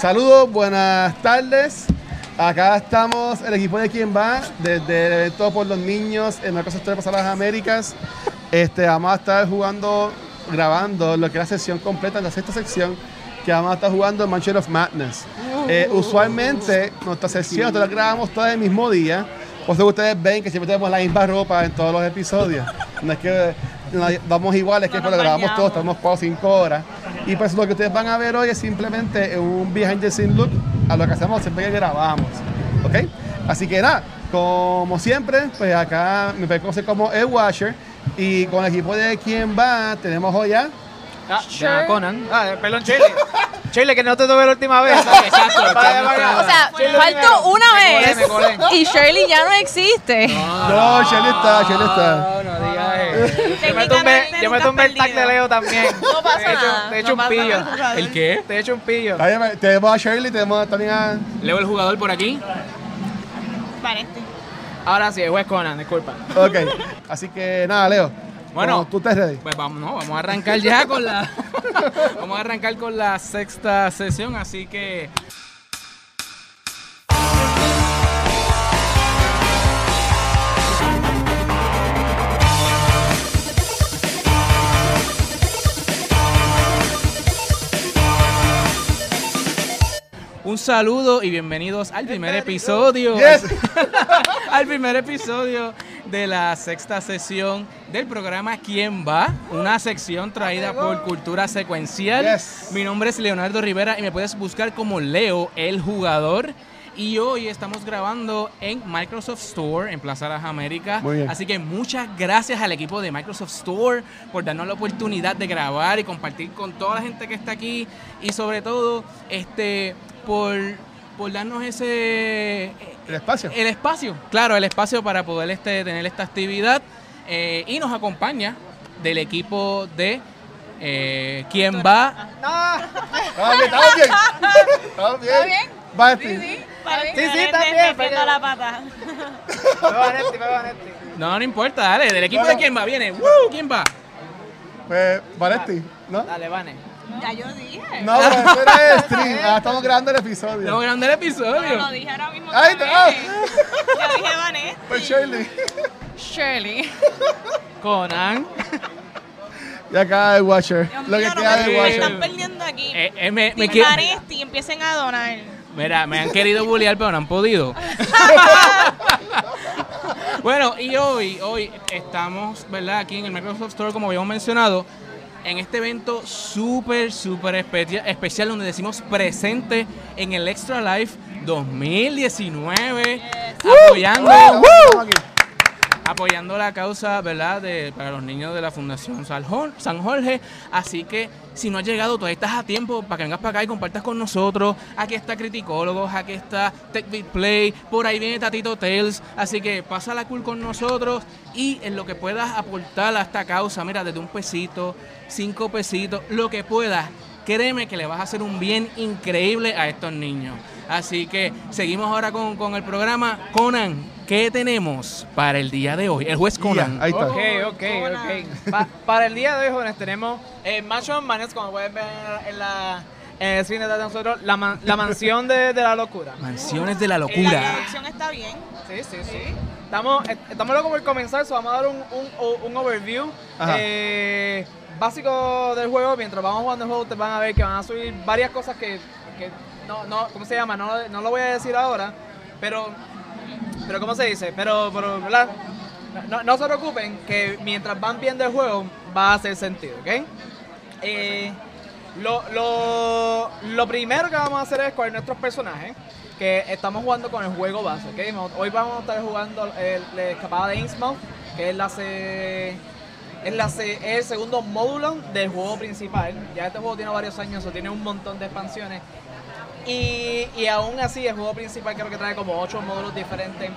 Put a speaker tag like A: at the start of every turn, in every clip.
A: Saludos, buenas tardes. Acá estamos, el equipo de Quien Va, desde el evento por los niños en la Casa Historia Pasar las Américas. Este, vamos a estar jugando, grabando lo que es la sesión completa, la sexta sección, que vamos a estar jugando en Mansion of Madness.
B: Uh.
A: Eh, usualmente, nuestra sesión, nosotros la grabamos todas el mismo día. Por eso que ustedes ven que siempre tenemos la misma ropa en todos los episodios. No es que nos vamos iguales, que
B: No
A: pues
B: nos
A: lo grabamos
B: bañamos.
A: todos, tenemos 4 o 5 horas. Y pues lo que ustedes van a ver hoy es simplemente un behind the scene look a lo que hacemos siempre que grabamos. ¿Ok? Así que nada, como siempre, pues acá me pueden conocer como El Washer. Y con el equipo de Quien Va, tenemos hoy a.
C: Ah,
B: Sure.
C: ya, Conan.
D: Ah, eh, perdón, Chile. Chile, que no te tuve la última vez.
C: Exacto,
D: Vaya,
C: Chile,
D: vaya.
C: no
B: O sea,
D: Chile primero.
B: faltó una
D: Me colé,
B: vez
D: me colé.
B: y Shirley ya no existe.
A: No, Shelly está, Shelly está.
D: Ah, No, no digas eso. Yo me
B: Técnicamente
D: tumbé, yo me
B: estás
D: tumbé el tag
B: perdido.
D: de Leo también.
B: No pasa
D: Te he hecho-
B: nada,
D: Te he
B: no
D: hecho un
B: pasa
D: pillo.
B: nada.
C: ¿El qué?
D: Te he hecho un pillo.
A: Ahí va- Tenemos a Shirley, tenemos también a.
C: Leo el jugador por aquí.
B: Parece.
D: Ahora sí, el juez Conan, disculpa.
A: Ok. Así que nada, Leo.
C: Bueno.
A: como ¿Tú estás ready?
C: Pues vamos, no, vamos a arrancar ya con la. vamos a arrancar con la sexta sesión, así que. Un saludo y bienvenidos al primer episodio.
A: Yes.
C: al primer episodio de la sexta sesión del programa ¿Quién va? Una sección traída por Cultura Secuencial.
A: Yes.
C: Mi nombre es Leonardo Rivera y me puedes buscar como Leo el jugador. Y hoy estamos grabando en Microsoft Store, en Plaza Las Américas.
A: Muy bien.
C: Así que muchas gracias al equipo de Microsoft Store por darnos la oportunidad de grabar y compartir con toda la gente que está aquí. Y sobre todo, este, por, por darnos ese,
A: El espacio.
C: el espacio, claro, el espacio para poder este, tener esta actividad. eh, y nos acompaña del equipo de eh, ¿Quién va?
A: Estamos bien, estamos bien. Estamos bien.
B: ¿Está bien?
A: Va, Steve.
D: Sí, sí, está bien, pero-
B: la pata.
D: Veo a Nesti, veo a Nesti.
C: No, no importa, dale, del equipo de
A: Bueno.
C: ¿Quién va? Viene, ¡Woo! ¿Quién va?
A: Pues, Valesti, ¿no?
D: Dale, Vane.
B: Ya yo dije.
A: No, pero eso era el stream. Ah, estamos grabando el episodio.
C: Estamos grabando el
B: Pero lo
C: episodio.
B: dije ahora mismo.
A: Ahí
B: otra
A: está. Ah,
B: vez. Ya dije Vanessa.
A: Pues Shirley.
B: Shirley.
C: Conan.
A: Y acá el Watcher.
B: Dios
A: Lo que
B: mío, no
A: queda
B: me-
A: del
B: me
A: Watcher.
B: están perdiendo aquí.
C: Eh, eh, me, me
B: Team
C: qui-
B: Vanesti, empiecen a donar.
C: Mira, me han querido bullear, pero no han podido. bueno, y hoy, hoy estamos, ¿verdad? Aquí en el Microsoft Store, como habíamos mencionado, en este evento súper, súper espe- especial, donde decimos presente en el Extra Life 2019, apoyando,
A: Estamos aquí.
C: apoyando la causa, ¿verdad? De, para los niños de la Fundación San Jor- San Jorge. Así que si no has llegado, todavía estás a tiempo para que vengas para acá y compartas con nosotros. Aquí está Criticólogos, aquí está Tech Beat Play, por ahí viene Tatito Tales. Así que pasa la cool con nosotros y en lo que puedas aportar a esta causa, mira, desde un pesito, cinco pesitos, lo que puedas. Créeme que le vas a hacer un bien increíble a estos niños. Así que seguimos ahora con, con el programa. Conan, ¿qué tenemos para el día de hoy? El juez Conan.
A: Ya, Ahí está.
D: Ok, ok, ok. Pa- para el día de hoy, jóvenes, tenemos eh, Mansion Madness, como pueden ver en, la, en el cine de nosotros, la, man- la mansión de, de la locura.
C: Mansiones de la
B: La
C: locura.
B: traducción está bien.
D: Sí, sí, sí. Estamos, est- estamos locos por comenzar, so vamos a dar un, un, o- un overview
A: Ajá.
D: eh, básico del juego. Mientras vamos jugando el juego, ustedes van a ver que van a subir varias cosas que, que no, no, ¿cómo se llama? No, no lo voy a decir ahora, pero, pero ¿cómo se dice? Pero, pero ¿verdad? No, no se preocupen que mientras van viendo el juego va a hacer sentido, ¿ok? Eh, lo, lo, lo primero que vamos a hacer es con nuestros personajes, que estamos jugando con el juego base, ¿ok? No- Hoy vamos a estar jugando el, la escapada de Innsmouth, que es la se- es la se- es el segundo módulo del juego principal. Ya este juego tiene varios años, o tiene un montón de expansiones. Y, y aún así, el juego principal creo que trae como ocho módulos diferentes.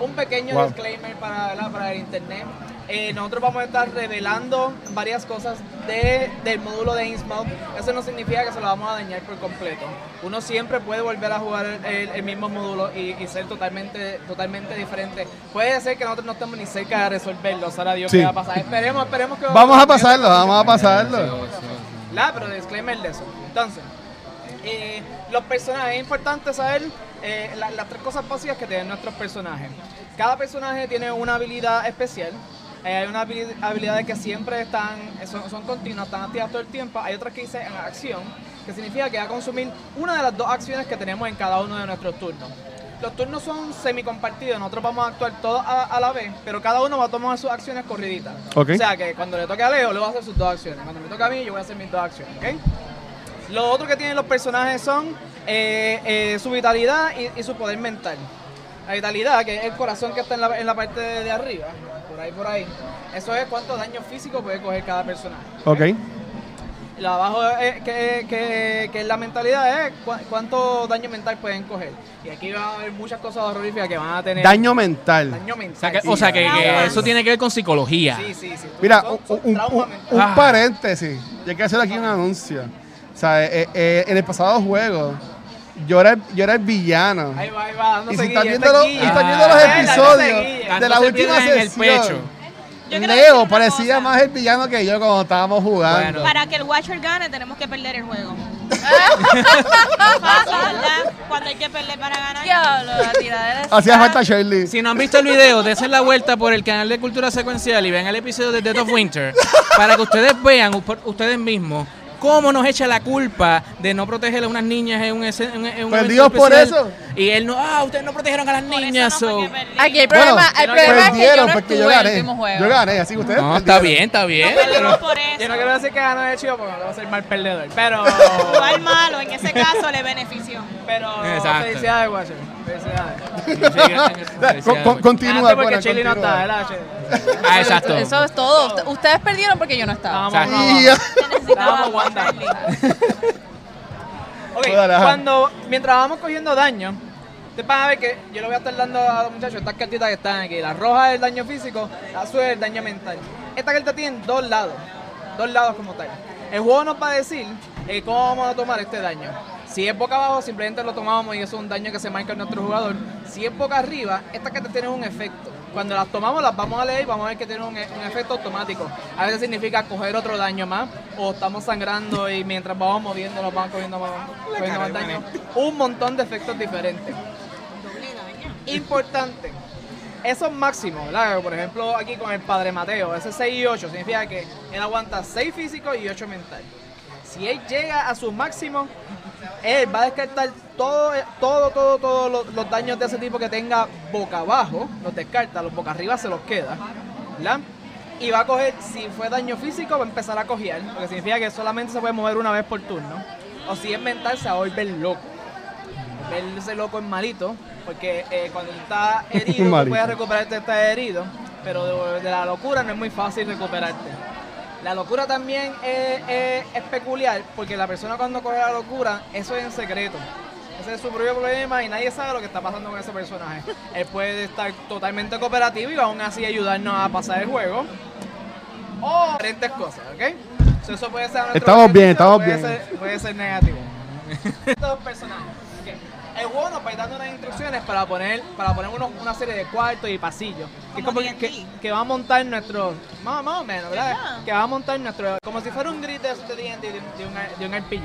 D: Un pequeño
A: Wow.
D: disclaimer para, ¿verdad? para el internet. Eh, nosotros vamos a estar revelando varias cosas de- del módulo de Innsmouth. Eso no significa que se lo vamos a dañar por completo. Uno siempre puede volver a jugar el, el mismo módulo y, y ser totalmente, totalmente diferente. Puede ser que nosotros no estemos ni cerca de resolverlo. Sara Dios,
A: Sí.
D: ¿qué va a pasar? Esperemos, esperemos que...
A: Vamos a pasarlo, vamos a pasarlo.
D: La, pero disclaimer de eso. Entonces, eh, los personajes, es importante saber eh, la- las tres cosas básicas que tienen nuestros personajes. Cada personaje tiene una habilidad especial. Eh, hay unas habili- habilidades que siempre están, eh, son, son continuas, están activas todo el tiempo. Hay otras que dicen en acción, que significa que va a consumir una de las dos acciones que tenemos en cada uno de nuestros turnos. Los turnos son semicompartidos, nosotros vamos a actuar todos a, a la vez, pero cada uno va a tomar sus acciones corriditas.
A: Ok.
D: O sea que cuando le toque a Leo, Leo va a hacer sus dos acciones. Cuando me toque a mí, yo voy a hacer mis dos acciones, ¿ok? Lo otro que tienen los personajes son eh, eh, su vitalidad y, y su poder mental. La vitalidad, que es el corazón que está en la, en la parte de, de arriba, por ahí, por ahí. Eso es cuánto daño físico puede coger cada personaje.
A: Ok.
D: Lo de abajo eh, que, que- que es la mentalidad es cua- cuánto daño mental pueden coger. Y aquí va a haber muchas cosas horroríficas que van a tener
A: Daño mental.
D: daño
C: O sea
D: mental.
C: que, o sea que- que
B: Traumas.
C: eso tiene que ver con psicología.
D: Sí, sí, sí.
A: Mira,
D: Son-
A: un,
D: son
A: un-
D: traumas
A: un-
D: mentales.
A: un
C: Ah.
A: paréntesis. Yo quiero hacer aquí un anuncio. O sea, eh, eh, en el pasado juego, yo era, el- yo era el villano.
D: Ahí va, ahí va, dándose este
A: Y si están
D: guille,
A: viendo, los-
D: guille.
A: y están
C: Ah.
A: viendo los
D: Eh,
C: Dale, dale,
A: episodios de la
C: Dándose
A: última
C: piedras en el
A: sesión,
C: pecho.
B: Yo quiero decir
A: Leo
B: una
A: parecía
B: cosa.
A: más el villano que yo cuando estábamos jugando.
C: Bueno.
B: Para que el Watcher gane, tenemos que perder el juego. Fácil, ¿verdad? Cuando hay que perder para ganar.
E: Diablo, la tiradera está-
A: Hacía falta Shirley.
C: Si no han visto el video, desen la vuelta por el canal de Cultura Secuencial y vean el episodio de Death of Winter para que ustedes vean u- por ustedes mismos cómo nos echa la culpa de no proteger a unas niñas en un, ese- en un evento
A: Perdidos Pues por
C: especial.
A: eso.
C: Y él no, ah, ustedes no protegieron a las
B: Por eso
C: niñas.
B: no fue
C: so-
B: que perdí.
E: Aquí el problema, el
D: Bueno,
E: problema es que yo
A: perdieron
E: no
A: porque
E: estuve
A: yo
E: en el
A: gané.
E: último juego.
A: Yo gané, así que ustedes.
C: No, está
A: perdieron.
C: bien, está bien.
B: No perdimos
C: pero-
B: por
D: Yo
B: eso.
D: no quiero decir que ganó el chivo porque no va a ser mal perdedor, pero.
B: Jugar malo, en ese caso le benefició.
D: pero.
C: Exacto.
D: Felicidades, Watcher. Felicidades.
A: O sea, con- con- Continúa,
D: Ganaste porque
A: Conan,
D: Chile no está,
A: continúa.
D: ¿verdad, Chile?
C: Ah, exacto.
E: Eso es todo. Ust- Ustedes perdieron porque yo no estaba.
D: Estábamos robados.
C: Exacto.
A: Y ya.
B: Te necesitaba
D: Vamos, Wanda.
B: Charlie.
D: Ok,
A: Pues Dale, ajá.
D: cuando, mientras vamos cogiendo daño, ustedes van a ver Este que yo le voy a estar dando a los muchachos estas cartitas que están aquí. La roja es el daño físico, la azul es el daño mental. Esta carta tiene dos lados, dos lados como tal. El juego nos va a decir eh, cómo vamos a tomar este daño. Si es boca abajo, simplemente lo tomamos y eso es un daño que se marca en nuestro jugador. Si es boca arriba, estas cartas tienen un efecto. Cuando las tomamos, las vamos a leer y vamos a ver que tienen un, e- un efecto automático. A veces significa coger otro daño más, o estamos sangrando y mientras vamos moviendo, nos van cogiendo más, cogiendo más daño. Un montón de efectos diferentes importante. Eso es máximo, ¿verdad? Por ejemplo, aquí con el padre Mateo, ese 6 y 8 significa que él aguanta 6 físicos y 8 mental. Si él llega a su máximo, él Eh, va a descartar todo, todo, todo, todos los, los daños de ese tipo que tenga boca abajo, los descarta, los boca arriba se los queda, ¿verdad? Y va a coger, si fue daño físico, va a empezar a cojear, lo que significa que solamente se puede mover una vez por turno. O si es mental, se va a volver loco. Verse loco es malito, porque eh, cuando está herido, tú
A: Malito.
D: puedes recuperarte, estás herido, pero de, de la locura no es muy fácil recuperarte. La locura también es, es- es peculiar, porque la persona cuando coge la locura, eso es en secreto. Ese es su propio problema y nadie sabe lo que está pasando con ese personaje. Él puede estar totalmente cooperativo y aún así ayudarnos a pasar el juego. O diferentes cosas, ¿ok? So, eso puede ser a nuestro
A: Estamos bien,
D: beneficio o
A: estamos
D: puede
A: bien.
D: ser- puede ser negativo. Estos personajes. ok. El juego nos va a ir dando unas instrucciones para poner, para poner unos- una serie de cuartos y pasillos. Que es
B: Como
D: como que,
B: D&D.
D: que- que va a montar nuestro. Más, más o menos, ¿verdad?
B: Ajá.
D: Que va a montar nuestro. Como si fuera un grid de de D&D, de, un- de un, de un RPG.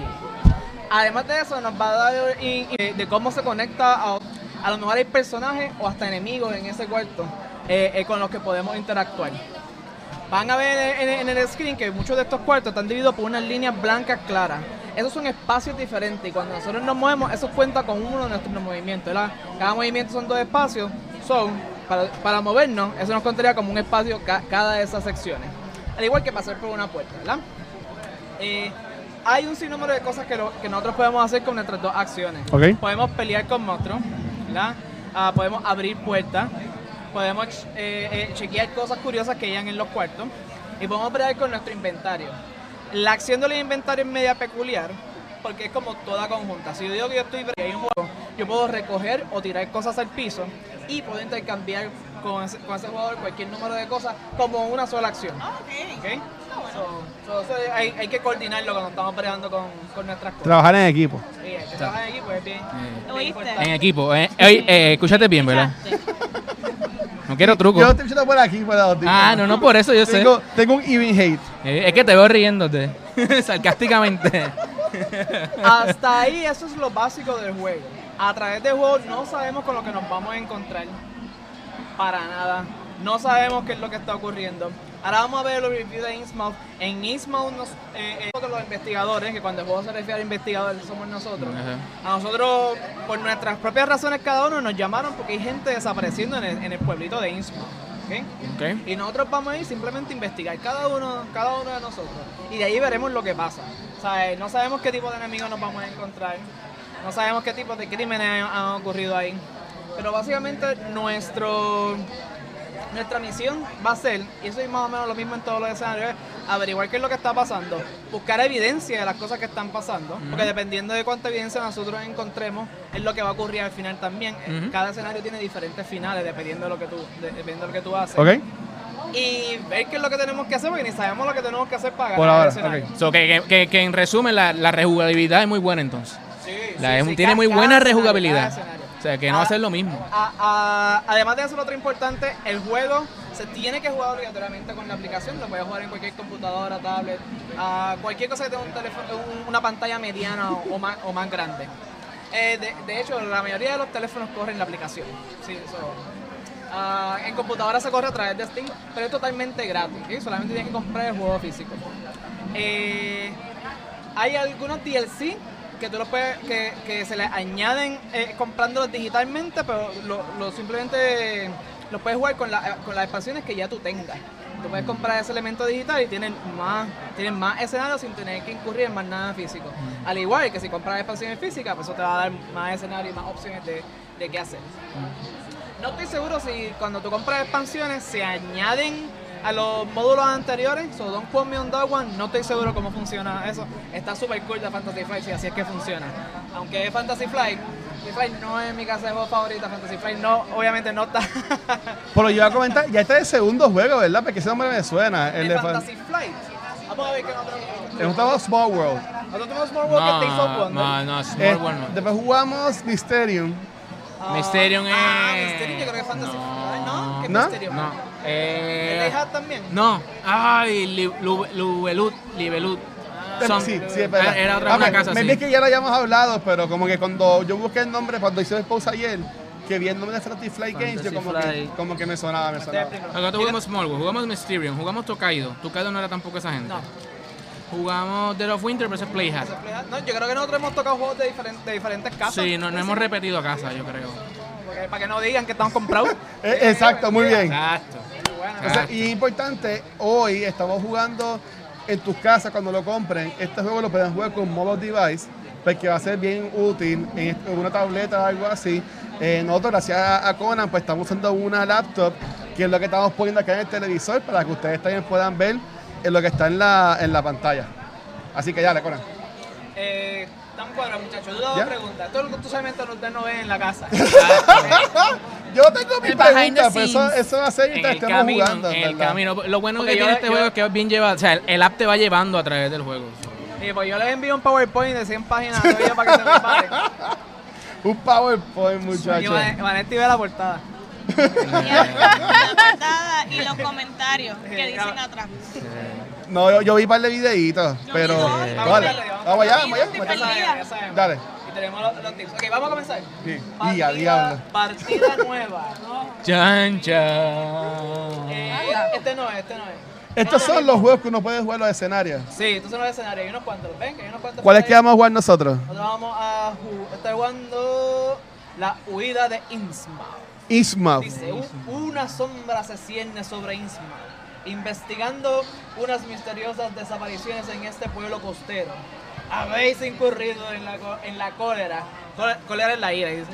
D: Además de eso, nos va a dar y- y de cómo se conecta a, a lo mejor hay personajes o hasta enemigos en ese cuarto eh, eh, con los que podemos interactuar. Van a ver en, en el screen que muchos de estos cuartos están divididos por unas líneas blancas claras. Esos son espacios diferentes y cuando nosotros nos movemos, eso cuenta con uno de nuestros movimientos. ¿verdad? Cada movimiento son dos espacios. Son, para, para movernos, eso nos contaría como un espacio ca- cada de esas secciones. Al igual que pasar por una puerta, ¿verdad? Eh, hay un sinnúmero de cosas que, lo- que nosotros podemos hacer con nuestras dos acciones.
A: Ok.
D: Podemos pelear con monstruos, ¿verdad? Ah, podemos abrir puertas, podemos ch- eh, eh, chequear cosas curiosas que hayan en los cuartos y podemos pelear con nuestro inventario. La acción del inventario es media peculiar porque es como toda conjunta. Si yo digo que yo estoy y hay un juego, yo puedo recoger o tirar cosas al piso y puedo intercambiar con ese, con ese jugador cualquier número de cosas como una sola acción.
B: Ok.
D: ¿ok? So- so- so hay, hay que coordinarlo cuando estamos peleando con, con nuestras cosas.
A: Trabajar en equipo.
D: Sí, hay que trabajar en equipo es pues, bien, bien
B: ¿Oíste?
D: importante.
C: En equipo. eh. Ey, eh, escúchate bien, ¿verdad? No quiero
A: Yo
C: trucos.
A: estoy echando por aquí para los días.
C: Ah, no, no, por eso yo sé.
A: Tengo, tengo un even hate.
C: Eh, Es que te veo riéndote, sarcásticamente.
D: Hasta ahí eso es lo básico del juego. A través del juego no sabemos con lo que nos vamos a encontrar. Para nada. No sabemos qué es lo que está ocurriendo. Ahora vamos a ver los reviews de Innsmouth. En Innsmouth nos, eh, eh, nosotros los investigadores, que cuando el juego se refiere a investigadores somos nosotros. A nosotros, por nuestras propias razones cada uno, nos llamaron porque hay gente desapareciendo en el, en el pueblito de Innsmouth. ¿ok?
C: Ok.
D: Y nosotros vamos a ir simplemente a investigar cada uno, cada uno de nosotros. Y de ahí veremos lo que pasa. O sea, eh, no sabemos qué tipo de enemigos nos vamos a encontrar. No sabemos qué tipo de crímenes han, han ocurrido ahí. Pero básicamente nuestro, nuestra misión va a ser, y eso es más o menos lo mismo en todos los escenarios, es averiguar qué es lo que está pasando, buscar evidencia de las cosas que están pasando, porque dependiendo de cuánta evidencia nosotros encontremos, es lo que va a ocurrir al final también. Eh,
C: Ujú.
D: Cada escenario tiene diferentes finales dependiendo de lo que tú, de- dependiendo de lo que tú haces
A: ¿Ok?
D: y ver qué es lo que tenemos que hacer, porque ni sabemos lo que tenemos que hacer para
A: Por
D: ganar
A: ahora,
D: el escenario.
A: ok.
C: So, que, que- que- que en resumen, la, la rejugabilidad es muy buena entonces. La- es-
D: sí,
C: tiene
D: cada-
C: muy
D: cada
C: buena
D: escenario,
C: rejugabilidad.
D: cada escenario.
C: O sea, que no va a ser lo mismo.
D: A- a- además de eso, lo otro importante, el juego se tiene que jugar obligatoriamente con la aplicación. Lo puedes jugar en cualquier computadora, tablet, a cualquier cosa que tenga un teléfono, un- una pantalla mediana o, o más, o más grande. Eh, de, de hecho, la mayoría de los teléfonos corren la aplicación. Sí, eso. Ah, en computadora se corre a través de Steam, pero es totalmente gratis. ¿sí? Solamente tienes que comprar el juego físico. Eh, hay algunos DLC que tú los puedes, que, que se les añaden eh, comprándolos digitalmente, pero lo, lo simplemente los puedes jugar con, la- eh, con las expansiones que ya tú tengas. Tú puedes comprar ese elemento digital y tienen más, tienen más escenarios sin tener que incurrir en más nada físico. Al igual que si compras expansiones físicas, pues eso te va a dar más escenarios y más opciones de, de qué hacer. No estoy seguro si cuando tú compras expansiones se añaden a los módulos anteriores. So don't quote me on that one. No estoy seguro cómo funciona eso. Está súper cool de Fantasy Flight si así es que funciona. Aunque es Fantasy Flight, Fantasy Flight no es mi casa de juego favorita. Fantasy Flight no, obviamente no está.
A: Pero yo iba a comentar, ya este es el segundo juego, ¿verdad? Porque ese nombre me suena. El
D: en
A: de
D: Fantasy Flight. Vamos a ver qué nosotros
A: Es un trabajo Small World.
D: Nosotros tenemos Small World que Takes Up
C: No,
D: Wonder.
C: no, no, Small
A: Eh,
C: World no.
A: después jugamos Mysterium.
D: Ah,
C: Mysterium es-
D: Ah, Mysterium yo creo que es Fantasy
C: No.
D: Flight. ¿No? ¿Qué
A: ¿No?
D: Mysterium?
C: No.
D: ¿El
C: Eh,
D: Day Hat también?
C: no. Ay, Li- Lu- Lubelut, Libelut. Son-
A: sí, sí, es verdad.
C: Era otra
A: Ah,
C: una
A: me-
C: casa,
A: me
C: sí.
A: vi que ya lo habíamos hablado, pero como que cuando yo busqué el nombre, cuando hice el pause ayer, que vi el nombre de Fantasy Flight Games, yo
C: Fantasy
A: como que,
C: Flight.
A: como que me sonaba, me sonaba.
C: Nosotros jugamos Small World, jugamos Mysterium, jugamos Tokaido. Tokaido no era tampoco esa gente.
D: No.
C: Jugamos Dead of Winter versus Playhat.
D: No, yo creo que nosotros hemos tocado juegos de, diferen- de diferentes casas.
C: Sí, no, no hemos repetido a casa, yo creo.
D: Porque- para que no digan que estamos comprados.
A: Eh, exacto, muy bien.
C: Exacto.
D: Bueno,
A: O sea, y es importante, hoy estamos jugando en tus casas cuando lo compren. Este juego lo pueden jugar con modo device, porque va a ser bien útil en est- en una tableta o algo así. Eh, nosotros, gracias a a Conan, pues estamos usando una laptop, que es lo que estamos poniendo acá en el televisor, para que ustedes también puedan ver eh, lo que está en la, en la pantalla. Así que ya, le Conan.
D: eh, estamos cuadrados, muchachos. Yo tengo
A: ¿Ya?
D: dos preguntas. Todo lo que tú solamente ustedes no ven en la casa.
A: Yo tengo mis
E: El behind the
A: preguntas, pero eso,
E: scenes.
A: eso va a ser
C: En
A: mientras
C: el
A: estemos
C: camino,
A: jugando.
C: en el
A: ¿verdad?
C: camino. Lo bueno
D: Porque
C: que
D: yo-
C: tiene este
D: yo-
C: juego es que es bien llevado. O sea, el, el app te va llevando a través del juego.
D: Y pues yo les envío un PowerPoint de 100 páginas todavía para que se preparen.
A: Un PowerPoint,
D: Y
A: muchachos.
D: Van- Vanetti ve la portada.
B: la portada y los comentarios que dicen atrás.
A: No, yo, yo vi un par de videitos,
B: Yo
A: pero.
B: vi dos.
A: Vale.
D: Vamos a darle,
A: Vamos allá,
D: a
A: vamos
B: darle.
A: allá.
B: Estoy
A: vamos allá.
B: perdida.
D: Pues Ya sabemos.
A: Dale.
D: Y tenemos los, los tips. Ok, vamos a comenzar.
A: Sí. Y a diablo.
D: Partida, partida nueva.
C: Chan, chan.
D: Eh, este no es, este no es.
A: Estos son los juegos que uno puede jugar los escenarios.
D: Sí, estos son los escenarios. Hay unos cuantos, ¿ven? Que Hay unos cuantos.
A: ¿Cuáles que
D: por ahí.
A: vamos a jugar nosotros?
D: Nosotros vamos a ju- estar jugando la huida de Innsmouth.
A: Isma.
D: Dice, "U- una sombra se cierne sobre Innsmouth, investigando unas misteriosas desapariciones en este pueblo costero. Habéis incurrido en la, co- en la cólera. Col- Cólera es la ira. dice.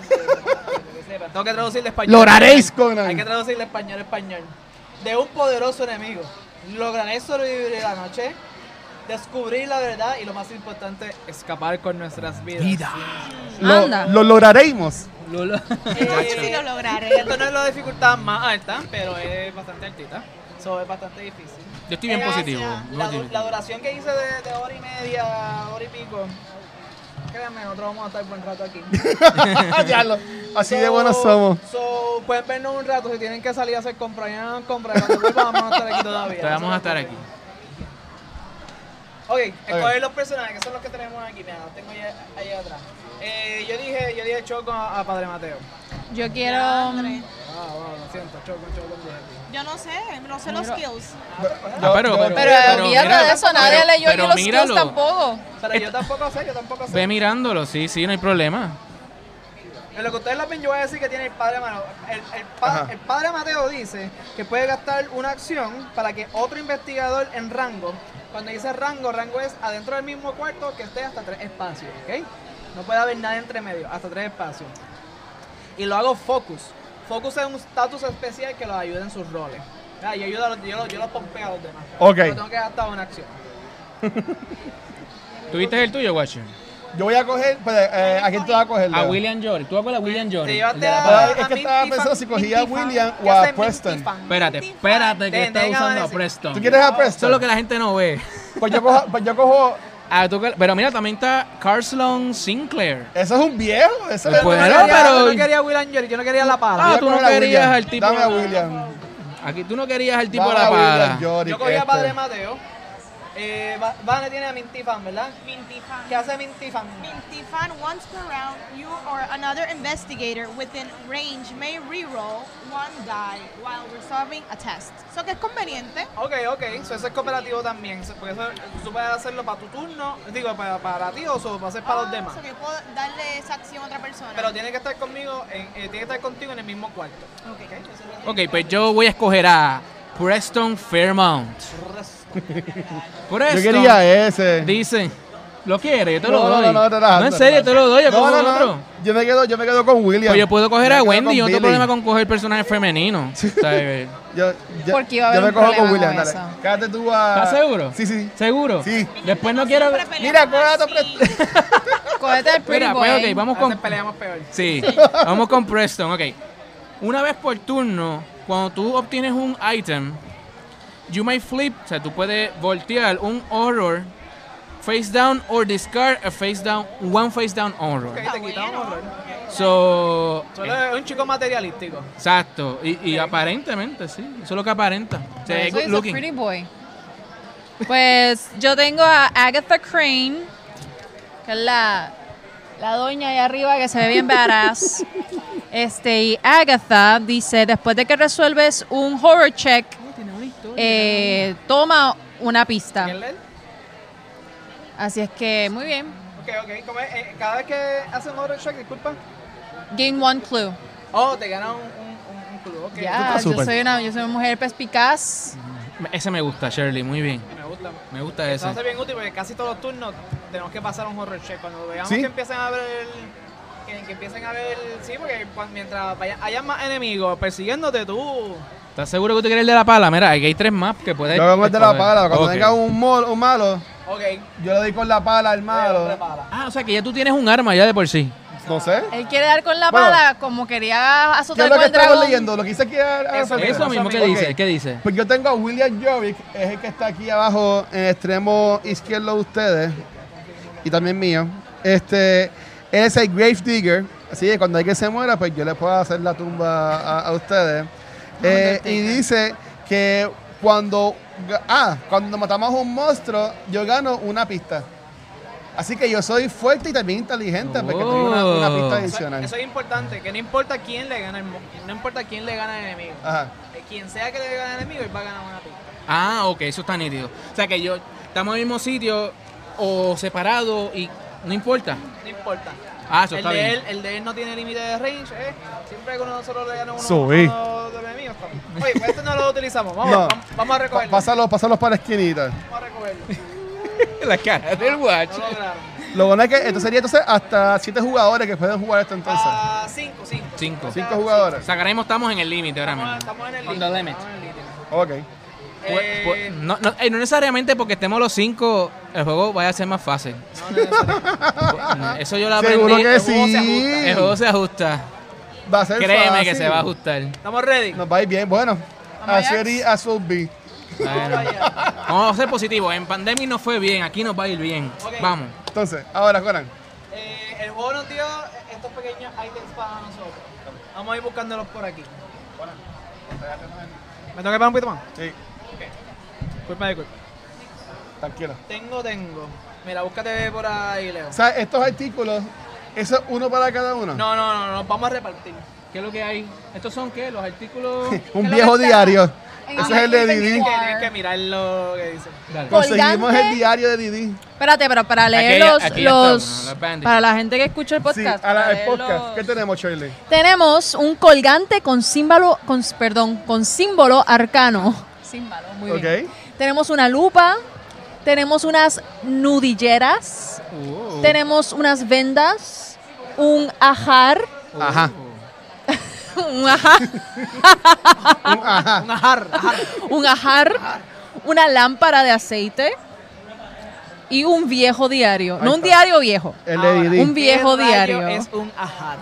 D: Tengo que traducirle español.
A: Lo haréis, Conan.
D: Hay que traducirle español español. De un poderoso enemigo. Lograréis sobrevivir la noche, descubrir la verdad y lo más importante, escapar con nuestras vidas.
A: Lo,
E: Anda.
A: lo lograremos.
B: No sé Eh, si lo lograré.
D: Esto no es la dificultad más alta, pero es bastante altita. So, es bastante difícil.
C: Yo estoy bien
D: Eh,
C: positivo. bien
D: La,
C: positivo.
D: la duración que hice de, de hora y media, hora y pico. Créanme, nosotros vamos a estar buen rato aquí.
A: Diablo, Así de
D: So-
A: buenos somos.
D: So, pueden vernos un rato. Si tienen que salir a hacer compras, ya no compras. Cuando vuelvan, vamos a estar aquí todavía.
C: Entonces, vamos a estar aquí.
D: Ok, escoger los personajes, que son los que tenemos aquí, mira, los tengo allá, allá atrás. Eh, yo dije, yo dije Choco a, a Padre Mateo.
E: Yo quiero.
B: Diandre.
D: Ah, wow, lo siento, Choco, Choco, dije.
B: Yo no sé, no sé los skills.
C: Ah, pero, pero,
E: Pero,
C: pero
E: olvídate
C: mira-
E: de eso, nadie
C: pero-
E: leyó
C: pero
E: ni los
C: míralo.
E: skills tampoco.
D: Pero yo tampoco sé, yo tampoco sé.
C: Ve mirándolo, sí, sí, no hay problema.
D: En lo que ustedes la ven, yo voy a decir que tiene el padre Mateo. El, el pa-
A: Ajá.
D: el padre Mateo dice que puede gastar una acción para que otro investigador en rango, cuando dice rango, rango es adentro del mismo cuarto que esté hasta tres espacios, ¿ok? No puede haber nada entre medio, hasta tres espacios. Y lo hago focus. Focus es un status especial que los ayuda en sus roles. Ah, Yo, ayudo a los, yo, los- yo los pompeo a los demás.
A: Ok.
D: Pero tengo que gastar una acción.
C: ¿Tuviste el tuyo, Washington?
A: Yo voy a coger, pues, eh, ¿a quién te vas a coger?
C: A
A: Leo?
C: William Jordan. ¿Tú acuerdas a William Jordan?
D: Te llevaste
C: El de la-
A: Ah,
D: a,
A: es que estaba
D: a Minty Fan-
A: pensando si cogía a
D: Minty Fan.
A: William o
D: ¿Qué
A: a
D: hace Minty
A: Preston?
D: Fan?
C: Espérate, espérate, que
D: Ten,
C: está
D: venga,
C: usando a
D: Vanessa.
C: Preston.
A: ¿Tú quieres a
C: Eso
A: Preston?
C: es lo que la gente no ve.
A: Pues yo cojo, pues yo cojo
C: Ah, tú que- pero mira, también está Carslon Sinclair.
A: eso es un viejo, eso
C: Pues
A: es
C: puede-
D: Yo no
C: Pero,
D: quería-
C: pero-
D: Yo no quería a Will Angel, yo no quería la pala.
C: Ah,
A: Voy a
C: tú no
A: coger a
C: querías
A: William.
C: al tipo-
A: Dame a William.
C: Aquí tú no querías al tipo
A: Dame
C: de la
A: a
C: pala.
A: William Yorick,
D: Yo cogí a
A: este.
D: Padre Mateo. Eh, Va- Vane tiene a Mintifan, ¿verdad?
B: Mintifan.
D: ¿Qué hace Mintifan?
B: Mintifan, once per round, you or another investigator within range may reroll one die while resolving a test. So que es conveniente.
D: Ok, ok, so eso es cooperativo también. so- Porque eso, tú puedes hacerlo para tu turno, digo, para, para ti o so- para hacer para los
B: Ah,
D: demás.
B: so que yo puedo darle esa acción a otra persona.
D: Pero tiene que estar conmigo, en, eh, tiene que estar contigo en el mismo cuarto.
B: Ok.
C: Ok, pues yo voy a escoger a Preston Fairmount. Preston.
A: Yo quería ese.
C: Dice, ¿lo quieres? Yo te
A: No,
C: lo
A: no,
C: doy.
A: no, no, relaja,
C: en serio,
A: relaja.
C: te lo doy. Yo cojo otro.
A: Yo me quedo, yo me quedo con William.
C: Pues yo puedo coger
A: Me
C: a
A: quedo
C: Wendy, yo no
A: Billy.
C: tengo problema con coger personajes femeninos. ¿sabes?
A: Yo, yo,
E: Porque iba a
A: yo
E: haber
A: me
E: un
A: cojo con
E: problema
A: William,
E: con
A: dale.
E: eso.
A: Cállate tú a.
C: ¿Estás seguro?
A: Sí, sí.
C: ¿Seguro?
A: Sí.
C: Después no quiero...
A: Mira, coge a
E: Cógete el Pretty
C: Mira,
E: Boy.
C: pues ok, vamos
D: A
C: con...
D: veces peleamos peor.
C: Sí, vamos con Preston, ok. Una vez por turno, cuando tú obtienes un item, you may flip, o sea, tú puedes voltear un horror face down or discard a face down, one face down horror.
D: Ok, te quitamos horror.
C: So,
D: Solo es un chico materialístico.
C: exacto, y, y aparentemente, sí, eso es lo que aparenta. O sea, es
E: Eso
C: good
E: hizo Pretty
C: looking.
E: Boy. Pues yo tengo a Agatha Crane, que es la, la doña ahí arriba que se ve bien badass. Este, y Agatha dice, después de que resuelves un horror check, eh, toma una pista.
D: ¿Quién leer?
E: Así es que, muy bien.
D: Ok, ok. ¿Cómo es? Eh, cada vez que hace un horror check, disculpa.
E: Game one clue.
D: Oh, te gana un, un, un, un club. Ok.
E: Ya, yo soy una, yo soy una mujer perspicaz.
C: Ese me gusta, Shirley, muy bien.
D: Me gusta.
C: Me gusta
D: Eso va a
C: ese.
D: ser bien útil porque casi todos los turnos tenemos que pasar un horror check. Cuando veamos
A: ¿Sí?
D: que empiecen a ver el- que, que empiecen a ver. Sí, porque cuan- mientras vaya- haya más enemigos persiguiéndote tú.
C: ¿Estás seguro que tú quieres el de la pala? Mira, aquí hay tres maps que puedes...
A: Yo vengo de la pala. Cuando
C: Ok.
A: tenga un, mol- un malo,
D: Ok. eh,
A: yo le doy con la pala al malo.
D: Prepara.
C: Ah, o sea que ya tú tienes un arma ya de por sí.
A: No sé.
E: Él quiere dar con la
A: Bueno.
E: pala como quería
A: ¿Qué es
E: azotar
A: lo
E: con
A: que
E: el
A: estamos
E: dragón.
A: leyendo? Lo que hice aquí a, a
D: Eso
A: Ferreira.
C: Eso mismo, ¿qué
A: Ok.
C: dice? ¿Qué dice?
A: Pues yo tengo a William Jovic, es el que está aquí abajo en el extremo izquierdo de ustedes y también mío. Este, él es el Grave Digger, así que cuando hay que se muera, pues yo le puedo hacer la tumba a, a ustedes. Eh, y
E: Undertaker.
A: dice que cuando ga- ah, cuando matamos a un monstruo, yo gano una pista. Así que yo soy fuerte y también inteligente porque tengo una, una pista
C: Oh.
D: Eso,
A: adicional.
D: eso es importante, que no importa quién le gana el mo- no importa quién le gana el enemigo.
A: Ajá.
D: Eh, Quien sea que le gane el enemigo, él va a ganar una pista.
C: Ah, ok, eso está nítido. O sea que yo estamos en el mismo sitio o separado y no importa.
D: No importa.
C: Ah, eso
D: el,
C: está
D: de
C: bien.
D: Él, el de él no tiene límite de range, eh. Siempre que uno de nosotros le gana uno,
A: Subí.
D: uno de los enemigos. estamos. Oye, pues esto no lo utilizamos. Vamos,
A: No.
D: vam- vamos a
A: Pa-
D: recogerlo.
A: Pásalo, pásalo para la esquinita.
D: Vamos a recogerlo.
C: La cara del watch.
D: No lograron.
A: Lo bueno es que esto sería entonces hasta siete jugadores que pueden jugar esto entonces.
D: Ah, cinco, cinco.
C: Cinco.
A: Cinco jugadores.
C: O sea, ahora mismo estamos en el límite ahora
D: Estamos,
C: mismo.
D: estamos en el
C: On
D: límite.
C: the limit.
D: estamos en el límite.
A: Ok.
C: Pu- pu-
D: Eh,
C: No, no, eh, no necesariamente porque estemos los cinco, el juego vaya a ser más fácil.
D: no, no, no, no.
C: Eso yo lo aprendí.
A: Seguro que
C: el juego se ajusta.
A: sí.
C: El juego se ajusta.
A: Va a ser
C: Créeme
A: fácil.
C: que se va a ajustar.
D: Estamos ready.
A: Nos va a ir bien. Bueno,
E: Vamos
A: a
E: allá.
A: Sherry, a Subby.
C: Bueno. Vamos a ser positivos. En pandemia nos fue bien, aquí nos va a ir bien.
D: Ok.
C: Vamos.
A: Entonces, ahora, Conan.
D: Eh, el juego nos dio estos pequeños items para nosotros. Vamos a ir buscándolos por aquí. ¿Me tengo que parar un poquito más?
A: Sí.
D: Culpa de culpa.
A: tranquilo.
D: Tengo, tengo. Mira, búscate por ahí, Leo.
A: O sea, estos artículos, ¿eso es uno para cada uno?
D: No, no, no, nos vamos a repartir.
C: ¿Qué es lo que hay? ¿Estos son qué? Los artículos.
A: Un
E: que lo
A: viejo
E: que está
A: diario.
E: en
A: Ese es el de Didi.
E: Ah.
D: Tienes que, tienes que mirar lo que dice.
C: Dale.
A: Conseguimos
E: Colgante.
A: el diario de Didi.
E: Espérate, pero para leer
C: Aquí-
E: los,
C: aquí ya
E: los-
C: estamos, los bandits.
E: para la gente que escucha el
A: Sí,
E: podcast.
A: a
E: para
A: la, el
E: leer
A: podcast.
E: los-
A: ¿Qué tenemos, Shirley?
E: Tenemos un colgante con símbolo, con, perdón, con símbolo arcano. Símbolo, muy
A: Ok.
E: bien. Tenemos una lupa, tenemos unas nudilleras,
A: Uh.
C: Oh.
E: tenemos unas vendas, un ajar,
C: uh.
A: Ajá.
E: un ajar,
A: Un-
C: Ah.
A: ajá.
D: Una jarra. jarra.
E: un ajar, una lámpara de aceite y un viejo diario. No un
A: está.
E: diario viejo.
A: El de
D: Ahora,
A: Didi.
E: un vi- viejo
D: ¿Qué rayo
E: diario.
D: Es un ajar.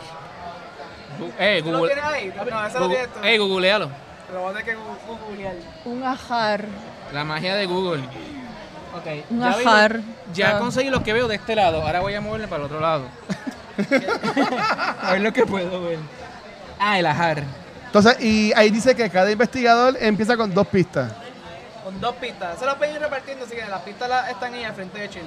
C: Gu- Eh,
D: ¿Tú lo
C: Google.
D: tienes ahí? No, eso lo
C: Google.
D: tienes tú.
C: Eh, googlealo.
D: Lo voy a tener que gu- googlear.
E: Un ajar.
C: La magia de Google.
D: Ok.
E: Un
C: Ya veo-
E: ajar.
C: Ya
E: Ah.
C: conseguí los que veo de este lado. Ahora voy a moverme para el otro lado. a ver lo que puedo ver. Ah, el ajar.
A: Entonces, y ahí dice que cada investigador empieza con dos pistas.
D: Con dos pistas. Se las voy a ir repartiendo, así que las pistas las están ahí al frente de Chile.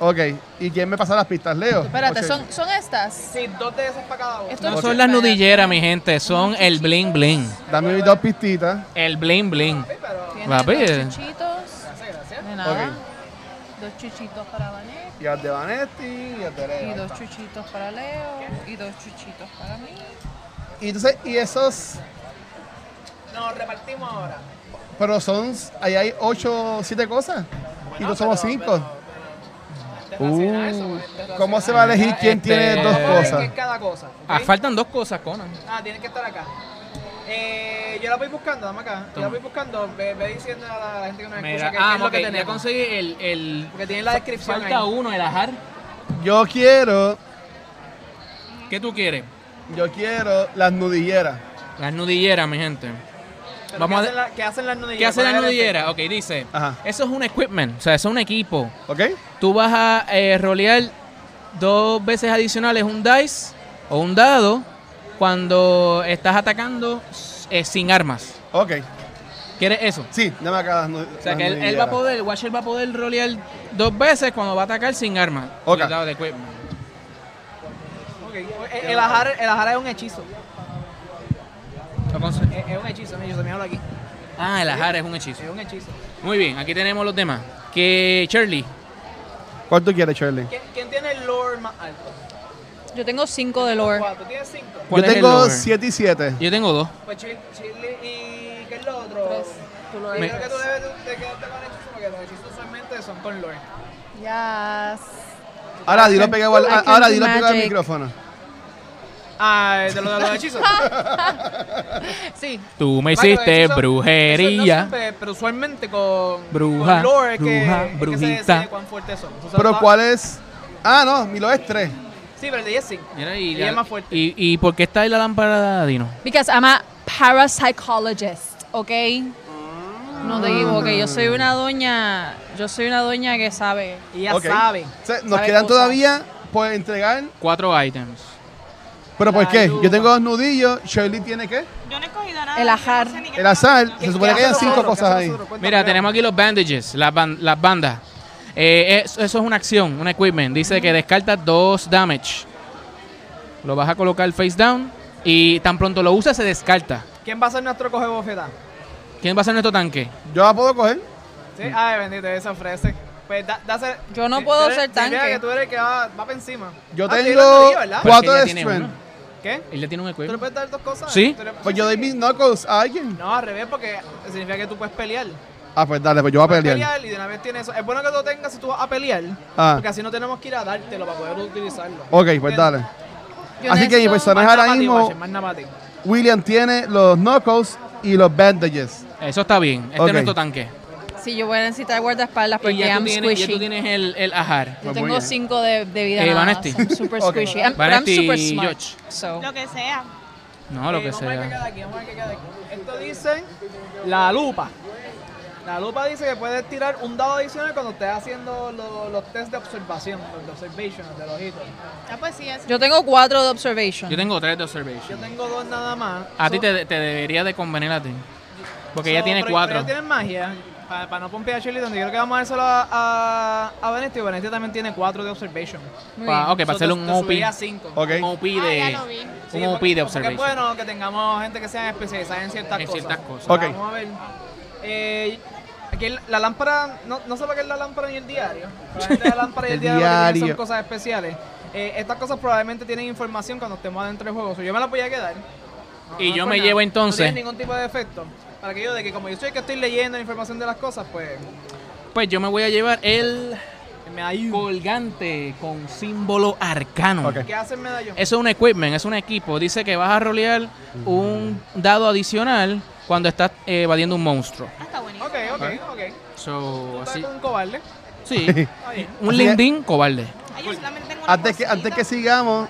A: Ok. ¿Y quién me pasa las pistas? ¿Leo?
E: Espérate,
A: ¿O
E: son, son estas.
D: Sí, dos de esas para cada uno.
E: Esto-
C: No
E: Ok.
C: son las nudilleras, mi gente. Son el bling bling.
A: Shirley? Dame mis dos pistitas.
C: El bling bling.
D: Sí, pero...
E: Tiene
C: Papi, eh.
E: dos chuchitos.
D: Gracias, gracias.
E: De nada.
A: Ok.
E: Dos chuchitos para Vanet
A: Y las de Vanetti y las de Leo.
E: y
A: Ahí
E: dos
A: está.
E: chuchitos para Leo y dos chuchitos para mí.
A: Y entonces, y esos,
D: Nos repartimos ahora.
A: pero son, ahí hay ocho, siete cosas. y no somos cinco.
D: Desgraciada eso,
A: Uh,
D: pues, desgraciada.
A: ¿Cómo se va a elegir quién
C: Este-
A: tiene dos
D: Vamos a ver qué
A: cosas?
D: es cada cosa. ¿ok?
C: Ah, faltan dos cosas, Conan.
D: Ah, tienen que estar acá. Eh, yo la voy buscando, dame acá. Yo la voy buscando, ve, ve diciendo a la, a la gente que nos escucha
C: Mira,
D: que
C: ah,
D: es lo que
C: ok, ya
D: tenemos.
C: conseguí el, el...
D: Porque tienen la descripción
C: Falta
D: ahí.
C: uno, el ajar. este.
A: Yo quiero,
C: ¿Qué tú quieres?
A: yo quiero las nudilleras.
C: Las nudilleras, mi gente.
D: Pero ¿qué,
C: Vamos a-
D: hacen la- ¿Qué hacen las nudilleras?
C: ¿Qué hace la
D: ¿Cuál es el
C: nudillera? Ok, dice,
A: Ajá.
C: eso es un equipment, o sea, eso es un equipo.
A: ¿Ok?
C: Tú vas a eh, rolear dos veces adicionales un dice o un dado cuando estás atacando eh, sin armas.
A: Ok.
C: ¿Quieres eso?
A: Sí, dame acá las nu- las nudilleras.
C: O sea, que él, él va a poder, el Watcher va a poder rolear dos veces cuando va a atacar sin armas.
A: Ok.
C: El dado de equipment.
D: efecto? Ok, El, el ajar, el ajar es un hechizo.
C: Lo conse-
D: Es, es un hechizo, es un hechizo. Míralo aquí.
C: Ah, el ajar es un hechizo.
D: Es un hechizo.
C: Muy bien, aquí tenemos los demás. Que Shirley,
A: ¿Cuál tú quieres, Shirley?
D: ¿Quién, quién tiene el lore más alto?
E: Yo tengo cinco de lore.
D: Cuatro. ¿Tú tienes cinco?
A: Yo
C: ¿cuál es el
A: tengo
C: lower?
A: 7 y 7.
C: Yo tengo dos.
D: Pues Chile, y... ¿Qué es lo otro?
E: Tres. Tú lo
D: Yo
C: Me-
D: creo que tú debes de de quedarte con hechizos porque los hechizos usualmente son con lore.
E: Yes.
A: Ahora dilo pegado al,
E: I can
A: ahora
E: do
A: dilo pegado al
E: magic.
A: micrófono.
D: Ah, de lo de los hechizos.
E: Sí.
C: Tú me
D: Mario,
C: hiciste
D: eso-
C: brujería.
D: eso no siempre, pero usualmente con.
C: Bruja,
D: Con lore es que,
C: bruja,
D: es que se
C: brujita.
D: decide cuán fuertes son. O sea,
A: Pero
D: no-
A: ¿cuál es? Ah, no, mi lo es 3.
D: Sí, pero el de 10 sí.
C: Mira, y,
D: Ella es más fuerte.
C: Y, y por qué está ahí la lámpara, Dino?
E: Because I'm a parapsychologist, ¿ok? No
A: Ah.
E: te equivoques, yo soy una doña, yo soy una doña que sabe.
D: Y ya sabe.
A: nos
E: Sabe
A: quedan
E: cosas.
A: todavía por entregar.
C: Cuatro items.
A: ¿Pero por
D: La
A: qué?
D: lupa.
A: Yo tengo dos nudillos. Shirley tiene qué?
B: Yo no he cogido nada.
E: El
B: yo no
E: ajar.
B: sé ni qué
A: El azar.
B: estamos
A: Se supone que
D: hace
A: hayan cinco
D: nosotros? ¿Qué
A: cosas
D: hace
A: ahí.
D: nosotros? Cuéntame,
C: Mira,
D: Leo.
C: tenemos aquí los bandages, las, ban- las bandas. Eh, eso, eso es una acción, un equipment. Dice que descarta dos damage. Lo vas a colocar face down y tan pronto lo usas se descarta.
D: ¿Quién va a ser nuestro coge bofeta?
C: ¿Quién va a ser nuestro tanque?
A: Yo la puedo coger.
D: Sí,
C: Mm.
D: ay, bendito, se ofrece. Pues da, dase-
E: Yo no
D: Sí,
E: puedo
D: tú eres-
E: ser
D: sí, mira
E: tanque.
D: que tú eres el que va, va para encima.
A: Yo
D: Ah, tú eres
A: tengo Pues,
D: rodillo, ¿verdad?
C: Pero es que
A: cuatro
C: ella
A: de
C: tiene
A: strength.
C: uno.
D: ¿Qué?
C: Él ya tiene un
D: ¿Tú le
C: equipment.
D: puedes dar dos cosas?
C: Sí.
D: Tú le-
A: Pues yo doy
D: sí.
A: mis knuckles a alguien.
D: No, al revés, porque significa que tú puedes pelear.
A: Ah, pues dale, pues yo voy a
D: Puedes
A: pelear.
D: pelear y de una vez tienes eso. Es bueno que lo tengas si tú vas a pelear,
A: Ah.
D: porque así no tenemos que ir a dártelo para poder utilizarlo.
A: Ok, pues dale.
E: Yo
A: Así que pues mi
E: necesito-
A: personaje
D: Más
A: ahora
D: nada para ti,
A: mismo,
D: Watcher, más nada para ti.
A: William tiene los knuckles y los bandages.
C: Eso está bien. Este
A: Ok.
C: es nuestro tanque.
A: pues,
E: Sí, yo voy a necesitar guardaespaldas porque
C: y Pues ya tú,
E: I'm
C: tienes, ya tú
E: squishy.
C: tienes el, el ajar.
E: Yo
A: Pues
E: tengo
A: muy bien.
E: cinco de, de vida
C: Eh,
E: nada más.
C: Vanesti.
E: I'm super
A: Ok.
E: squishy. I'm, but I'm
C: Vanesti
E: super
C: y
E: smart.
C: George.
E: So.
B: Lo que sea.
C: No, lo
D: Eh,
C: que
D: vamos a ver qué queda
C: sea.
D: aquí, vamos a ver qué queda aquí. Esto dice la lupa. La lupa dice que puedes tirar un dado adicional cuando estés haciendo lo- los test de observación, los de observation, de los ojitos.
B: Ah, pues sí, eso.
E: Yo tengo cuatro de observation.
C: Yo tengo tres de
D: Yo
C: observation.
D: tengo dos nada más.
C: A ti
D: So-
C: te, te debería de convenir a ti. Porque
D: so,
C: ella tiene
D: pero- pero
C: cuatro.
D: Ella tiene magia. Para, no pompear a Shirley, yo creo que vamos a dárselo a, a, a Vanetti, Vanetti también tiene 4 de observation.
E: Muy
C: Pa-
E: bien.
C: Ah, ok, para hacerle un OP.
D: cinco.
A: Ok.
C: Un OP
B: Ah,
C: de.
B: ya lo vi.
D: Sí,
C: un
D: porque-
C: OP de
D: porque
C: observation.
D: Es bueno que tengamos gente que sea especializada en ciertas
C: En
D: cosas.
C: ciertas cosas.
A: Ok.
D: Vamos a ver. Eh, aquí el- la lámpara, no, no sé para qué es la lámpara ni el diario. Probablemente la lámpara y el,
A: El
D: diario, lo que tienen
A: diario.
D: son cosas especiales. Eh, estas cosas probablemente tienen información cuando estemos adentro del juego. so yo me la voy a quedar. No,
C: Y
D: no
C: yo
D: es
C: me
D: por
C: llevo
D: nada.
C: entonces-
D: No tiene ningún tipo de efecto. Para que yo, de que como yo soy el que estoy leyendo la información de las cosas, pues
C: Pues yo me voy a llevar el
D: me ayuda.
C: colgante con símbolo arcano.
A: Ok.
D: ¿Qué hace el medallón?
C: Eso es un equipment, es un equipo. Dice que vas a rolear un dado adicional cuando estás eh, evadiendo un monstruo.
B: Ah, está buenísimo.
D: Ok, ok, ok.
C: So,
D: Tú estás
C: así.
D: con un cobarde.
C: Sí.
D: Está bien.
C: Un lindín cobarde.
B: Ay, yo solamente tengo una
A: Antes que, antes
B: cosita.
A: que sigamos,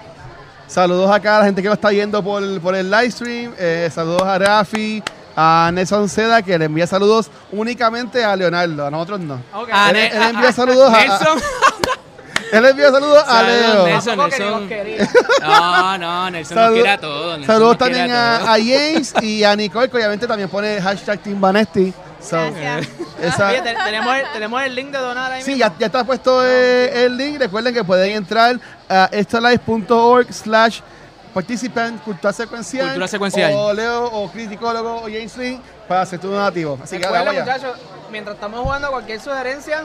A: saludos acá a la gente que lo está viendo por, por el live stream. Eh, saludos a Rafi, a Nelson Seda, que le envía saludos únicamente a Leonardo, a nosotros no.
D: Ok.
C: Ah,
A: Él-
C: ne-
A: él envía
C: ah, ah,
A: saludos a-
C: Nelson.
A: Él envía saludos a
C: Saludos,
A: Leo.
C: Nelson. Eso,
D: Tampoco que
C: eso-
D: Dios quería.
C: No, no, Nelson nos
A: Saludo-
C: quiere a todos. Nelson
A: saludos
C: nos quiere
A: también
C: todos.
A: a, a James y a Nicole, que obviamente también pone hashtag Team Vanesti. So,
B: Gracias.
A: esa-
D: Oye, te- tenemos, el, tenemos el link de donar ahí
A: Sí,
D: mismo.
A: ya, ya está puesto eh, el link. Recuerden que pueden entrar a extralife.org slash participant cultura secuencial,
C: Cultura secuencial.
A: o Leo o criticólogo o James Lee para hacer tu donativo. Así que dale,
D: Recuerden,
A: vaya.
D: muchachos, mientras estamos jugando, cualquier sugerencia,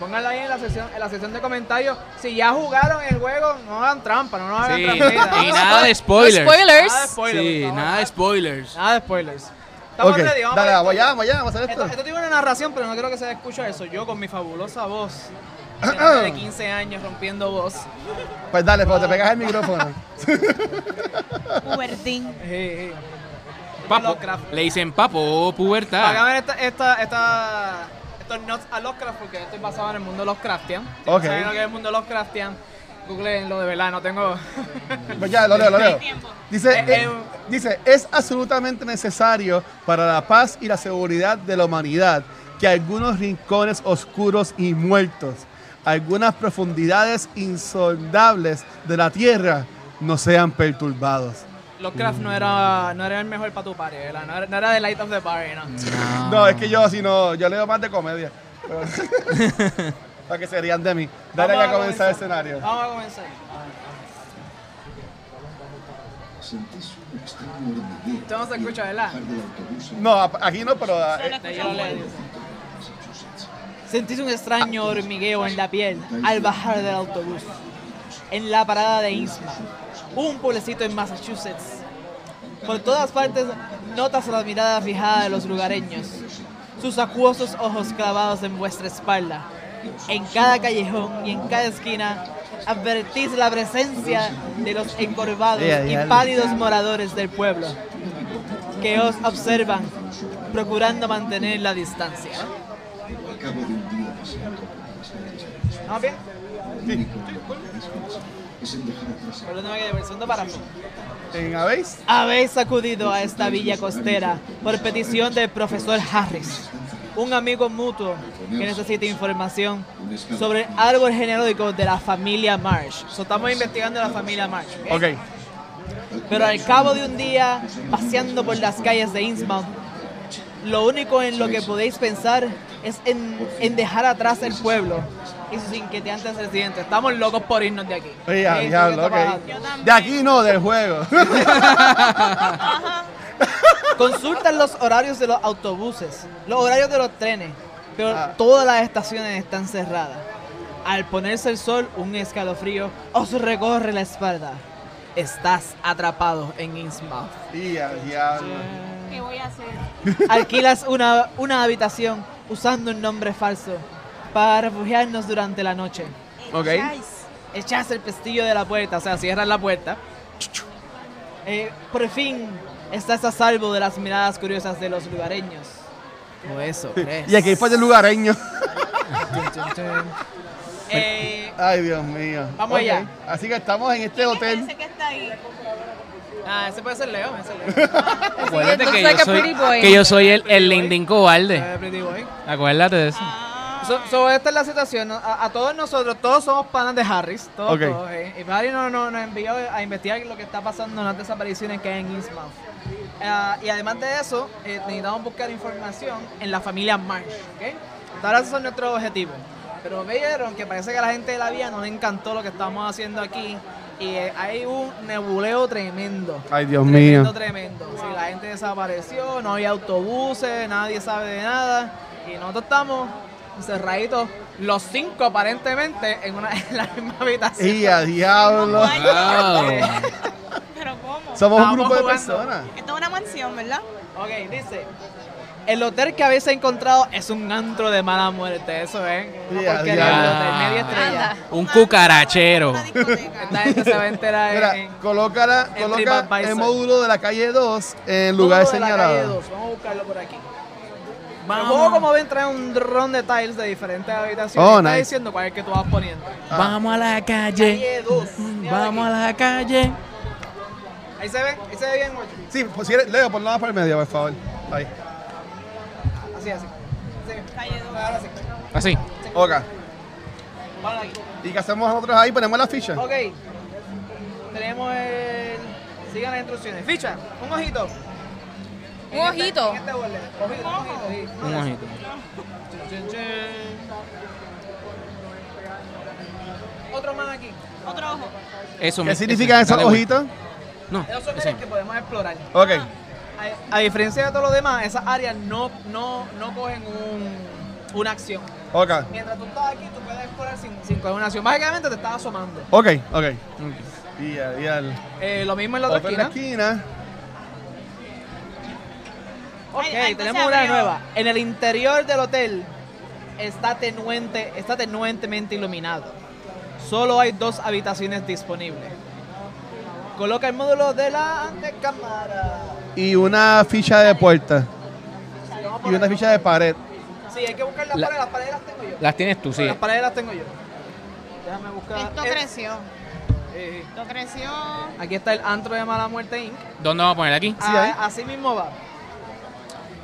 D: pónganla ahí en la sección, en la sección de comentarios. Si ya jugaron el juego, no hagan trampa, no nos hagan
C: Sí,
D: trampa.
C: y nada de spoilers.
E: Spoilers.
D: Nada de spoilers.
C: Sí,
D: por favor.
C: nada de spoilers.
D: Nada de spoilers. Estamos
A: Ok,
D: ready, vamos
A: dale,
D: para
A: vamos allá,
D: esto.
A: vamos allá, vamos a hacer
D: Esto,
A: esto.
D: esto tiene una narración, pero no creo que se escuche eso. Yo con mi fabulosa voz, de de 15 años rompiendo voz.
A: Pues dale, pero te pegas el micrófono.
B: Pubertín.
D: Eh, eh.
C: Papo,
D: Lovecraft.
C: le dicen papo,
A: Ah.
D: Para
C: pubertad.
D: ver esta, esta, esta, estos notes a Lovecraft, porque estoy basado en el mundo Lovecraftian. Si no
A: Ok.
D: saben lo que es el mundo Lovecraftian, googleenlo, de verdad, no tengo...
A: Pues ya, lo leo, lo leo. Dice,
D: Eh, eh,
A: eh, dice, es absolutamente necesario para la paz y la seguridad de la humanidad que algunos rincones oscuros y muertos, algunas profundidades insondables de la tierra no sean perturbados.
D: Lovecraft no era, no era el mejor para tu party, ¿verdad? No era, no era The Light of the Party, ¿no?
A: No, es que yo si no, yo leo más de comedia. Pero- para que se rían de mí. Dale
D: Vamos
A: ya a comenzar el escenario.
D: Vamos a comenzar.
F: Sientes un extraño hormigueo
D: Esto no se
F: y el
D: escucha, ¿verdad?
F: bajar del autobús en
A: No, a- aquí no, pero ah, a-
B: Solo
D: Te
B: escucho
D: llevo
B: un
D: la-
B: buen-
F: Massachusetts.
D: Sentís un extraño hormigueo en la piel al bajar del autobús. En la parada de Innsmouth, un pueblecito en Massachusetts. Por todas partes notas la mirada fijada de los lugareños, sus acuosos ojos clavados en vuestra espalda. En cada callejón y en cada esquina advertís la presencia de los encorvados
A: Ya, ya,
D: y
A: ya.
D: pálidos moradores del pueblo, que os observan procurando mantener la distancia.
F: Al cabo de un día paseando por las calles de Massachusetts,
D: ¿Estamos bien?
F: lo único en lo que podéis pensar es en dejar atrás
D: Perdón, me quedé pensando para mí.
A: en Abeis.
D: Habéis acudido a esta villa costera por petición del profesor Harris, un amigo mutuo que necesita información sobre el árbol genealógico de la familia Marsh. So, estamos investigando la familia Marsh. ¿ok?
A: Ok.
D: Pero al cabo de un día, paseando por las calles de Innsmouth, lo único en lo que podéis pensar es en, en dejar atrás el pueblo y sus inquietantes residentes. Estamos locos por irnos de aquí.
A: Oye, ya,
D: Sí, sí,
A: diablo,
D: está
A: ok.
D: bajando.
B: Yo también.
A: De aquí no, del juego.
D: Consultan los horarios de los autobuses, los horarios de los trenes, pero
A: Ah.
D: todas las estaciones están cerradas. Al ponerse el sol, un escalofrío os recorre la espalda. Estás atrapado en Innsmouth.
A: Ya, diablo.
B: ¿Qué voy a hacer?
D: Alquilas una, una habitación usando un nombre falso para refugiarnos durante la noche.
A: Ok.
B: Echáis.
D: Echas el pestillo de la puerta, o sea, cierras la puerta. Eh, por fin estás a salvo de las miradas curiosas de los lugareños. Pues, O eso crees.
A: Y aquí fue el lugareño.
D: Eh,
A: Ay, Dios mío.
D: Vamos
A: Ok.
D: allá.
A: Así que estamos en este
B: ¿Quién
A: hotel.
B: dice que está ahí?
D: ah, ese puede ser Leo, ese es Leo.
C: Acuérdate
E: Entonces,
C: que yo
E: like a pretty
C: soy,
E: boy.
C: que yo soy el, el lindín cobarde.
D: Eh, Pretty Boy.
C: Acuérdate de eso.
B: Ah,
D: So, so, esta es la situación. ¿no? A, a todos nosotros, todos somos panas de Harris. Todos,
A: Ok.
D: todos, eh. Y Harry nos no, nos envió a investigar lo que está pasando en las desapariciones que hay en Eastmouth. Ah, y además de eso, eh, necesitamos buscar información en la familia Marsh. ¿ok? Hasta Ahora esos son nuestros objetivos. Pero vieron que parece que a la gente de la vía no le encantó lo que estamos haciendo aquí. Y eh, hay un nebuleo tremendo.
A: Ay, Dios
D: Tremendo,
A: mío.
D: tremendo. Sí, la gente desapareció, no había autobuses, nadie sabe de nada. Y nosotros estamos encerraditos, los cinco aparentemente, en, una, en la misma habitación.
A: Y a diablo.
B: Pero ¿cómo?
A: Somos un
D: Estamos
A: grupo de
D: jugando.
A: personas.
B: Esto es una mansión, ¿verdad?
D: Ok, dice. El hotel que habéis encontrado es un antro de mala muerte, eso es. ¿eh? Una
A: Ya,
D: porquería
A: ya.
D: de hotel, media estrella.
E: Anda.
C: Un cucarachero.
B: Una
D: Esta
B: discoteca.
D: gente se va a enterar en- en
A: Mira, colócala,
D: en
A: coloca el
D: TripAdvisor.
A: módulo de la calle 2 en lugar
D: todo de la calle
A: señalado.
D: dos. Vamos a buscarlo por aquí. El juego, como ven, trae un dron de tiles de diferentes habitaciones.
A: Oh,
D: está
A: nice.
D: diciendo cuál es que tú vas poniendo.
A: Ah,
C: Vamos a la calle.
D: Calle dos.
C: Vamos a la calle.
D: Ahí se ve, ahí se ve bien, Mocho.
A: Sí, pues, si eres- Leo, ponlo más por el medio, por favor. Ahí.
D: Así, así. Sí.
B: Calle dos.
D: Ahora sí.
C: Así.
A: Ok.
D: Vamos aquí.
A: ¿Y qué hacemos nosotros ahí? Ponemos la ficha.
D: Ok. Tenemos el. Sigan las instrucciones. Ficha, un ojito.
E: Un
D: En este-
E: ojito.
D: en este borde. Ojito, un ojito. sí.
C: Un ojito.
D: Chin, chin. Otro más aquí.
B: Otro ojo.
C: Eso
A: ¿Qué
C: mi-
A: significan
C: eso.
A: esos
C: Dale, güey.
A: ojitos?
C: No,
D: Esos son
C: ese.
D: áreas que podemos explorar.
A: Ok.
D: A, a diferencia de todo lo demás, esas áreas no, no, no cogen un, una acción.
A: Ok.
D: Mientras tú estás aquí, tú puedes explorar sin, sin coger una acción. Básicamente te estás asomando.
A: Ok, ok. Y al- y al-
D: Eh, lo mismo en la otra
A: Otro en la
D: esquina.
A: esquina.
D: Ok,
B: Ay, ay, no
D: tenemos
B: se
D: una
B: abrió.
D: nueva. En el interior del hotel está, tenuente, está tenuentemente iluminado. Solo hay dos habitaciones disponibles. Coloca el módulo de la antecámara.
A: Y una ficha de puerta.
D: Vamos por
A: Y una
D: acá.
A: ficha de pared.
D: Sí, hay que buscar las
C: La-
D: paredes. Las paredes las tengo yo.
C: Las tienes tú, sí.
D: Las paredes las tengo yo. Déjame buscar.
B: Esto
D: Eh,
B: creció.
D: eh,
B: Esto creció.
D: aquí está el antro de Mala Muerte Inc.
C: ¿Dónde vamos a poner aquí?
A: Sí, ahí.
D: Ah, así mismo va.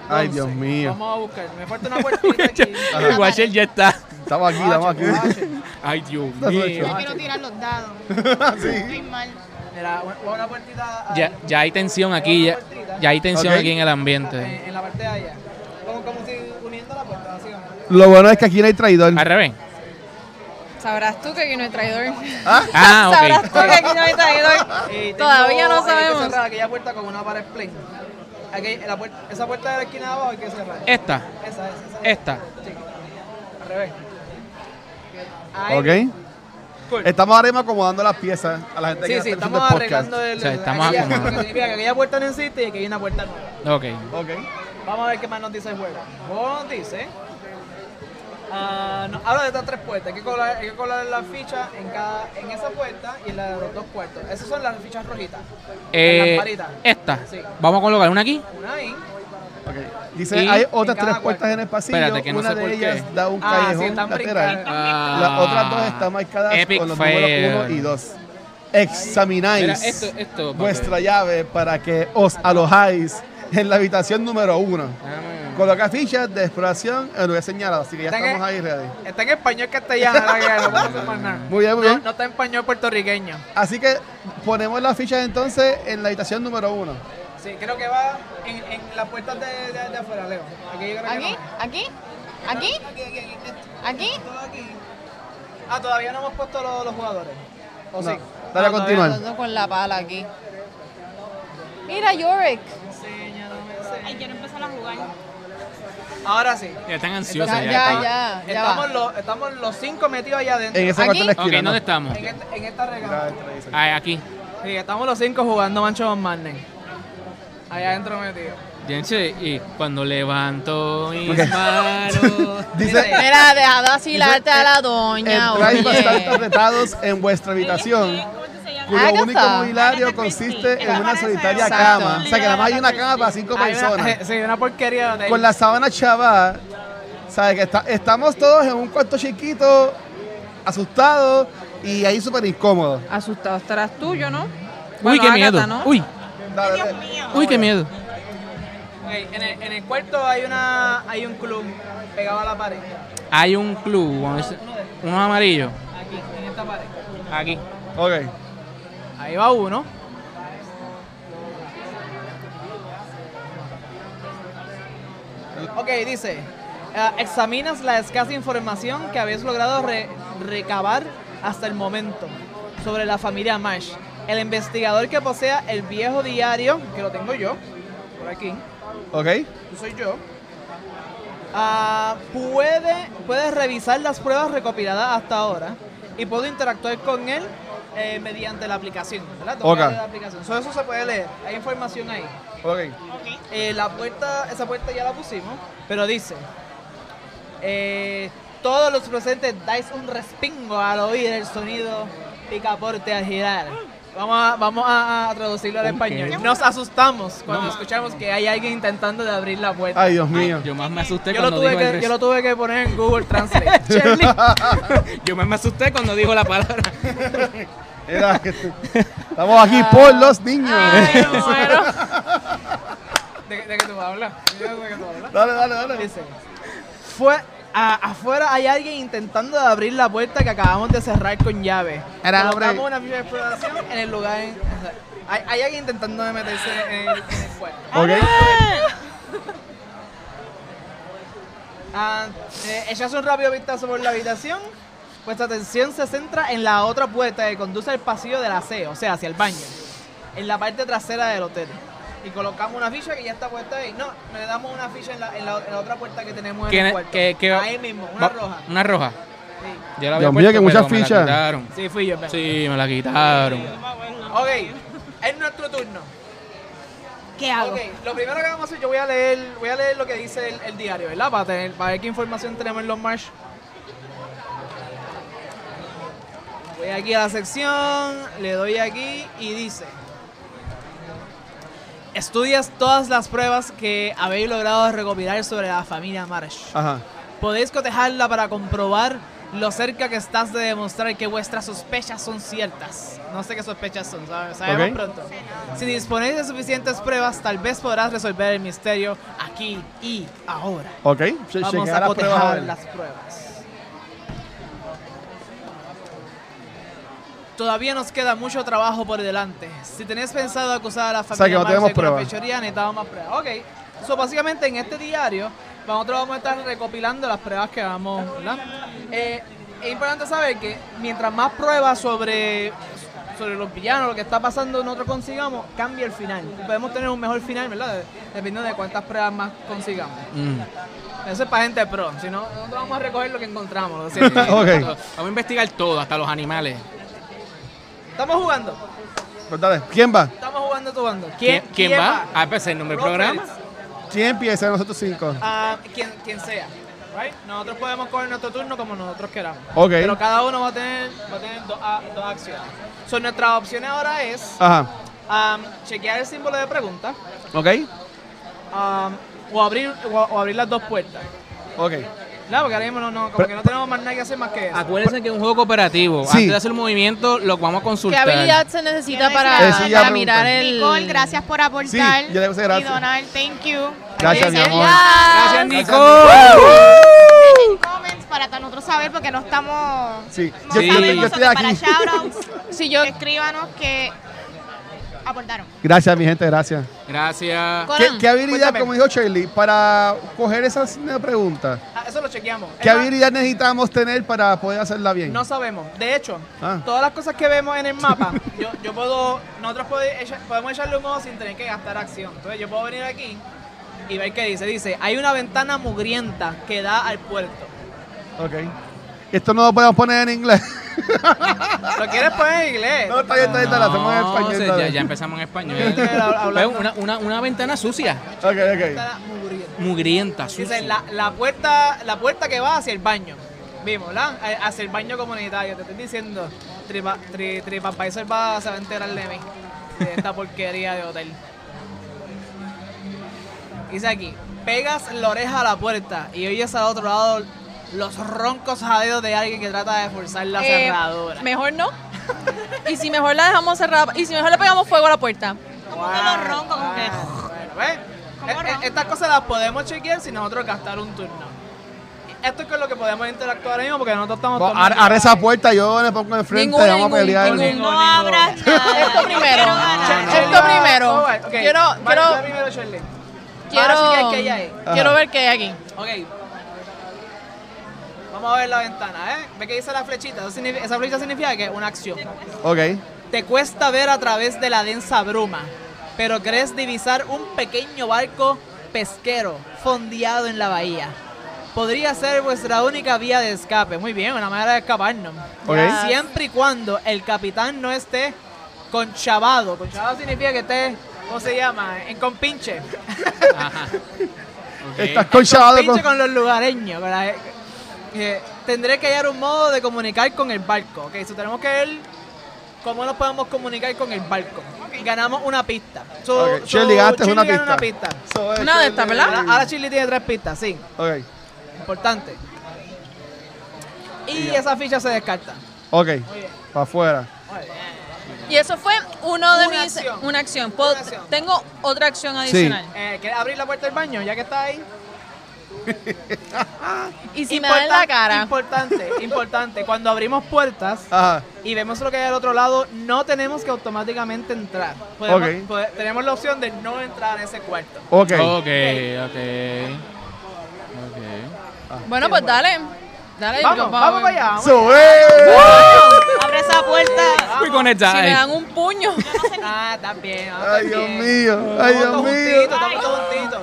A: Ay,
D: Entonces,
A: Dios mío.
D: Vamos a buscar. Me falta una puertita aquí.
A: Ajá.
C: El Watcher ya está.
A: Estamos aquí, estamos aquí.
D: Guache.
C: Ay, Dios
A: That's what
C: mío.
A: you-
B: Yo quiero tirar los dados. Estoy
A: Ah, Sí.
B: mal.
D: Mira, una- una puertita. ahí.
C: Ya, ya hay tensión aquí, ya, ya hay tensión
A: Ok.
C: aquí en el
D: en,
C: ambiente.
D: en la parte de allá. Como, como si uniendo la puerta, básicamente.
A: Lo bueno es que aquí no hay traidor.
C: Al revés.
E: Sabrás tú que aquí no hay traidor.
A: ¿Ah?
C: Ah,
E: Sabrás
C: ok.
E: tú que aquí no hay traidor.
D: Y tengo-
E: Ah. Todavía no
D: hay que
E: sabemos.
D: cerrar aquella puerta con una pared plane. Aquella- la puerta- esa puerta de la esquina de abajo hay que cerrar.
C: Esta.
D: Esa, esa, esa.
C: Esta.
D: Sí. Al revés. Ahí.
A: Ok.
D: Cool.
A: Estamos ahora mismo acomodando las piezas a la gente que
D: Sí, sí,
A: está
D: estamos
A: escuchando el
D: arreglando el.
C: O sea, estamos
D: aquella-
C: acomodando.
D: lo que significa que aquella puerta no existe y que hay una puerta nueva.
C: Ok.
A: Ok.
D: Vamos a ver qué más nos dice el juego. Vos nos dice. ¿eh? ah, no, habla de estas tres puertas. Hay que colar, hay que colar las fichas en, cada, en esa puerta y en la de los dos puertos. Esas son las fichas rojitas.
C: Eh,
D: las varitas.
C: esta.
D: Sí.
C: Vamos a colocar una aquí.
D: Una ahí.
A: Ok. Dice,
C: Y
A: hay
C: en
A: otras
D: cada
A: tres puertas
D: cuarto.
A: en el pasillo.
C: Espérate, que no
A: Una
C: sé por
A: de
C: qué.
A: ellas da un
D: Ah,
A: callejón
D: sí, están
A: lateral.
D: brincando.
A: Las otras dos están marcadas
C: Ah, Epic
A: con los
C: fail.
A: números 1 y 2.
C: Mira,
A: Examináis
C: esto, esto. papel.
A: vuestra llave para que os alojáis en la habitación número 1.
C: Dame.
A: Coloca fichas de exploración eh, en lugar señalado, así que ya
D: Está en
A: estamos
D: el-
A: ahí ready.
D: Está en español castellano. la que no puedo hacer más nada.
A: Muy bien, muy
D: No,
A: bien.
D: no está en español puertorriqueño.
A: Así que ponemos las fichas entonces en la habitación número 1.
D: Sí, creo que va en, en las puertas de, de, de afuera, Leo. Aquí yo creo que
E: ¿Aquí?
D: no.
E: ¿Aquí? ¿Aquí?
D: Aquí, aquí, aquí. Esto,
E: ¿Aquí?
D: todo aquí. Ah, todavía no hemos puesto los, los jugadores. ¿O
A: No,
D: sí?
A: dale a
D: Ah, todavía
A: continuar.
E: Ando con la pala aquí. Mira, Yorick.
D: no. Enséñame, enséñame.
B: Ay, quiero empezar a jugar.
D: Ahora sí.
C: Ya están ansiosos.
E: Ya,
C: Ya,
E: ya,
C: están-
E: ya. ya
D: Estamos
E: va.
D: los, estamos los cinco metidos allá adentro.
A: En
D: En,
A: ese
E: ¿Aquí?
A: cuarto de la
C: Ok,
A: esquina. ¿no?
C: ¿dónde estamos?
D: esta- en esta
A: Mira,
D: regata.
A: entra ahí,
C: Ah, aquí.
D: Sí, estamos los cinco jugando Mancho Van Marnen. Allá adentro metidos.
C: Jense, y cuando levanto mis
A: Ok.
C: manos.
A: Dice,
E: Mira, deja de asilarte a la doña,
A: entráis eh, bastante
E: oye.
A: apretados en vuestra habitación.
B: ¿Cómo se llama? Ah,
A: cuyo
E: Agatha.
A: único mobiliario
B: Agatha Christie.
A: consiste en
B: Esa
A: una
B: parece
A: solitaria
E: una
A: cama. O sea
B: libra
A: que nada más hay una
B: Agatha
A: cama para
B: Christie.
A: cinco
D: Hay una-
A: personas.
D: sí, una porquería de hotel.
A: Con la sábana chavada, ¿sabes? Que está- estamos todos en un cuarto chiquito, asustados y ahí súper incómodo.
E: Asustado estarás tú, yo no.
C: Uy,
E: Bueno,
C: qué
E: Agatha,
C: miedo.
E: ¿no?
C: Uy,
A: Dale,
B: Dios
A: dale.
B: mío.
C: uy, qué miedo.
D: Ok, en, el, en el cuarto hay una hay un club pegado a la pared.
C: hay un club, uno es- uno amarillo,
D: Aquí, en esta pared.
C: aquí.
A: Ok.
D: Ahí va uno. Ok, dice, ah, examinas la escasa información que habéis logrado re- recabar hasta el momento sobre la familia Mash. El investigador que posea el viejo diario, que lo tengo yo, por aquí,
A: Ok.
D: yo soy yo, ah, puede, puede revisar las pruebas recopiladas hasta ahora y puedo interactuar con él eh, mediante la aplicación, ¿verdad? Tengo que
A: Ok.
D: darle la aplicación. So, eso se puede leer, hay información ahí.
A: Ok.
B: Okay.
D: Eh, la puerta, esa puerta ya la pusimos, pero dice, eh, todos los presentes dais un respingo al oír el sonido picaporte al girar. Vamos a, vamos a, a traducirlo al
C: Ok.
D: español. Nos asustamos cuando escuchamos que hay alguien intentando de abrir la puerta.
A: Ay, Dios mío.
C: Yo más me asusté
D: Yo lo,
C: cuando
D: tuve
C: dijo el
D: que,
C: res-
D: yo lo tuve que poner en Google Translate. Shirley.
C: Yo más me asusté cuando dijo la palabra.
A: Era que- Estamos aquí por los niños.
E: Ay, me muero.
D: ¿De, de qué tú hablas? Yo no sé de qué tú hablas.
A: Dale, dale, dale.
D: Dice, fue, a- afuera hay alguien intentando de abrir la puerta que acabamos de cerrar con llave.
A: Era abre.
D: Colocamos una ficha de exploración en el lugar. en- o sea, hay, hay alguien intentando de meterse en el, en el cuarto.
A: Ok.
D: Ah, eh, echas un rápido vistazo por la habitación. Vuestra atención se centra en la otra puerta que conduce al pasillo del aseo, o sea, hacia el baño, en la parte trasera del hotel. Y colocamos una ficha que ya está puesta ahí. No, le damos una ficha en la, en la- en la otra puerta que tenemos en
C: ¿Quién
D: el
C: es-
D: cuarto.
C: qué- qué-
D: ahí mismo, una
C: Va-
D: roja.
C: Una roja.
D: Sí.
C: Yo la había
A: Dios mío, que
C: puesto,
A: muchas
C: pero me la
A: fichas.
C: quitaron.
D: Sí, fui yo. espera.
C: Sí, me la quitaron.
D: Ok, es nuestro turno.
B: ¿Qué hago?
D: Ok, lo primero que vamos a hacer, yo voy a leer, voy a leer lo que dice el, el diario, ¿verdad? Para, tener, para ver qué información tenemos en los Marsh. Voy aquí a la sección, le doy aquí y dice. Estudias todas las pruebas que habéis logrado recopilar sobre la familia Marsh.
A: Ajá.
D: Podéis cotejarla para comprobar lo cerca que estás de demostrar que vuestras sospechas son ciertas. No sé qué sospechas son, ¿sabes? sabemos
A: Ok.
D: pronto. Si disponéis de suficientes pruebas, tal vez podrás resolver el misterio aquí y ahora.
A: Ok. Che-
D: Vamos
A: chequea
D: a
A: las pruebas, a
D: cotejar
A: ver.
D: las pruebas. Todavía nos queda mucho trabajo por delante. Si tenés pensado acusar a la
A: sea,
D: familia
A: que no
D: Marx de
A: tenemos pruebas.
D: corrupción, necesitamos más pruebas. Ok. So, básicamente en este diario nosotros vamos a estar recopilando las pruebas que vamos, ¿verdad? Eh, es importante saber que mientras más pruebas sobre, sobre los villanos, lo que está pasando nosotros consigamos, cambia el final. Podemos tener un mejor final, ¿verdad? Dependiendo de cuántas pruebas más consigamos.
C: Mm.
D: Eso es para gente pro, si no, nosotros vamos a recoger lo que encontramos. lo siento.
A: Ok.
C: Vamos a investigar todo, hasta los animales.
D: Estamos jugando,
A: Pues dale. ¿Quién va?
D: estamos jugando tu bando.
C: ¿Quién, quién va? Ah, pues el nombre del
D: Roll
C: programa.
D: credits.
A: ¿Quién empieza? Nosotros cinco.
D: Ah, quien, quien sea. Right? Nosotros podemos coger nuestro turno como nosotros queramos.
A: Ok.
D: Pero cada uno va a tener, va a tener dos, a- dos acciones. So, nuestra opción ahora es
A: Ajá.
D: am, chequear el símbolo de pregunta
A: Ok.
D: am, o, abrir, o, o abrir las dos puertas.
A: Ok.
D: Claro, porque ahora mismo no, no, como
A: Pero-
D: que no tenemos más nada que hacer más que eso.
C: Acuérdense que es un juego cooperativo.
A: Sí.
C: Antes de hacer el movimiento, lo vamos a
E: ¿Qué
C: consultar.
E: habilidad se necesita para,
B: Eso
A: ya
E: para mirar
A: pregunté.
E: el.
B: Nicole, gracias por aportar.
A: Sí, yo le puse gracias.
B: Y donar, thank you.
A: Gracias, mi
D: Gracias.
A: amor.
C: Ah,
D: Gracias,
B: Dejen comments para ta- nosotros saber porque no estamos.
A: Sí.
B: no
A: Yo-
C: yo-
B: sabemos,
C: yo
A: estoy
B: so que para
A: aquí.
B: shoutouts,
E: Si
B: Eh,
E: yo.
B: escríbanos que aportaron.
A: Gracias, mi gente. Gracias.
C: Gracias.
A: ¿Qué,
E: Conan,
A: qué habilidad,
D: cuéntame.
A: como dijo Shirley, para coger esa de pregunta?
D: Ah, eso lo chequeamos.
A: ¿Qué
D: Es más,
A: habilidad necesitamos tener para poder hacerla bien?
D: No sabemos. De hecho,
A: Ah.
D: todas las cosas que vemos en el mapa, yo, yo puedo, nosotros pode- echa- podemos echarle un ojo sin tener que gastar acción. Entonces yo puedo venir aquí y ver qué dice. Dice, hay una ventana mugrienta que da al puerto.
A: Ok. Esto no lo podemos poner en inglés.
D: ¿Lo quieres poner en inglés?
A: Ah. No, está bien, está bien, está bien, lo hacemos en
C: No,
A: español.
C: se-
A: está
C: ya,
A: bien.
C: ya empezamos en español.
D: Hablando.
C: Pues una, una, una ventana sucia,
A: Ok, ok.
D: Ventana mugrienta.
C: mugrienta, sucia.
D: Dice, la, la puerta, la puerta que va hacia el baño. Vimos, ¿la? Eh, Hacia el baño comunitario. Te estoy diciendo, Tripa- Tri- TripAdvisor va, se va a enterar de mí. De esta porquería de hotel. Dice aquí, pegas la oreja a la puerta y oyes al otro lado los roncos jadeos de alguien que trata de forzar la
E: eh,
D: cerradura.
E: mejor no. Y si mejor la dejamos cerrada. Y si mejor le pegamos fuego a la puerta.
B: Como que los ronco, como que.
D: Bueno, ¿ves?
B: ¿Cómo
D: Eh, eh,
B: ronco?
D: Estas cosas las podemos chequear si nosotros gastar un turno. esto es con lo que podemos interactuar ahora mismo porque nosotros estamos.
A: Pues,
D: tomando-
A: Abre abre esa puerta, yo le pongo enfrente,
E: Ninguno,
A: vamos a
E: ninguno,
A: pelear.
E: ninguno.
B: No abras nada.
E: Esto
B: yo
E: primero.
B: quiero ganar.
E: No, no, Esto primero.
D: All right, Ah, Oh, ok.
E: Quiero-
D: Vale,
E: quiero-
D: va primero, Shirley. Ahora sí
E: Quiero,
D: que- que ella es.
E: quiero ver qué hay aquí.
D: Ok. Vamos a ver la ventana, ¿eh? ¿Ve que dice la flechita? Eso signifi- esa flecha significa que una acción.
A: Ok.
D: Te cuesta ver a través de la densa bruma, pero crees divisar un pequeño barco pesquero fondeado en la bahía. Podría ser vuestra única vía de escape. Muy bien, una manera de escaparnos.
A: Ok.
E: Yes.
D: Siempre y cuando el capitán no esté conchavado. Conchavado significa que esté, ¿cómo se llama? En compinche.
C: Ajá. Ok.
A: Estás conchavado
D: Pinche
A: con.
D: con los lugareños. con la- eh, tendré que hallar un modo de comunicar con el barco. Ok, so tenemos que ver cómo nos podemos comunicar con el barco. Ganamos una pista. So,
A: Ok,
D: so
A: Shirley, ganaste
D: Shirley
A: una
D: gana
A: pista.
E: Una de estas, ¿verdad?
D: Ahora, ahora Shirley tiene tres pistas, sí.
A: Ok.
D: Importante. Y esa ficha se descarta.
A: Ok. Para afuera.
E: Y eso fue uno de
D: Una
E: mis.
D: acción.
E: Una acción. Puedo-
D: Una acción.
E: Tengo otra acción adicional.
D: Eh, ¿Quieres abrir la puerta del baño ya que está ahí?
E: Y si me da en la
D: Importan-
E: cara.
D: Importante, importante. Cuando abrimos puertas,
A: Ajá.
D: y vemos lo que hay al otro lado, no tenemos que automáticamente entrar. Podemos-
A: Ok.
D: pode- tenemos la opción de no entrar a ese cuarto.
A: Ok.
C: Ok, ok. Ok.
E: Bueno, pues dale. Dale.
D: Vamos,
E: yo-
D: vamos para allá. vamos.
A: eh. ¡Sube!
B: Abre esa puerta.
C: We connected.
E: Si me dan un puño.
D: Ah, está bien. ah,
A: Ay,
D: está
A: Dios
D: bien.
A: mío. Ay, Dios
D: Estamos todos juntitos,
A: mío.
D: estamos todos juntitos.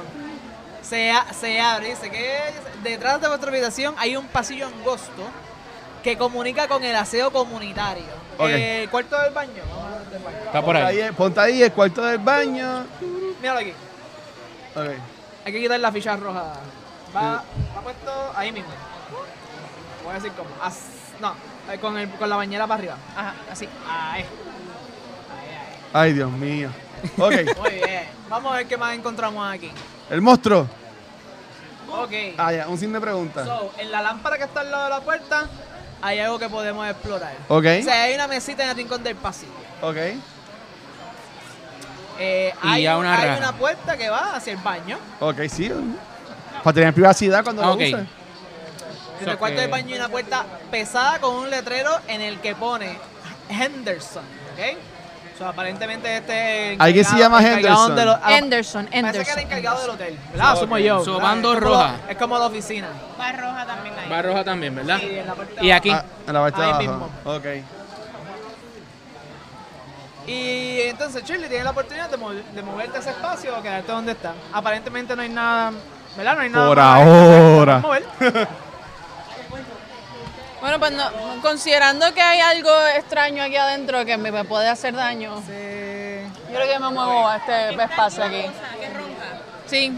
D: Se, a- se abre, dice que detrás de vuestra habitación hay un pasillo angosto que comunica con el aseo comunitario.
A: Ok.
D: Eh, el cuarto del baño. vamos a ver del baño.
C: Está por ahí.
A: Ahí, ponte ahí el cuarto del baño.
D: Míralo aquí.
A: Ok.
D: Hay que quitar la ficha roja. Va, va puesto ahí mismo. Voy a decir cómo. As- no, eh, con, el- con la bañera para arriba.
E: Ajá, así.
D: Ahí.
A: Ay, Dios mío. Ok.
D: Muy bien. Vamos a ver qué más encontramos aquí.
A: El monstruo.
D: Ok.
A: Ah, ya, un sin de preguntas.
D: So, en la lámpara que está al lado de la puerta, hay algo que podemos explorar.
A: Ok.
D: O sea, hay una mesita en el rincón del pasillo.
A: Ok.
D: Eh,
C: Y
D: hay
C: ya
D: un-
C: una
D: hay
C: raja.
D: una puerta que va hacia el baño.
A: Ok, sí. Para tener privacidad cuando
C: Ok.
A: lo uses.
D: En el
C: So
D: cuarto
C: que-
D: del baño hay una puerta pesada con un letrero en el que pone Henderson, ¿ok? So, aparentemente este... es el
A: Alguien se
D: encargado-
A: llama
D: encargado
A: Henderson.
D: de los- ah,
E: Enderson,
D: Parece que era el
E: Enderson.
D: encargado del hotel, ¿verdad? Asumo yo.
C: So,
D: ¿verdad?
C: bando
D: Es como la-
C: roja.
D: Es como la oficina.
B: Va roja también ahí.
C: Va roja también, ¿verdad?
D: Sí, en la parte de
C: Y aquí.
A: Ah, en la parte de
D: Ahí
A: abajo. Ok.
D: Y entonces, Shirley, tienes la oportunidad de, mo- de moverte a ese espacio o quedarte donde está. Aparentemente no hay nada, ¿verdad? No hay nada.
A: Por
D: más ahí.
A: ahora.
D: Mover.
E: Bueno, pues no, considerando que hay algo extraño aquí adentro que me, me puede hacer daño,
D: Sí.
E: yo creo que me muevo a este espacio aquí. Sí,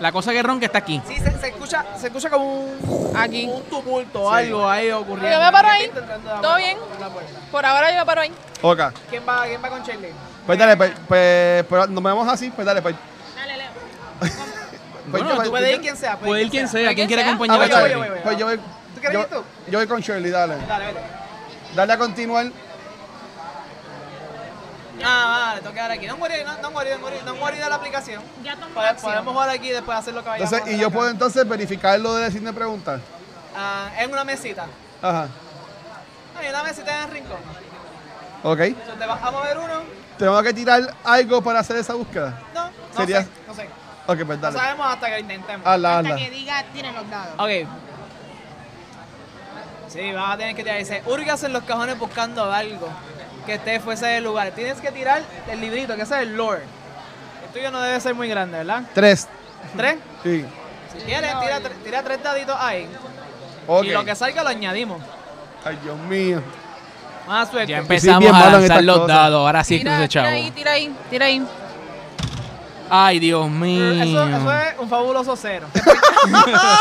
C: La cosa que ronca está aquí.
D: Sí, se, se escucha, se escucha como un,
E: aquí.
D: un tumulto o algo ahí ocurriendo.
E: Yo me paro
D: Gente
E: ahí.
D: intentando dar
E: ¿Todo
D: vuelta
E: bien?
D: por la puerta.
E: Por ahora yo me paro ahí.
A: Ok.
D: ¿Quién va, quién va con Shirley?
A: Pues dale, pues, pues, pues nos vemos así. Pues dale, pues.
B: Dale, Leo.
A: pues
C: Bueno, tú
D: Puede ir quien sea.
C: Puede ir quien sea.
E: quien
C: ¿Quién quiere
E: sea.
A: Ah,
C: acompañar a
A: pues,
D: Yo
A: dale,
D: voy, yo voy,
C: Charlie?
D: yo voy.
A: pues yo voy.
D: ¿Tú quieres
A: yo-
D: ir tú?
A: Yo voy con Shirley, dale.
D: Dale, vete.
A: Dale a continuar.
D: Ah, vale, tengo que dar aquí. No morir, no, no morir, no morir, no morir de la aplicación.
B: Ya tomó
D: Pode-
B: acción.
D: podemos jugar aquí y después hacer lo que vayamos.
A: Entonces,
D: a
A: y
D: hacer
A: yo
D: acá.
A: puedo entonces verificar lo de signo de preguntas.
D: Ah, en una mesita.
A: Ajá.
D: Hay una mesita en el rincón.
A: Ok.
D: Entonces, ¿te vas a mover uno?
A: Tengo que tirar algo para hacer esa búsqueda.
D: No, no
A: Sería-
D: sé, no sé.
A: Ok, pues
D: No
A: dale. Ah,
D: sabemos hasta que lo intentemos.
A: Hazla,
B: Hasta
A: hazla.
B: que diga, tiren los dados.
D: Ok. Sí, vas a tener que tirar. Dice, hurgas en los cajones buscando algo que esté fuese del lugar. Tienes que tirar el librito, que ese es el lore. El tuyo no debe ser muy grande, ¿verdad?
A: Tres.
D: ¿Tres?
A: Sí.
D: Si quieres, tira, tre- tira tres daditos ahí.
A: Ok.
D: Y lo que salga lo añadimos.
A: Ay, Dios mío.
D: Más suerte.
C: Ya
A: Yo soy
C: empezamos
A: bien
C: a
A: malo en
C: lanzar
A: estas
C: los
A: cosas.
C: dados. Ahora sí es
E: Tira,
C: cruce,
E: tira
C: chavo.
E: ahí, tira ahí, tira ahí.
C: Ay, Dios mío.
D: Eso, eso es un fabuloso cero.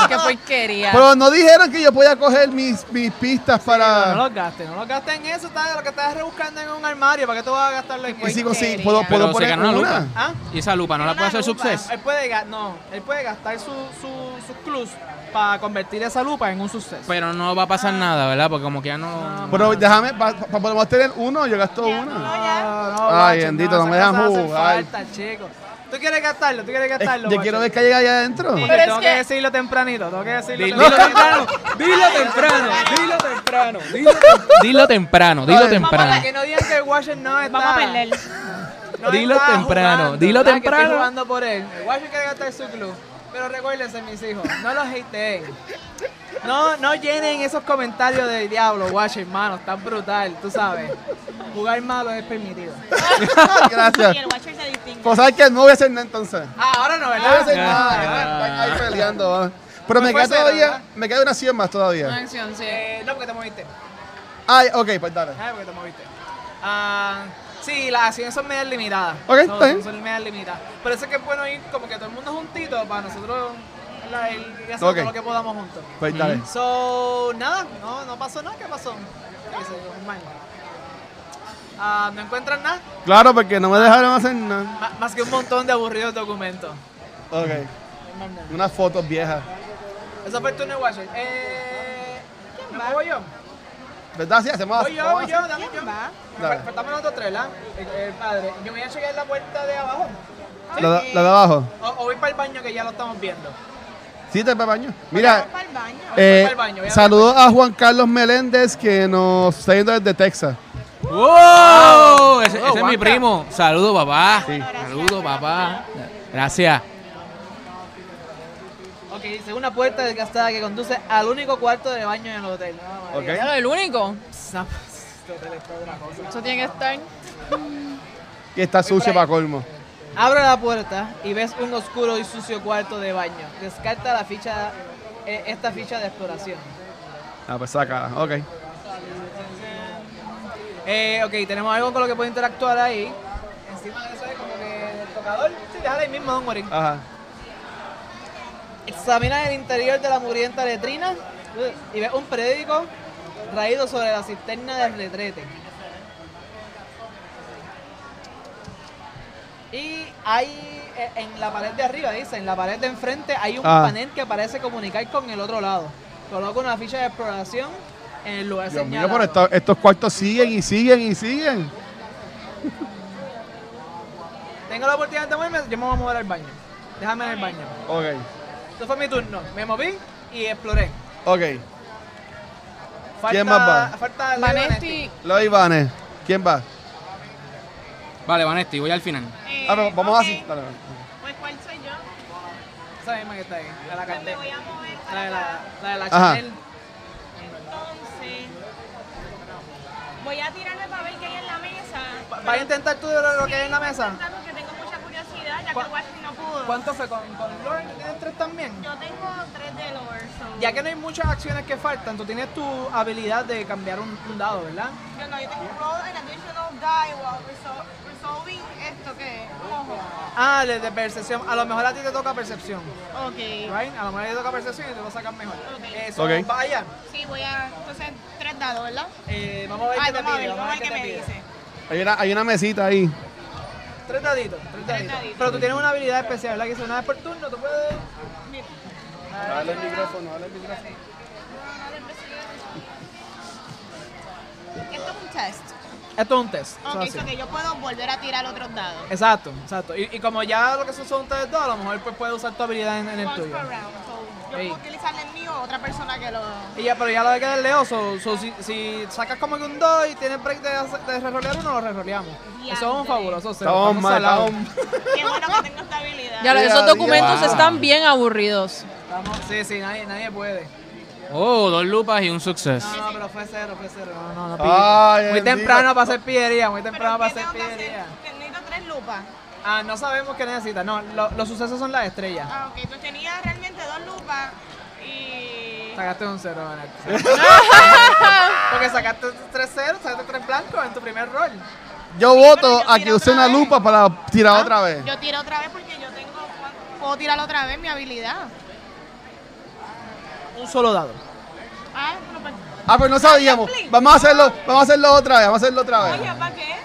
E: Qué porquería.
A: Pero no dijeron que yo podía coger mis, mis pistas
D: No
A: para.
D: los gastes, no los gastes en eso. Está, lo que estás rebuscando en un armario, ¿para qué tú vas a gastarlo en
A: Y si
E: Porquería.
A: consigo, puedo,
E: Pero
A: puedo
C: se
A: poner
C: ganó la
A: una.
C: lupa.
D: ¿Ah?
C: Y esa lupa no la puede hacer
B: Una lupa.
C: success.
D: Él puede, ga- no, él puede gastar su, su, sus clues para convertir esa lupa en un suceso.
A: Pues,
C: Pero no va a pasar nada, ¿verdad? Porque como que ya no.
A: Pero déjame, para podemos tener uno, yo gasto
B: Ya,
A: una.
B: no,
D: No,
B: ya.
D: no,
A: Ay,
D: guacho,
A: bendito, no me
D: esas
A: dejan
D: cosas hacen
A: jugar.
D: falta, chicos. Tú quieres gastarlo, tú quieres
A: Es-
D: gastarlo.
A: yo
D: macho.
A: quiero ver que llega allá adentro.
D: Porque
E: Pero es
D: tengo que...
E: que-
D: decirlo tempranito, tengo que decirlo
C: Dilo
D: tempranito.
C: temprano,
D: dilo Pues, temprano, dilo temprano, dilo
C: Dilo temprano, dilo temprano.
D: Para que no digan que el Washer no está.
B: Vamos a perder.
D: no
C: Dilo
D: está
C: temprano,
D: jugando,
C: dilo
D: ¿verdad? Que
C: temprano.
D: estoy jugando por él. El Washer quiere gastar su club. Pero recuérdense, mis hijos, no los hateen. No, no llenen esos comentarios de diablo, Washer, hermano, tan brutal, tú sabes. Jugar malo es permitido.
A: Gracias.
B: Y el Watcher se distingue.
A: Pues sabes que no voy a hacer nada entonces.
D: Ah, ahora no,
A: No voy a
D: ¿verdad? Ah,
A: hacer
C: Ya,
A: nada.
C: ya.
A: ¿verdad? Están ahí peleando. ¿verdad? Pero
D: No
A: me
D: fue
A: queda
D: cero,
A: todavía,
D: ¿verdad?
A: me queda una 100 más
E: Una
A: todavía.
E: acción, sí.
D: Eh, no, porque te moviste.
A: Ay, ok, pues dale.
D: Ah, porque te moviste. Ah, sí, las acciones son medias limitadas.
A: Ok,
D: son,
A: está bien.
D: son medias limitadas. Por eso es que es bueno ir como que todo el mundo juntito para nosotros la, el, ir haciendo
A: Ok.
D: todo lo que podamos juntos.
A: Pues dale.
D: So, nada, no, no pasó nada. ¿Qué pasó? ¿Qué hice yo? Normal. Ah, no encuentran nada
A: Claro, porque no me dejaron hacer nada.
D: Ma- más que un montón de aburridos documentos.
A: Ok. Unas fotos viejas.
D: Eso fue el turno de Watcher. Eh, ¿Quién va? Voy yo.
A: ¿Verdad? Sí, hacemos
D: Voy yo,
A: vamos a
D: voy
A: hacer-
D: yo, dame yo.
B: ¿Quién va?
A: Dale.
D: Fal- Faltamos nosotros tres, ¿verdad? El, el padre. Yo voy a chequear la puerta de abajo.
A: La, la de abajo.
D: O, o voy para el baño que ya lo estamos viendo.
A: Sí, te baño. Mira,
B: Vamos para el baño.
A: eh,
D: voy al baño, voy al
A: saludos a Juan Carlos Meléndez que nos está yendo desde Texas.
C: ¡Wow!
D: Saludos,
C: Ese, ese es mi
D: Juanca.
C: primo. Saludo, papá.
A: Sí.
C: Saludo, papá. Gracias.
D: Ok, dice una puerta desgastada que conduce al único cuarto de baño en el hotel. Ah, No, María.
E: Era el único.
D: Sa- Este hotel es toda una cosa.
E: Eso tiene que estar.
A: Y está sucio
D: para
A: para
D: ahí.
A: colmo.
D: Abre la puerta y ves un oscuro y sucio cuarto de baño. Descarta la ficha, eh, esta ficha de exploración.
A: Ah, pues saca. Ok.
D: Eh, ok, tenemos algo con lo que puedo interactuar ahí. Encima de eso es como que el tocador. Sí, déjala ahí mismo, don Morín.
A: Ajá.
D: Examina el interior de la mugrienta letrina uh, y ves un periódico raído sobre la cisterna del retrete. Y hay eh, en la pared de arriba, dice, en la pared de enfrente hay un
A: Ah.
D: panel que parece comunicar con el otro lado. Coloca una ficha de exploración en el lugar
A: Dios mío,
D: señalado.
A: pero esto- estos cuartos siguen y siguen y siguen.
D: Tengo la oportunidad de moverme, yo me voy a mover al baño. Déjame en el baño.
A: Ok.
D: Esto fue mi turno. Me moví y exploré.
A: Ok.
D: Falta,
A: ¿Quién más va?
D: Falta
E: Vanesti.
A: Los Ivanes. ¿Quién va?
C: Vale, Vanesti, voy al final.
B: Eh,
A: Ah, pero vamos
B: ok.
A: así. Dale, dale.
B: Pues, ¿cuál soy yo?
D: Esa misma que está ahí, la de la
B: Pues me
D: cartera.
B: voy a mover
D: La de
B: para
D: la,
B: acá.
D: la, de la
A: Ajá.
D: Chanel.
B: Entonces, voy a tirarme para ver qué hay en la mesa.
D: Va- ¿Vas a intentar tú lo que hay en la mesa?
B: Porque tengo mucha curiosidad, ya que
D: ¿Cuá-
B: Watson no pudo.
D: ¿Cuánto fue? ¿Con, con Lauren tienes tres también?
B: Yo tengo tres de Lord, so-
D: Ya que no hay muchas acciones que faltan, tú tienes tu habilidad de cambiar un, un dado, ¿verdad?
B: Yo no, yo tengo roll an additional die while resol- resolving esto que es. Ojo.
D: Ah, el de percepción. A lo mejor a ti te toca percepción,
B: Ok.
D: ¿right? A lo mejor a ti te toca percepción y te lo sacan mejor.
B: Ok.
D: Eso,
A: Ok.
D: vaya.
B: Sí, voy a. Entonces, tres dados, ¿verdad?
D: Eh, vamos a ver
B: Ay,
D: qué te
B: Ah, vamos a
D: pide.
B: ver, vamos a ver
D: qué
B: qué
D: te
B: me
D: pide.
B: dice.
A: Hay una, hay una mesita ahí.
D: Tres daditos, tres daditos.
B: daditos.
D: Pero tú tienes una habilidad especial, ¿verdad? Que si una vez por turno tú puedes...
B: Mira.
A: Dale el micrófono, dale el micrófono.
B: Esto es un test.
D: Esto es un test. eso es
B: Ok,
D: así.
B: so que yo puedo volver a tirar otros dados.
D: Exacto, exacto. Y, y como ya lo que son son ustedes dos, a lo mejor pues puedes usar tu habilidad en, en el
B: Once
D: tuyo.
B: per round. So, yo
D: Ey.
B: puedo utilizarle el mío o otra persona que lo.
D: Y ya, pero ya lo de que del Leo, so- so si, si sacas como que un 2 y tienes break de, hace- de rerolear uno, lo reroleamos. Eso es un
B: Diantre.
D: fabuloso, cero,
A: Estamos
D: estamos
A: mal,
D: salados.
A: estamos-
B: Qué bueno que tengo esta habilidad.
E: Ya, lo-
A: Día a
E: esos
A: día.
E: documentos
C: Wow.
E: están bien aburridos.
D: Estamos- sí, sí, nadie, nadie puede.
C: Oh, dos lupas y un suceso.
D: No, no, pero fue cero, fue cero. No, no, no.
A: Ay,
D: pillé. muy
A: bendito.
D: temprano para hacer pillería, muy
B: Pero
D: temprano para
B: ¿qué
D: hacer
B: tengo que
D: pillería.
B: hacer? Necesito tres lupas.
D: Ah, no sabemos qué necesita. No, lo- los sucesos son las estrellas.
B: Ah, ok. Tú tenías realmente dos lupas y.
D: Sacaste un cero, Vanessa. Porque sacaste tres ceros, sacaste tres blancos en tu primer rol.
A: Yo voto
B: yo
A: a que
B: tiro
A: use
B: otra
A: una
B: vez.
A: lupa para tirar otra vez.
B: Yo tiro otra vez porque yo tengo. Puedo tirar otra vez mi habilidad.
D: Un solo dado.
B: Ah, no, pero.
A: Ah, pues no sabíamos. Vamos a hacerlo, vamos a hacerlo otra vez, vamos a hacerlo otra
B: Oye,
A: vez.
B: ¿para qué?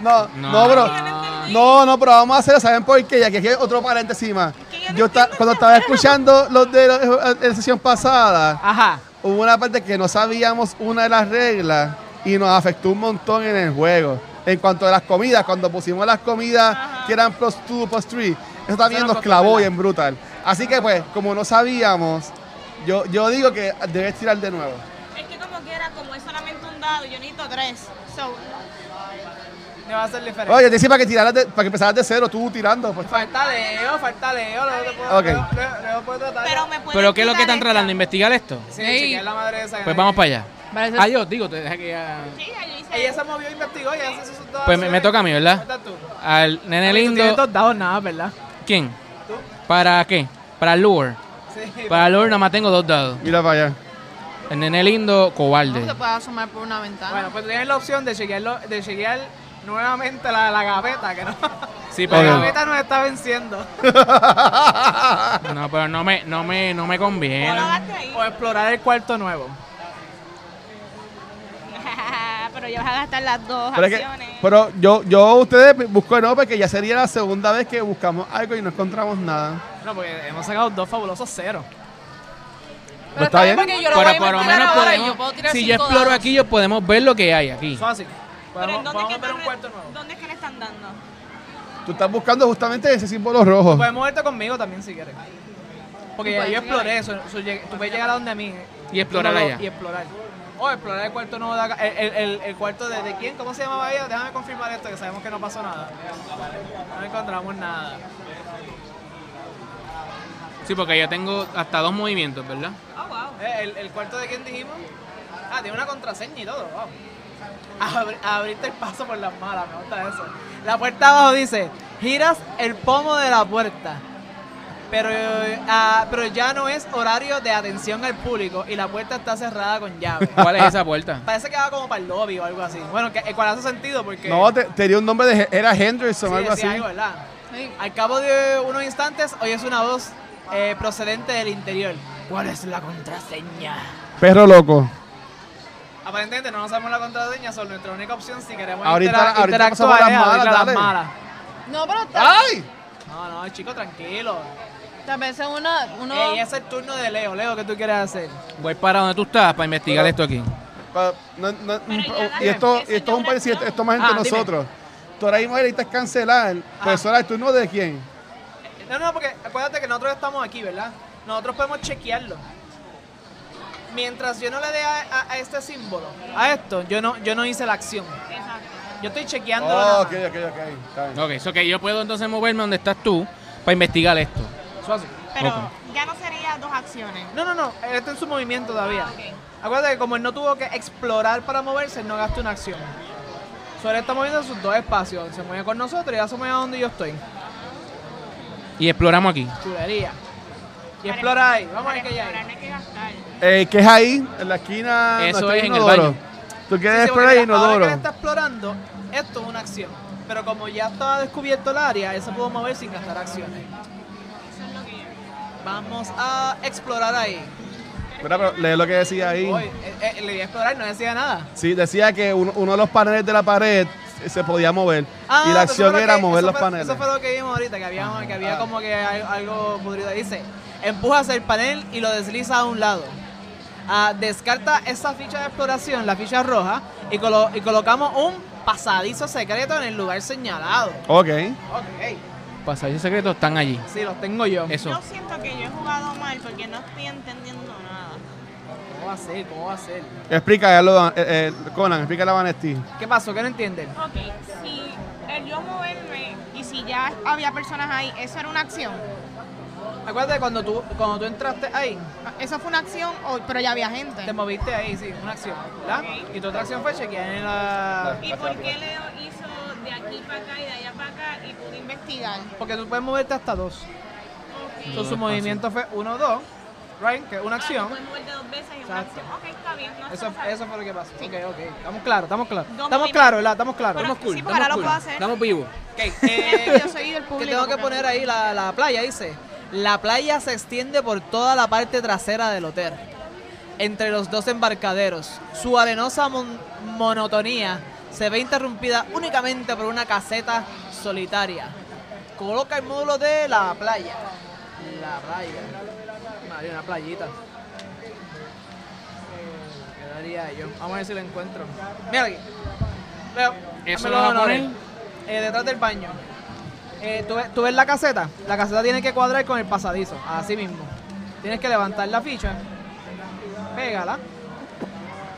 A: No, no,
C: No.
A: bro.
B: Yo no entendí.
A: No, no, pero vamos a hacerlo, ¿saben por qué? Ya que aquí hay otro paréntesis más.
B: que yo no
A: Yo esta-
B: entiendo
A: cuando
B: ese
A: estaba
B: juego.
A: escuchando los de la- eh, la sesión pasada,
D: Ajá.
A: hubo una parte que no sabíamos una de las reglas y nos afectó un montón en el juego. En cuanto a las comidas, cuando pusimos las comidas que eran plus 2, plus 3. Eso también nos
D: Eso no costó,
A: clavó
D: ¿verdad?
A: bien brutal. Así que pues, como no sabíamos, yo, yo digo que debes tirar de nuevo.
B: Es que como quiera, como es solamente un dado, yo necesito tres. So,
D: Me va a ser diferente.
A: Oye, te decía para que tiraras de- para que empezaras de cero, tú tirando. Pues.
D: Falta Leo, falta Leo. Luego te puedo,
A: Ok.
D: luego- luego- luego puedo tratar.
B: pero me pueden
C: ¿Pero qué es lo que
B: quitar
C: están
B: esta.
C: tratando? ¿Investigar esto?
D: Sí,
E: Ey.
D: chequear la madre esa.
C: Pues vamos para allá.
E: Parece-
C: Ah, yo digo, te deja que ya...
B: Sí, yo hice-
D: Ella se movió, investigó, ella se hizo todas
C: Pues me- me toca a mí, ¿verdad?
D: Falta tú.
C: Al nene
D: Tú tienes
C: lindo.
D: dos dados nada, ¿verdad?
C: ¿Quién? ¿Para qué? Para Lure.
D: Sí.
C: Para Lure nada más tengo dos dados.
A: Mira para allá.
C: El nene lindo, cobarde.
E: No te puedes asomar por una ventana.
D: Bueno, pues tú tienes la opción de chequearlo, de chequear nuevamente la, la gaveta, que no.
C: Sí,
D: La
C: pero...
D: gaveta nos está venciendo.
C: No, pero no me, no me, no me
B: ¿Cómo lo
C: conviene.
B: gasté ahí?
D: O explorar el cuarto nuevo.
B: pero yo vas a gastar las dos
A: Pero, es que-
B: acciones.
D: pues,
A: pero yo, yo ustedes busco no, porque ya sería la segunda vez que buscamos algo y no encontramos nada.
D: No, porque hemos sacado dos fabulosos ceros.
E: Pero
A: Pues está bien.
E: porque yo lo
C: Pero
E: voy a
C: por lo
E: investigar
C: menos
E: ahora y
C: podemos-
E: yo puedo tirar
C: si yo
E: cinco
C: exploro
E: dados.
C: aquí, yo podemos ver lo que hay aquí.
D: Fácil.
B: Pero ¿en
D: Podemos,
B: dónde, es que
D: podemos ver
B: están
D: un
B: re-
D: cuarto nuevo.
B: ¿Dónde es que le están dando?
A: Tú estás buscando justamente ese símbolo rojo.
D: Puedes moverte conmigo también si quieres. Porque
E: Tú
D: ya
E: puedes
D: yo
E: llegar
D: exploré eso. eso lleg- tú puedes llegar a donde a mí.
C: Y explorar
D: Tú no lo-
C: allá.
D: Y explorar. O explorar el cuarto nuevo de acá. El, el- el- el cuarto de, de quién? ¿Cómo se llamaba ella? Déjame confirmar esto, que sabemos que no pasó nada. No encontramos nada.
C: Sí, porque yo tengo hasta dos movimientos, ¿verdad?
B: Oh, wow.
D: Eh, ¿El, el cuarto de quién dijimos? Ah, tiene una contraseña y todo. Wow. Abri- abrirte el paso por las malas, me gusta eso. La puerta abajo dice, giras el pomo de la puerta. Pero, eh, ah, pero ya no es horario de atención al público y la puerta está cerrada con llave.
C: ¿Cuál es esa puerta?
D: Parece que va como para el lobby o algo así. Bueno, que, el cual hace sentido porque...
A: No, te, te dio un nombre de. Era Henderson
D: sí,
A: o algo así.
D: decía algo, ¿verdad?
E: Sí.
D: Al cabo de unos instantes, oyes una voz eh, procedente del interior. ¿Cuál es la contraseña?
A: Perro loco.
D: Aparentemente no sabemos la contraseña, son nuestra única opción si queremos
A: Ahorita-
D: intera-
A: ahorita
D: interactuar
A: pasamos
D: es
A: las malas,
D: abrir
A: dale.
E: No, pero ta-
C: Ah.
A: ¡Ay!
D: No, no, chico, tranquilo.
E: tal vez es una, uno...
D: Ey, es el turno de Leo. Leo, ¿qué tú quieres hacer?
C: Voy para donde tú estás para investigar esto aquí.
A: Pa- no- no- mm,
B: Pero ya la-
A: y esto,
B: eso
A: y esto
B: ya
A: es un país,
B: la-
A: esto esto es más entre
D: Ah, dime. Ah.
A: nosotros. Tú ahora mismo necesitas cancelar. Pues ahora el turno de quién.
D: No, no, porque acuérdate que nosotros estamos aquí, ¿verdad? Nosotros podemos chequearlo. Mientras yo no le dé a, a- a este símbolo, a esto, yo no, yo no hice la acción. Yo estoy chequeando.
A: Oh, ok, ok, ok. está bien.
C: Ok, eso que yo puedo entonces moverme donde estás tú para investigar esto.
B: Pero ya no sería dos acciones.
D: No, no, no, él está en su movimiento todavía.
B: Ah, ok.
D: Acuérdate que como él no tuvo que explorar para moverse, él no gasta una acción. Solo está moviendo sus dos espacios. Se mueve con nosotros y ya se mueve a donde yo estoy.
C: Y exploramos aquí.
D: Chulería. Y
B: Para
D: explora ahí.
B: explorar,
D: Vamos a ver
B: para
D: qué hay
B: explorar
D: ahí.
B: no hay que gastar.
A: Eh, ¿Qué es ahí? En la esquina. donde
C: Eso
A: está
C: es en el
A: inodoro.
C: baño.
A: Tú quieres
D: Sí, sí, porque
A: explorar el
D: mira, ahora que él
A: inodoro.
D: está explorando, esto es una acción. Pero como ya estaba descubierto el área, él se pudo mover sin gastar acciones. Vamos a explorar ahí.
A: Mira, pero lee lo que decía ahí.
D: Oye, eh, eh, le di a explorar y no decía nada.
A: Sí, decía que uno, uno de los paneles de la pared se- se podía mover.
D: Ah,
A: y
D: pero
A: la
D: eso fue
A: acción
D: lo
A: era
D: que-
A: mover
D: eso
A: los
D: fue-
A: paneles.
D: Eso fue lo que vimos ahorita, que había, que había
A: ah.
D: como que al- algo pudrido. Dice, empujas el panel y lo desliza a un lado. Ah, descarta esa ficha de exploración, la ficha roja, y, colo- y colocamos un pasadizo secreto en el lugar señalado.
A: Ok.
D: Ok,
C: Pasajes secretos están allí.
D: sí, los tengo yo.
C: Eso.
B: Yo siento que yo he jugado mal porque no estoy entendiendo nada.
D: ¿Cómo va a ser? ¿Cómo va a ser?
A: Explica, eh, eh, Conan, explícale a Vanesti.
D: ¿Qué pasó? ¿Qué no entienden?
B: Ok, si el yo moverme y si ya había personas ahí, eso era una acción.
D: Acuérdate cuando tú, cuando tú entraste ahí,
B: Eso fue una acción, o- pero ya había gente.
D: te moviste ahí, sí, una acción, ¿verdad?
B: Ok.
D: Y tu otra acción fue chequear en la...
B: ¿Y por qué Leo hizo de aquí para acá y de allá para acá y pude investigar?
D: Porque tú puedes moverte hasta dos.
B: Ok.
D: So, su movimiento fue 1-2, right? Que es una acción.
B: Ah, moverte dos veces y una
D: Exacto.
B: acción. Ok, está bien. No
D: Eso,
B: se lo sabe.
D: eso fue lo que pasó. Ok, ok. Estamos claros, estamos claros.
B: Dos
D: Estamos
B: movimientos.
D: claros, ¿verdad? Estamos claros.
B: Pero-
D: Estamos-
C: Estamos cool.
B: Sí, porque
C: estamos
B: ahora lo
C: cool.
B: puedo hacer.
C: Estamos vivos.
D: Okay.
B: Siempre
D: eh,
B: Yo soy del público.
D: ¿Qué tengo que
B: porque-
D: poner ahí? La, la playa, dice. La playa se extiende por toda la parte trasera del hotel. Entre los dos embarcaderos, su arenosa mon- monotonía se ve interrumpida únicamente por una caseta solitaria. Coloca el módulo de la playa. La playa. Madre, una playita. Quedaría yo. Vamos a ver si la encuentro. Mira aquí. Leo,
C: Eso
D: hazme
C: lo
D: los
C: vas a
D: honores.
C: poner.
D: Eh, detrás del baño. eh, tú, ves- tú ves la caseta, la caseta tiene que cuadrar con el pasadizo, así mismo. Tienes que levantar la ficha, pégala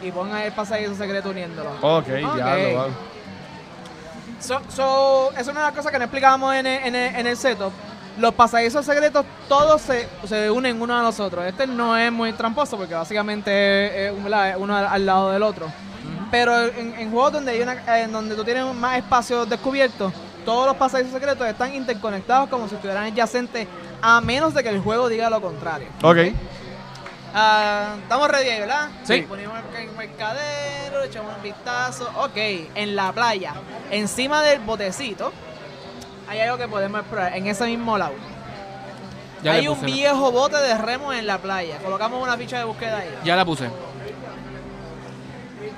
D: y pon el pasadizo secreto uniéndolo.
A: Ok,
D: Ok.
A: ya lo va.
D: So, so, es una de las cosas que no explicábamos en el, en el- en el setup. Los pasadizos secretos todos se, se unen uno a los otros. Este no es muy tramposo porque básicamente es, es un- ¿verdad? Es uno al, al lado del otro. Pero en, en juegos donde, hay una- eh, en donde tú tienes más espacio descubierto, todos los pasadizos secretos están interconectados como si estuvieran adyacentes a menos de que el juego diga lo contrario.
A: Ok.
D: Ah, estamos ready, ¿verdad?
C: Sí.
D: Ponemos el mercadero, echamos un vistazo. Ok, en la playa, encima del botecito, hay algo que podemos explorar, en ese mismo lado.
C: Ya
D: hay
C: le
D: un
C: puse.
D: viejo bote de remo en la playa. Colocamos una ficha de búsqueda ahí.
C: Ya la puse.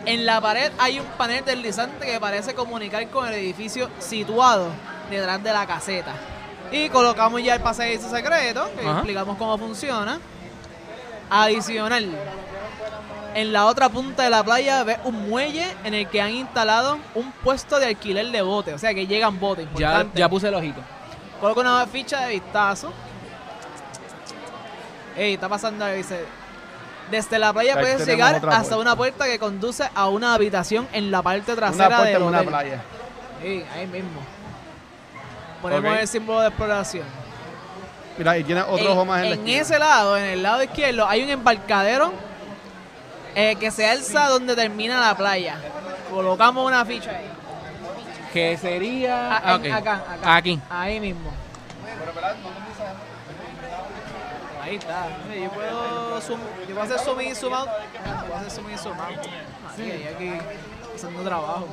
D: En la pared hay un panel deslizante que parece comunicar con el edificio situado detrás de la caseta. Y colocamos ya el pasadizo secreto, que
C: Ajá.
D: explicamos cómo funciona. Adicional, en la otra punta de la playa ves un muelle en el que han instalado un puesto de alquiler de bote, o sea que llegan botes.
C: Ya,
D: importante.
C: ya puse el ojito.
D: Coloca una ficha de vistazo. Ey, está pasando ahí, dice. Desde la playa
A: Ahí
D: puedes
A: tenemos
D: llegar
A: otra
D: hasta
A: puerta.
D: una puerta que conduce a una habitación en la parte
A: Una
D: trasera
A: puerta
D: del
A: en una
D: hotel".
A: playa.
D: Ey, ahí mismo. Ponemos
A: Ok.
D: el símbolo de exploración.
A: Mira, y tiene otro ojo más en, la esquina.
D: ese lado, en el lado izquierdo, hay un embarcadero eh, que se alza donde termina la playa. Colocamos una ficha ahí.
C: Que sería.
D: Ah, en-
C: ok.
D: acá, acá.
C: Aquí.
D: Ahí mismo. Ahí está. Mira, Yo puedo, zoom, yo puedo hacer zoom in, zoom out. Ah, Puedo hacer zoom in, zoom out. Aquí, ahí, aquí, haciendo trabajo.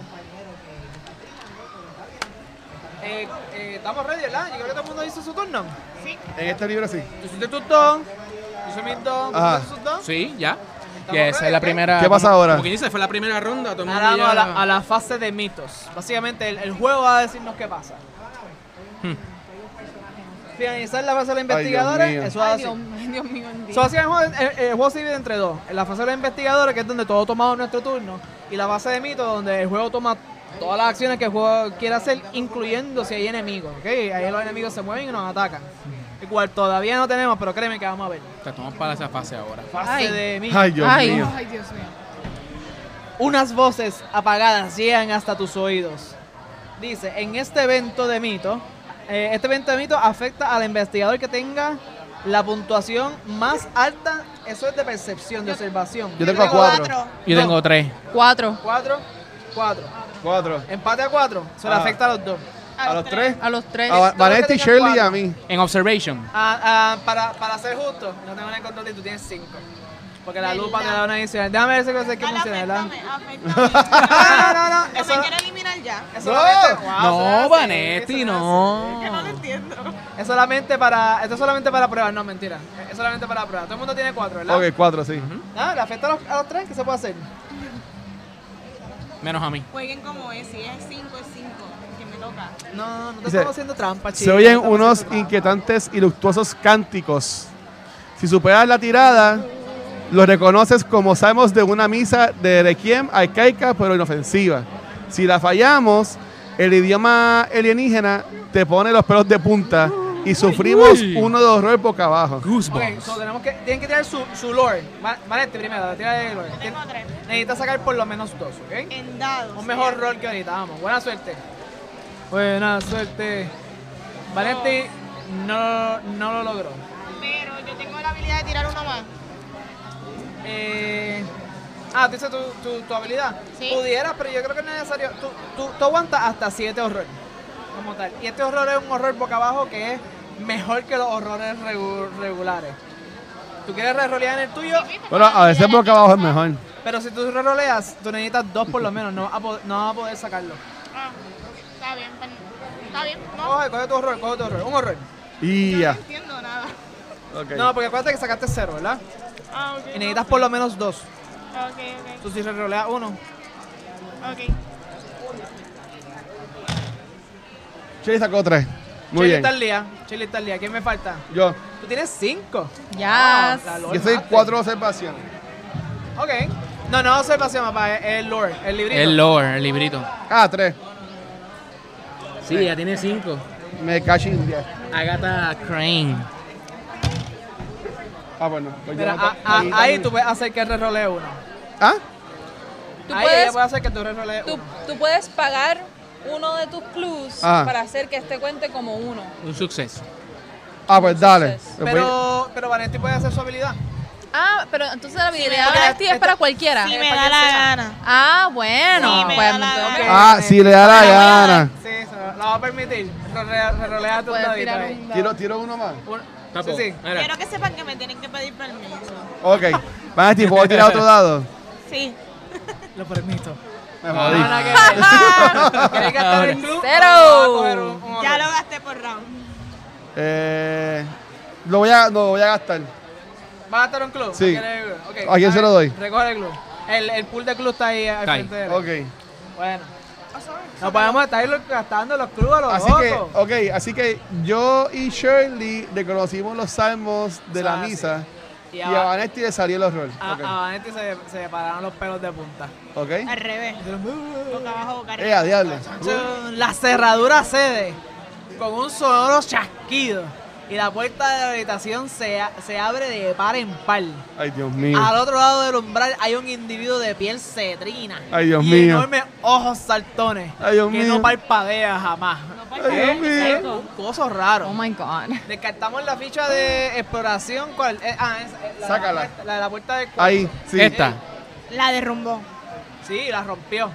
D: Eh, eh, estamos ready, ¿verdad? Yo creo que todo el mundo hizo su turno.
A: En este libro sí.
D: Tú hiciste tu turno. Yo hice mi turno. ¿Tú
A: Ajá.
D: hiciste tu turno?
C: Sí, ya.
D: Estamos
C: Que esa es la
D: ready, ¿ok?
C: primera.
A: ¿Qué pasa
C: como-
A: ahora?
C: Como que dice, fue la primera ronda. todo el mundo
D: Ahora vamos a
C: ya-
D: la, a la fase de mitos. Básicamente, el, el juego va a decirnos qué pasa.
C: Hmm.
D: Finalizar la fase de los
A: Dios
D: investigadores,
A: mío.
D: eso es
E: Ay,
D: así.
E: Dios, ay, Dios mío, bendito.
D: So, así es el, juego- el- el juego se divide entre dos. En la fase de los investigadores, que es donde todos tomamos nuestro turno, y la fase de mitos, donde el juego toma todas las acciones que el juego quiere hacer, incluyendo si hay enemigos. ¿ok? Ahí los enemigos se mueven y nos atacan.
A: Hmm.
D: El cual todavía no tenemos, pero créeme que vamos a ver.
C: O sea, estamos para esa fase ahora.
D: Fase
E: Ay.
D: de mitos.
A: Ay, Dios
E: Ay.
A: mío.
E: Ay, Dios mío.
D: Unas voces apagadas llegan hasta tus oídos. Dice, en este evento de mito, eh, este evento de mito afecta al investigador que tenga la puntuación más alta, eso es de percepción, de observación.
A: Yo tengo a cuatro.
C: Yo
D: No.
C: tengo tres.
E: Cuatro.
D: Cuatro, cuatro.
A: Cuatro.
D: Empate a cuatro, se le
A: Ah.
D: afecta a los dos.
A: A los tres.
E: A los tres.
A: A
D: todos
A: Vanetti,
D: que tengan
A: Shirley y
D: cuatro.
A: a mí.
C: En Observation.
D: Ah, ah, para, para ser justo, no tengo nada en control y tú tienes cinco. Porque la
B: ¿Verdad?
D: lupa te da una adicional. Déjame ver si consigo que
B: Dale,
D: funciona, ¿verdad?
B: afectame, afectame.
D: Ah, no, no, no.
B: Que
D: Eso,
B: me quiere eliminar ya.
D: eso
A: No.
D: solamente- Wow, eso
C: No,
D: es
C: Vanetti,
D: así, eso es
C: no.
B: Que no lo entiendo.
D: así. Es solamente para, esto es solamente para pruebas, no, mentira. Es solamente para pruebas. Todo el mundo tiene cuatro, ¿verdad?
A: Ok, cuatro, sí.
D: Nada, le afecta a los, a los tres, ¿qué se puede hacer?
C: Menos a mí.
B: Jueguen como es, si es 5 es 5, que me toca.
D: No, no te
A: Dice,
D: estamos haciendo trampa, chicos.
A: Se oyen unos inquietantes y luctuosos cánticos. Si superas la tirada, los reconoces como salmos de una misa de Requiem arcaica pero inofensiva. Si la fallamos, el idioma alienígena te pone los pelos de punta y sufrimos
C: uy.
A: uno de horror boca abajo.
D: Ok, so
C: Goosebumps.
D: tenemos que, tienen que tirar su, su lore. Va- Vanetti primero, tira el lore.
B: Tengo 3.
D: Necesitas sacar por lo menos dos, ¿ok?
B: En dados.
D: Un mejor
B: ¿sí?
D: rol que ahorita, vamos. Buena suerte. Buena suerte. Vanetti no, no lo logró.
B: Pero yo tengo la habilidad de tirar uno más.
D: Eh, ah, tú dices tu, tu, tu habilidad.
B: Sí.
D: Pudieras, pero yo creo que no es necesario. Tú, tú, tú aguantas hasta siete horror. Como tal. Y este horror es un horror boca abajo que es mejor que los horrores regu- regulares. ¿Tú quieres re-rolear en el tuyo?
A: Bueno, a veces boca abajo es mejor.
D: Pero si tú re-roleas, tú necesitas dos por lo menos. No, vas a po- no vas a poder sacarlo.
B: Ah, está bien, pero- está bien. No,
D: Coge, coge tu horror, coge tu horror. Un horror.
A: Y
B: yo no
A: ya.
B: entiendo nada.
A: Ok.
D: No, porque acuérdate que sacaste cero, ¿verdad?
B: Ah, ok.
D: Y necesitas por lo menos dos.
B: Ok, ok.
D: Tú si re-roleas uno.
B: Ok.
A: Chile sacó tres. Muy
D: Chile
A: bien.
D: está al día. Chile está al día. ¿Quién me falta?
A: Yo.
D: Tú tienes cinco.
E: Yes.
D: Ah, la Lord
A: Yo soy
D: Master.
A: cuatro observaciones.
D: Ok. No, no observación, papá. Es el lore, el librito.
C: El lore, el librito.
A: Ah, tres.
C: Sí, ya tiene cinco.
A: Me cacho India.
C: Agatha Crane.
A: Ah, bueno. pues yo
D: Mira,
A: no-
D: a- a-
A: ahí-
D: ahí tú puedes hacer que rerolee uno.
A: ¿Ah?
E: Tú
D: ahí
E: puedes-
D: ella puede hacer que tú rerolees
E: Tú,
D: uno.
E: tú puedes pagar uno de tus clues
A: Ah.
E: para hacer que este cuente como uno.
C: Un suceso.
A: Ah, pues dale.
E: Entonces,
A: Pues voy-
D: Pero, pero Vanetti puede hacer su habilidad.
E: Ah, pero entonces la habilidad
B: me
E: de
B: da-
E: Vanesti es para cualquiera.
B: Si
D: Eh,
B: me
D: para
B: da
D: que
B: la
D: sea.
B: gana.
E: Ah, bueno.
B: Sí, me
E: pues,
B: da la
E: ok.
D: eh,
B: gana.
A: Ah, si le da la gana.
D: Sí, se lo, lo va a permitir. Rerolea rerolea tu
E: Puedes
D: dadito
E: tirar
D: ahí.
E: un
A: Tiro, tiro uno más.
D: Un-
C: Tapo.
D: Sí, sí.
C: Mira.
B: Quiero que sepan que me tienen que pedir permiso.
A: Ok. Van a decir, ¿puedo tirar otro dado?
B: Sí.
D: Lo permito.
A: Me
D: No,
A: jodí.
D: nada que ver. ¿Quieres gastar el club?
E: Cero.
D: Va a coger un- un
B: Ya
D: otro.
B: lo gasté por round.
A: Eh, lo voy a, no, lo voy a gastar.
D: ¿Vas a gastar un club?
A: Sí.
D: ¿Quieres- ok,
A: ¿A quién se lo doy?
D: Recoge el club. El, el pool de club está ahí al
C: Está ahí.
D: frente de él.
A: Ok.
D: Bueno. No podemos estar ahí lo- gastando los clubes a los
A: Así que,
D: locos.
A: ok, así que yo y Shirley reconocimos los salmos de la
D: Ah, sí.
A: misa
D: Y Ah,
A: y
D: a-
A: a Vanetti le salió el horror.
D: A, a Vanetti se, se le pararon los pelos de punta.
A: Ok. ok.
B: Al revés. Boca abajo, boca
A: Eh, a
B: arriba.
A: diablo.
D: La cerradura cede con un sonoro chasquido y la puerta de la habitación se, a- se abre de par en par.
A: Ay, Dios mío.
D: Al otro lado del umbral hay un individuo de piel cetrina
A: Ay, Dios
D: y
A: mío.
D: enormes ojos saltones
A: Ay, Dios
D: que
A: mío.
D: no parpadea jamás.
A: Ay, Dios mío.
D: Cosas raras.
E: Oh my god.
D: Descartamos la ficha de exploración. ¿Cuál? Eh, ah, es, eh, la,
A: Sácala.
D: La, la de la puerta del cuarto.
A: Ahí, sí.
C: Esta.
B: La derrumbó.
D: Sí, la rompió.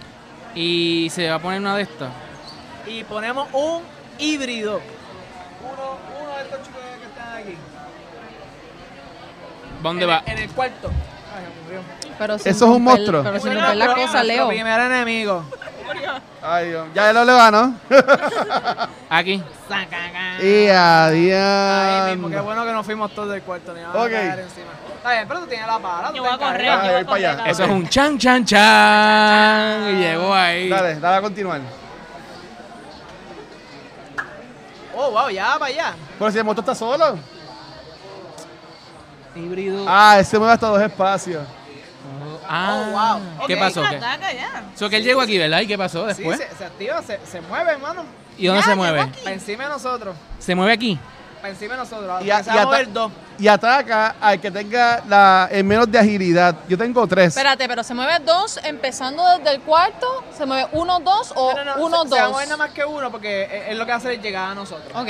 C: Y se va a poner una de estas.
D: Y ponemos un híbrido. Uno, uno de estos chicos que están aquí.
C: ¿Va ¿Dónde
D: en,
C: va?
D: En el cuarto. Ay, me murió.
E: Pero sin
A: Eso es un
E: romper-
A: monstruo.
E: Pero sin
D: Bueno,
E: romper la
D: pero-
E: cosa, Leo.
D: Nuestro primer enemigo.
A: Ay, Dios. Ya lo le ganó.
C: Aquí.
A: y a
D: Ahí mismo, qué
A: diablo.
D: bueno que nos fuimos todos del cuarto. Ni nada,
A: Ok.
D: caer encima. Está bien, pero tú tienes la pala. tú
B: Yo
D: te
B: voy a correr,
D: encargas.
A: Ah,
B: yo voy
A: ahí
B: a
A: para allá.
B: correr.
C: Eso es
A: Ok.
C: un chan, chan, chan. Y llegó ahí.
A: Dale, dale a continuar.
D: Oh, wow, ya para allá.
A: Pero si el motor está solo.
C: Híbrido.
A: Ah, ese mueve hasta dos espacios.
C: Ah,
D: Oh, wow.
C: ¿Qué
D: Ok.
C: pasó? ¿Qué?
B: Ataca ya.
C: So que él llegó aquí, ¿verdad? ¿Y qué pasó
D: Sí,
C: después?
D: se, se activa, se, se mueve, hermano.
C: ¿Y dónde
B: Ya,
C: se
B: llegó
C: mueve?
B: aquí.
D: Para encima de nosotros.
C: Se mueve aquí.
D: Para encima de nosotros.
A: Y, a- y
D: Empezamos a
A: ata-
D: ver dos.
A: y ataca al que tenga la, el menos de agilidad. Yo tengo tres.
E: Espérate, pero se mueve dos empezando desde el cuarto. Se mueve uno, dos o
D: No, no, no,
E: uno,
D: se,
E: dos.
D: se va a mover nada más que uno porque es, es lo que hace es llegar a nosotros.
E: Ok.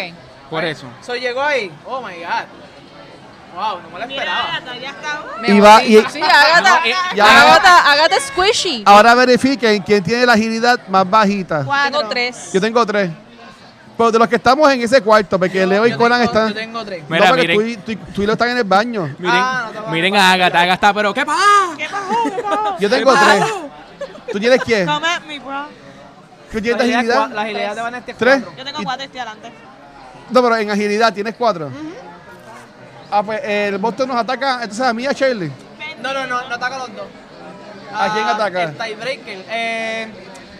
C: Por eso.
D: So llegó ahí. Oh my god. Wow, no me lo
B: Mira,
D: esperaba.
B: Agatha, ya está.
E: Me
A: Y
E: jodí.
A: va- y-
E: sí, Agatha,
C: No, eh,
A: ya. Ah.
E: Agatha, Agatha es squishy.
A: Ahora verifiquen quién tiene la agilidad más bajita.
E: Tengo
B: Cuatro.
E: tres.
A: Yo tengo tres. Pero de los que estamos en ese cuarto, porque Leo y
D: Yo
A: Conan
D: tengo-
A: están.
D: Yo tengo tres.
A: No,
C: Mira,
A: porque tú y,
C: miren.
A: tú, y- tú y Leo están en el baño.
C: Miren,
D: Ah, no te va-
C: miren a Agatha. Agatha está, pero ¿qué pasa?
B: ¿Qué pasó? ¿Qué pasó?
A: Yo tengo tres. ¿Tú tienes quién?
B: Come at me, bro.
A: ¿Tú
D: La
A: tienes de
D: agilidad, cua- la
A: agilidad?
D: agilidad de Vanessa es
A: ¿Tres?
D: cuatro.
B: Yo tengo
A: Y-
B: cuatro, estoy adelante.
A: No, pero en agilidad tienes cuatro. Ah, pues el monstruo nos ataca. Entonces a mí y a Shirley.
D: No, no, no, no ataca los dos. Ah,
A: ¿A quién ataca?
D: El tiebreaker. Eh,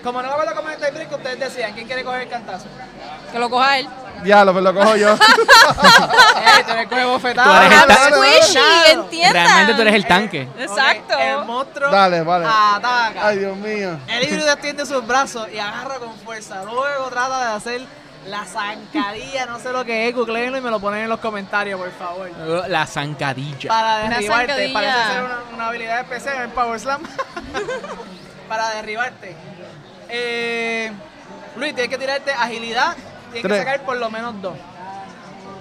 D: como no me acuerdo cómo es el tiebreaker, ustedes decían quién quiere coger el cantazo.
E: Que lo coja él.
A: Diablo, pues lo cojo yo.
D: eh, tú le coges bofetada.
C: Tú eres el
A: ta-
E: Squishy, entiendan.
C: Realmente tú eres el tanque.
E: Exacto.
D: Ok, el monstruo
A: Dale, vale.
D: ataca.
A: Ay, Dios mío.
D: El híbrido extiende sus brazos y agarra con fuerza. Luego trata de hacer la zancadilla, no sé lo que es, googleenlo y me lo ponen en los comentarios, por favor.
C: La zancadilla.
D: Eh. Para
E: Una
D: derribarte,
E: zancadilla.
D: parece ser una, una habilidad especial en Power Slam. Para derribarte. Eh, Luis, tienes que tirarte agilidad, tienes
A: Tres.
D: que sacar por lo menos dos.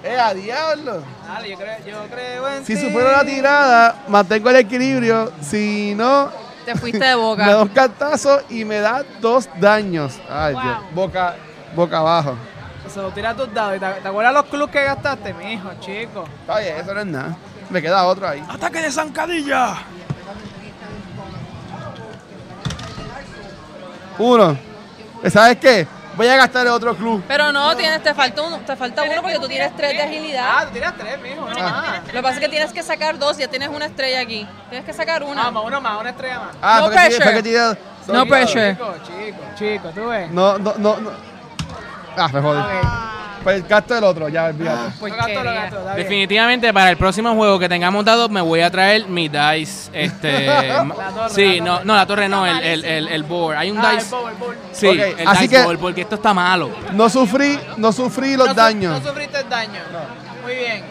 A: Eh, a diablo.
D: Dale, yo creo, yo creo en
A: Si
D: ti.
A: supero la tirada, mantengo el equilibrio. Si no,
E: Te fuiste
A: me da
E: de boca.
A: un cartazo y me da dos daños. Ay,
B: Wow.
A: Dios. Boca, boca abajo.
D: So, tira tus dados. y ¿Te, te acuerdas los clubs que gastaste, mijo, chico?
A: Está bien, eso no es nada. Me queda otro ahí.
C: ¡Ataque de zancadilla!
A: Uno. ¿Sabes qué? Voy a gastar el otro club.
E: Pero no, tienes, te, falta uno, te falta uno porque tú tienes tres de
D: Ah,
E: agilidad.
D: tú tiras tres, mijo, no
A: Ah.
D: más.
E: Lo que pasa es que tienes que sacar dos, ya tienes una estrella aquí. Tienes que sacar
D: Ah,
E: una.
D: más, uno más, una estrella más.
A: Ah,
E: No
A: fue que tiré-
E: pressure.
A: fue que tiré dos
E: No
A: dados.
E: pressure.
D: Chico, chico, chico, tú ves.
A: No, no, no, no. Ah, me jode.
D: Ok.
A: Pues el gasto del otro, ya, olvídate.
D: Lo gasto, lo
E: Porquería.
D: gasto, está bien.
C: Definitivamente para el próximo juego que tengamos dado me voy a traer mi dice. Este, ma-
D: torre,
C: sí,
D: la
C: no,
D: torre.
C: no, la torre no, el, el, el, el board. Hay un
D: Ah, el
C: dice.
D: bowl, el bowl.
C: Sí,
A: Ok,
C: el
A: así
C: dice
A: que-
C: board, porque esto está malo.
A: No sufrí, no sufrí
D: No
A: los
D: su-
A: daños.
D: No sufriste daño. Muy bien.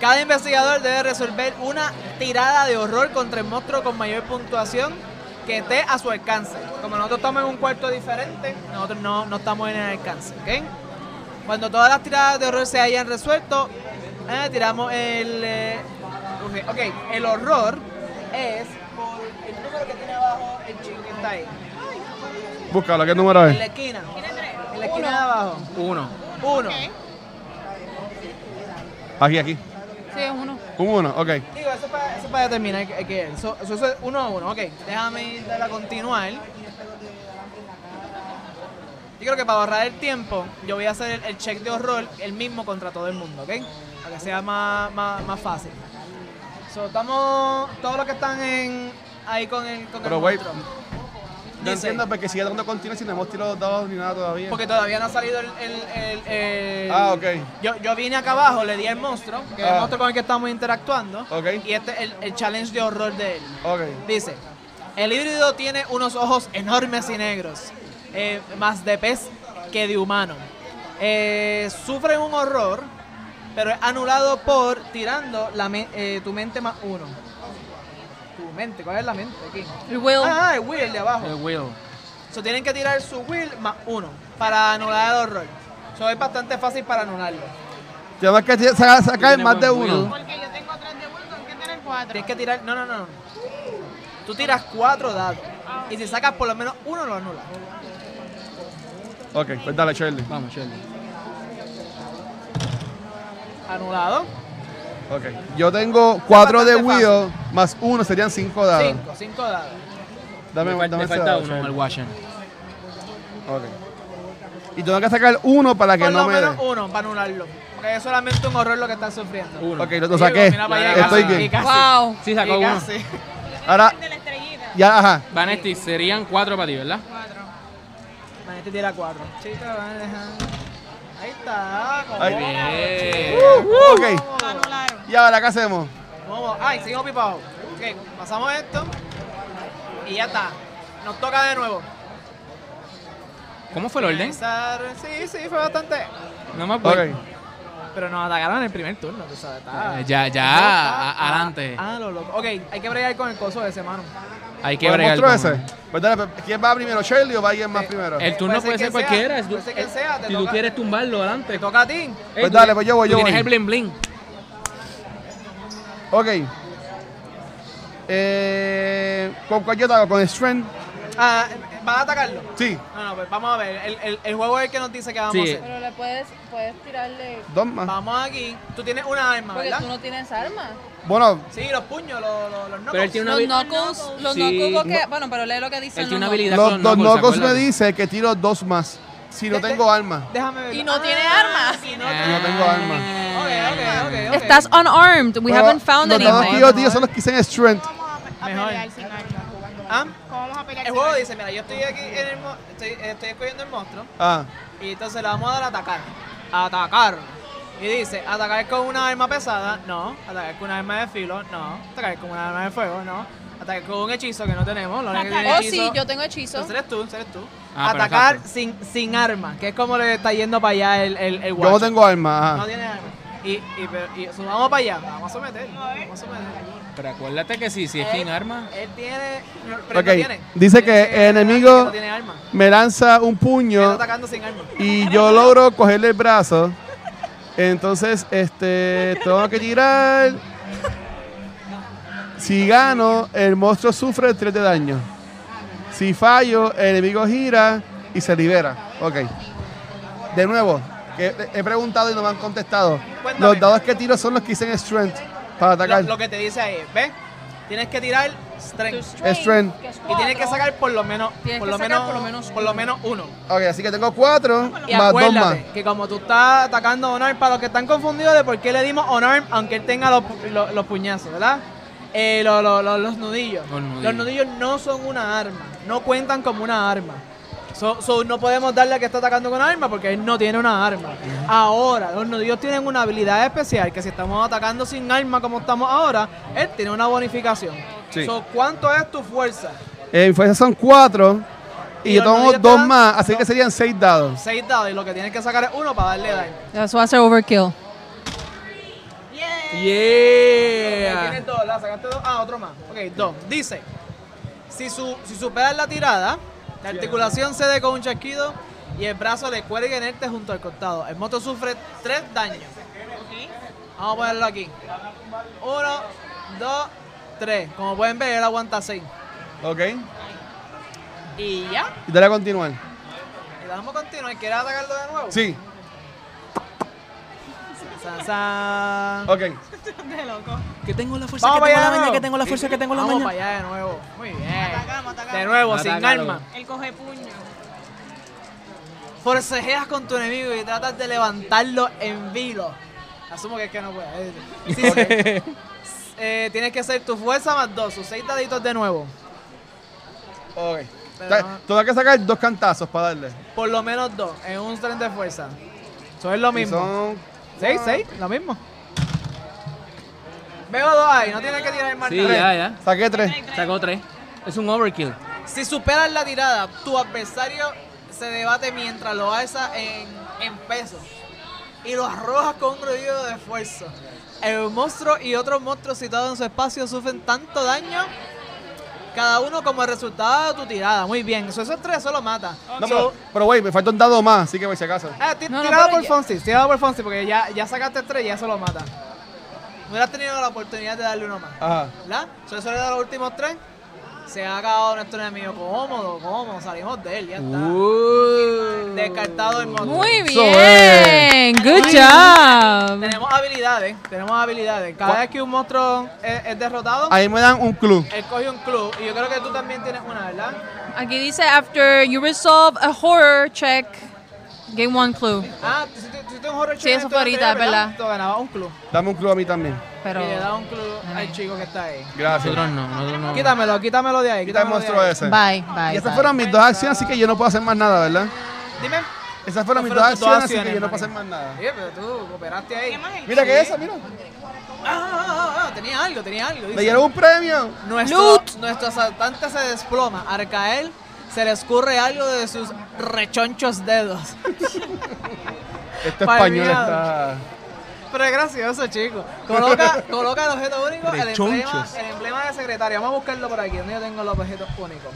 D: Cada investigador debe resolver una tirada de horror contra el monstruo con mayor puntuación que esté a su alcance. Como nosotros estamos en un cuarto diferente, nosotros no, no estamos en el alcance. ¿ok? Cuando todas las tiradas de horror se hayan resuelto, eh, tiramos el. eh, ok, ok, el horror es por el número que tiene abajo el ching que está ahí.
A: Búscalo, ¿qué número
D: En la
A: es?
D: esquina.
B: Tiene tres.
D: En la esquina de abajo.
C: Uno.
D: Uno.
B: Ok.
A: Aquí, aquí.
E: Sí, es uno.
A: Un uno, ok.
D: Digo, eso para, eso para determinar que, que eso, eso es uno a uno, ok. Déjame ir a continuar. Yo creo que para ahorrar el tiempo, yo voy a hacer el, el check de horror el mismo contra todo el mundo, ¿ok? Para que sea más, más, más fácil. So, estamos todos los que están en, ahí con el, con el
A: Pero, güey,
D: monstruo.
A: No
D: Dice,
A: entiendo porque sigue dando continuo si no hemos tirado los dados ni nada todavía.
D: Porque todavía no ha salido el... el- el- el-
A: Ah, ok.
D: Yo, yo vine acá abajo, le di al monstruo, que es el
A: Ah.
D: monstruo con el que estamos interactuando.
A: Ok.
D: Y este es el, el challenge de horror de él.
A: Ok.
D: Dice, el híbrido tiene unos ojos enormes y negros, eh, más de pez que de humano. Eh, sufre un horror, pero es anulado por tirando la me- eh, tu mente más uno. Tu mente, ¿cuál es la mente? Aquí.
E: El Will.
D: Ah, el Will de abajo.
C: El Eh, Will.
D: So, tienen que tirar su Will más uno para anular el horror. Eso es bastante fácil para anularlo.
A: Tenemos que tirar- saca- sacar
C: Tiene
A: más de
C: buen will.
A: uno.
B: Porque yo tengo tres de Will, tengo que tener cuatro.
D: Tienes que tirar. No, no, no. Tú tiras cuatro dados. Y si sacas por lo menos uno, lo anulas.
A: Ok, pues dale, Shirley.
C: Vamos, Shirley.
D: Anulado.
A: Ok. Yo tengo cuatro de
D: bastante
A: Will más uno serían cinco dados.
D: Cinco, cinco dados.
A: Ah, Dame,
C: Me fal-
A: dame
C: me
A: ese
C: falta
A: dado,
C: uno, el
A: Shirley.
C: Washington.
A: Ok. Y tengo que sacar uno para que
D: Por
A: no
D: lo
A: me dé.
D: menos uno para anularlo. Porque es solamente un horror lo que estás sufriendo.
C: Uno.
A: Ok, lo, lo saqué.
D: Mira para allá, y
A: Estoy
D: casi, y
A: bien.
D: casi,
E: Wow.
C: Sí,
D: y
C: sacó uno.
D: casi.
A: Ahora,
B: De la estrellita.
A: ya, ajá.
C: Vanetti, serían cuatro para ti, ¿verdad?
D: Man, este tira cuatro. Chica, van a dejar. Ahí está. como-
A: Ahí.
C: Bien.
A: Ok.
B: Lo anularon.
A: ¿Y ahora qué hacemos?
D: Vamos, ay, seguimos pipados. Ok, pasamos esto. Y ya está. Nos toca de nuevo.
C: ¿Cómo fue el orden?
D: Pensar- Sí, sí, fue bastante.
C: No me
A: Ok.
C: acuerdo.
D: Pero nos atacaron en el primer turno, tú sabes. está-
C: Eh, ya, ya,
D: eso está-
C: a- adelante.
D: Ah, lo loco. Ok, hay que bregar con el coso ese, mano.
C: Hay que
A: ¿Qué
C: bregar.
A: monstruo
C: con-
A: ese? Pues dale, pues, ¿quién va primero, Shirley o va alguien más
D: Eh,
A: primero?
C: El turno puede ser,
D: que sea,
C: cualquiera. si tú-
D: puede ser que sea, te
C: si tú
D: toca-
C: quieres tumbarlo,
D: Te
C: adelante.
D: toca a ti.
C: Ey,
A: Pues
C: tú-
A: dale, pues yo voy,
C: tú
A: yo
C: Tienes
A: voy.
C: el bling bling.
A: Ok. Eh, ¿Con cuál yo te hago? ¿Con el Strength?
D: Ah, ¿Vas a atacarlo?
A: Sí.
D: No, no, pues vamos a ver. El, el- el juego es el que nos dice que vamos
C: Sí.
D: a hacer.
E: Pero le puedes, puedes tirarle.
A: Dos más.
D: Vamos aquí. Tú tienes una arma,
E: Porque
D: ¿verdad?
E: tú no tienes arma.
A: Bueno,
D: Sí, los puños, los, los, los
C: Pero él
D: knuckles.
C: tiene una
E: Los
C: habi-
E: knuckles, los
C: Sí,
E: knuckles que.
C: no.
E: Bueno, pero lee lo que dicen
C: Él tiene
E: los
C: una habilidad.
A: los,
C: con los
E: knuckles.
A: los
C: knuckles,
A: Knuckles me
C: acuérdate.
A: dice que tiro dos más. Si no
D: De- de-
A: tengo arma.
D: Déjame ver.
E: Y no tiene arma.
D: Sí, no
C: Eh.
A: No tengo arma.
C: Ah.
D: tiene. Ok, ok, ok. ok.
E: Estás unarmed. We
A: Pero
E: haven't found ¿eh?
A: los dados que
E: anything.
A: yo tiro son los que dicen Strength.
B: ¿Cómo vamos a, pe- a
D: Mejor.
B: pelear sin arma?
D: Ah,
B: ¿Cómo vamos a pelear
D: El
B: sin
D: juego
B: arma?
D: dice, mira, yo estoy aquí en el mo- estoy, estoy escogiendo el monstruo
A: Ah,
D: y entonces le vamos a dar a atacar. Atacar. Y dice, atacar con una arma pesada, no. Atacar con una arma de filo, no. Atacar con una arma de fuego, no. Atacar con un hechizo que no tenemos, lo único que tiene
E: Oh,
D: hechizo.
E: sí, yo tengo hechizo.
D: Entonces eres tú, ese eres tú.
C: Ah, pero
D: atacar
C: exacto.
D: sin, sin arma, que es como le está yendo para allá el, el, el
A: yo no
D: guacho.
A: tengo arma.
D: No
A: Ajá.
D: tiene arma. Y, y, pero- y so, vamos para allá, vamos a someter. Vamos a someter.
C: Pero acuérdate que sí, si es sin arma.
D: Él tiene. no, pero él no
A: Ok,
D: tiene.
A: dice que
D: Él tiene-
A: enemigo-
D: No tiene arma.
A: Me lanza un
D: Él está
A: puño
D: atacando sin arma.
A: y yo logro cogerle el brazo. Entonces, este, tengo que tirar. Si gano, el monstruo sufre 3 de daño. Si fallo, el enemigo gira y se libera. Ok. De nuevo, que he preguntado y no me han contestado.
D: Cuéntame.
A: Los dados que tiro son los que dicen Strength para
D: Lo,
A: atacar.
D: lo que te dice ahí, ¿ves? Tienes que tirar strength.
A: Strength.
D: Y tienes que sacar por lo menos.
E: Tienes
D: Por
E: que
D: lo
E: sacar
D: menos,
E: por lo menos
D: por lo menos uno.
A: Ok, así que tengo 4
D: Y
A: más 2 más.
D: acuérdate que como tú estás atacando a Unarm, para los que están confundidos de por qué le dimos Unarm, aunque él tenga los, pu- lo- los puñazos, ¿verdad? Eh, lo- lo- lo- los nudillos.
C: Los nudillos.
D: Los nudillos no son una arma, no cuentan como una arma. So, so, no podemos darle a que está atacando con arma porque él no tiene una arma. Ahora, los nudillos tienen una habilidad especial que si estamos atacando sin arma como estamos ahora, él tiene una bonificación.
A: Sí.
D: So, ¿Cuánto es tu fuerza?
A: Eh, mi fuerza son cuatro. Y,
D: Y
A: yo
D: los
A: tomo
D: nudillos
A: dos
D: te dan-
A: más, así
D: no.
A: que serían seis dados.
D: Seis dados y lo que tienes que sacar es uno para darle daño.
E: That's what's our overkill.
B: Yeah.
C: Yeah. ah.
D: Tienes dos, la sacaste dos. Ah, otro más. Ok, dos. Dice: si, su, si superas la tirada, la articulación cede con un chasquido y el brazo le cuelga inerte junto al costado. El moto sufre tres daños.
B: Okay.
D: Vamos a ponerlo aquí: uno, dos, tres. Como pueden ver, él aguanta seis.
A: Ok.
D: Y ya.
A: Y te voy a continuar.
D: Y damos continuo. ¿Quieres atacarlo de nuevo?
A: Sí,
D: San, san.
A: ok.
B: De loco.
C: Que tengo la fuerza,
D: Vamos para allá
C: que tengo la
D: de
C: mente,
D: nuevo.
C: que tengo la fuerza, que tengo la
D: Vamos para
C: maña.
D: allá de nuevo. Muy bien.
B: Atacamos, atacamos.
D: De nuevo, sin
C: Atácalo.
D: arma.
B: El coge puño.
D: Forcejeas con tu enemigo y tratas de levantarlo en vilo. Asumo que es que no puede. Sí, sí. Eh, tienes que hacer tu fuerza más dos, sus seis daditos de nuevo.
A: Ok.
D: Pero
A: Ta-
D: no-
A: Tengo que sacar dos cantazos para darle.
D: Por lo menos dos, en un tren de fuerza. Eso es lo
A: Y
D: mismo.
A: son.
D: Seis, seis, lo mismo. Veo dos ahí, no tienes que tirar más
C: Sí,
D: nada.
C: ya, ya.
A: Saqué tres.
C: Sacó tres. Es un overkill.
D: Si superas la tirada, tu adversario se debate mientras lo alza en, en pesos y lo arrojas con un gruñido de esfuerzo. El monstruo y otros monstruos situados en su espacio sufren tanto daño cada uno como el resultado de tu tirada. Muy bien, eso, esos tres solo mata.
A: No,
D: So-
A: pero, pero güey, me falta un dado más, así que por si acaso.
D: Ah, ti-
E: No, no,
D: tirado
E: pero
D: por
E: ya-
D: Fonsi, tirado por Fonsi, porque ya, ya sacaste tres y ya solo mata. No hubieras tenido la oportunidad de darle uno más.
A: Ajá.
D: ¿Verdad? So, eso le da los últimos tres. Se ha acabado nuestro enemigo. Cómodo, cómodo. Salimos de él, ya está. Descartado el monstruo.
E: Muy
A: Eso
E: bien. Good job.
D: Tenemos habilidades, tenemos habilidades. Cada
A: ¿Cuál?
D: vez que un monstruo es, es derrotado,
A: Ahí me dan un club.
D: él coge un club. Y yo creo que tú también tienes una, ¿verdad?
E: Aquí dice after you resolve a horror check, gain one clue.
D: Ah, tú hiciste- tú hiciste un horror
E: Sí,
D: show en
E: eso
D: tu
E: fue ahorita,
D: anterior,
E: ¿verdad?
D: Tú ganabas un club.
A: Dame un club a mí también.
E: Pero
D: Y le das un club
E: Ay.
D: al chico que está ahí.
A: Gracias.
C: Nosotros no, nosotros no.
D: Quítamelo, quítamelo de ahí.
A: Quita el
D: Quítamelo
A: monstruo
D: de ahí.
A: ese.
E: bye,
A: Y
E: bye.
A: esas
E: bye.
A: fueron mis dos acciones, así que yo no puedo hacer más nada, ¿verdad?
D: Dime.
A: Esas fueron mis
D: Esas
A: dos
D: fueron tus
A: acciones,
D: dos
A: así que
D: acciones,
A: yo no puedo hacer
D: María.
A: más nada.
D: Oye, pero tú cooperaste
B: ¿Qué
D: ahí.
B: más el
A: Mira que esa, mira.
D: Ah, ah, ah, ah, tenía algo, tenía algo.
A: Me
D: dice.
A: dieron un premio.
D: Nuestro,
E: Loot.
D: nuestro asaltante se desploma. Al caer, se le escurre algo de sus rechonchos dedos.
A: Este
D: Palmeado.
A: español está.
D: Pero es gracioso, chicos. Coloca, coloca el objeto único, el emblema,
C: Rechonchos.
D: el emblema de secretaria. Vamos a buscarlo por aquí, donde yo tengo los objetos únicos.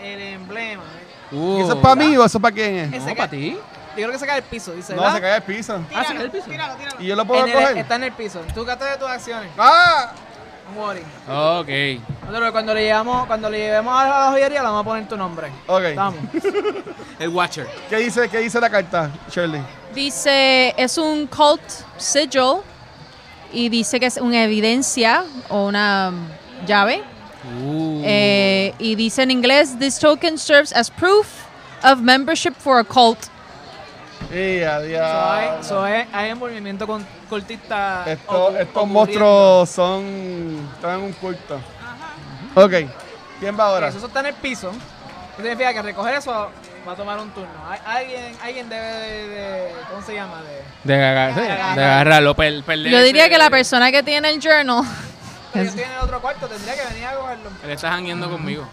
D: El emblema. eh.
A: ¿Y
C: Uh.
A: ¿Eso es para mí o eso es para quién es?
D: Ese
C: No,
D: ca-
C: para ti.
D: Yo creo que se cae el piso, dice.
A: No,
D: ¿verdad?
A: se cae el piso.
B: Tíralo,
C: Ah, saca el piso.
B: Tíralo, tíralo.
A: ¿Y yo lo puedo
D: En el-
A: coger?
D: está en el piso. Tú gastas de tus acciones.
A: ¡Ah!
D: Un worry.
C: Ok.
D: Nosotros cuando le llevamos, cuando le llevemos a la joyería, le vamos a poner tu nombre.
A: Ok.
D: Estamos.
C: El Watcher.
A: ¿Qué dice, ¿Qué dice la carta, Shirley?
E: Dice, es un cult sigil y dice que es una evidencia o una um, llave.
A: Mm.
C: Uh.
E: Eh, y dice en inglés, this token serves as proof of membership for a cult.
A: Y
D: So, hay,
A: adiós.
D: so, hay, hay envolvimiento con cultista.
A: Estos,
D: ocu-
A: estos
D: ocurriendo.
A: monstruos son. están en un culto. Ok. ¿Quién va ahora?
D: Eso, eso está en el piso. Eso significa que recoger eso va a tomar un turno. Hay- alguien, alguien debe de, de- ¿Cómo se llama? De,
C: De, agarrar, de agarrarlo, per- perder
E: Yo diría
C: ese-
E: que la persona que tiene el journal,
D: pero yo estoy en el otro cuarto, tendría que venir a cogerlo.
C: Él está jangueando conmigo.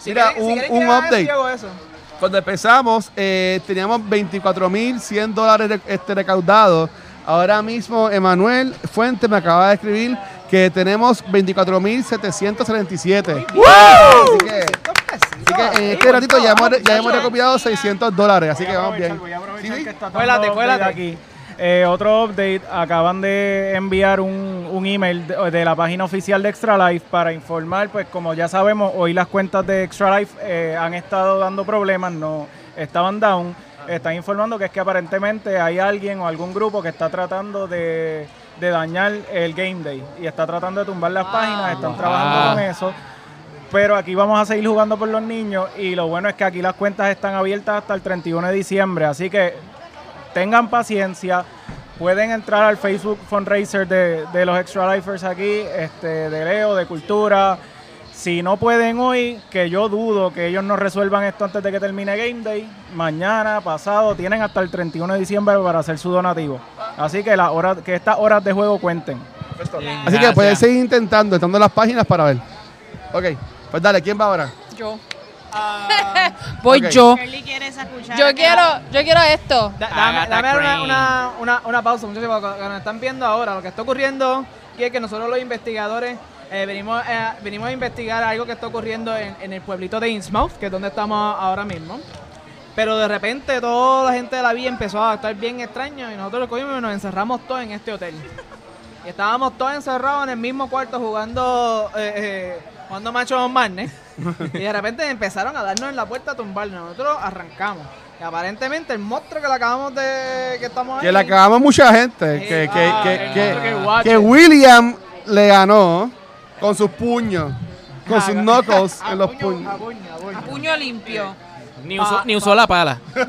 D: Si
A: Mira,
D: quieren-
A: un-
D: si quieren
A: un
D: que haga eso,
A: update.
D: yo hago eso.
A: Cuando empezamos, eh, teníamos 24.100 dólares re- este, recaudados. Ahora mismo, Emanuel Fuente me acaba de escribir que tenemos 24.777. Así que, así que en este ratito ya hemos, ya hemos recopilado 600 dólares, así que vamos bien.
G: Voy a aprovechar
A: Sí, sí.
G: que está
D: Cuélate,
G: dando update
D: cuélate.
G: aquí. Eh, otro update, acaban de enviar un, un email de, de la página oficial de Extra Life para informar, pues como ya sabemos, hoy las cuentas de Extra Life eh, han estado dando problemas, no estaban down. Están informando que es que aparentemente hay alguien o algún grupo que está tratando de, de dañar el Game Day y está tratando de tumbar las páginas, están trabajando
C: Ah.
G: con eso. Pero aquí vamos a seguir jugando por los niños y lo bueno es que aquí las cuentas están abiertas hasta el 31 de diciembre, así que tengan paciencia. Pueden entrar al Facebook Fundraiser de, de los Extra Lifers aquí, este, de Leo, de Cultura. Si no pueden hoy, que yo dudo que ellos no resuelvan esto antes de que termine Game Day, mañana, pasado, tienen hasta el 31 de diciembre para hacer su donativo. Así que, las horas, que estas horas de juego cuenten.
C: Bien,
A: Así que
C: gracias.
A: pueden seguir intentando, estando en las páginas para ver. Ok, pues dale, ¿quién va ahora?
E: Yo. Voy
A: Ah. Ok.
E: yo.
B: Shirley quiere esa cuchara.
E: Yo
B: que-
E: quiero, yo quiero esto.
D: Da- dame
C: Agatha
D: dame una,
C: Crane.
D: una, una, una pausa, muchachos, porque lo que nos están viendo ahora, lo que está ocurriendo aquí es que nosotros los investigadores eh, venimos, eh, venimos a investigar algo que está ocurriendo en, en el pueblito de Innsmouth, que es donde estamos ahora mismo. Pero de repente toda la gente de la vía empezó a actuar bien extraño y nosotros lo cogimos y nos encerramos todos en este hotel. Y estábamos todos encerrados en el mismo cuarto jugando, eh, eh, jugando Macho on Madness. Y de repente empezaron a darnos en la puerta a tumbarnos. Nosotros arrancamos. Y aparentemente el monstruo que le acabamos de. que estamos
A: Que
D: ahí,
A: le acabamos mucha gente. Que, que,
D: ah,
A: que-
D: el
A: que-
D: otro que guache.
A: que William le ganó con sus puños, con sus
D: Ah,
A: knuckles
D: a
A: en los
D: puño,
A: puños.
D: a puño, a puño.
E: Puño limpio.
C: Ni usó, ni usó la pala. Eh,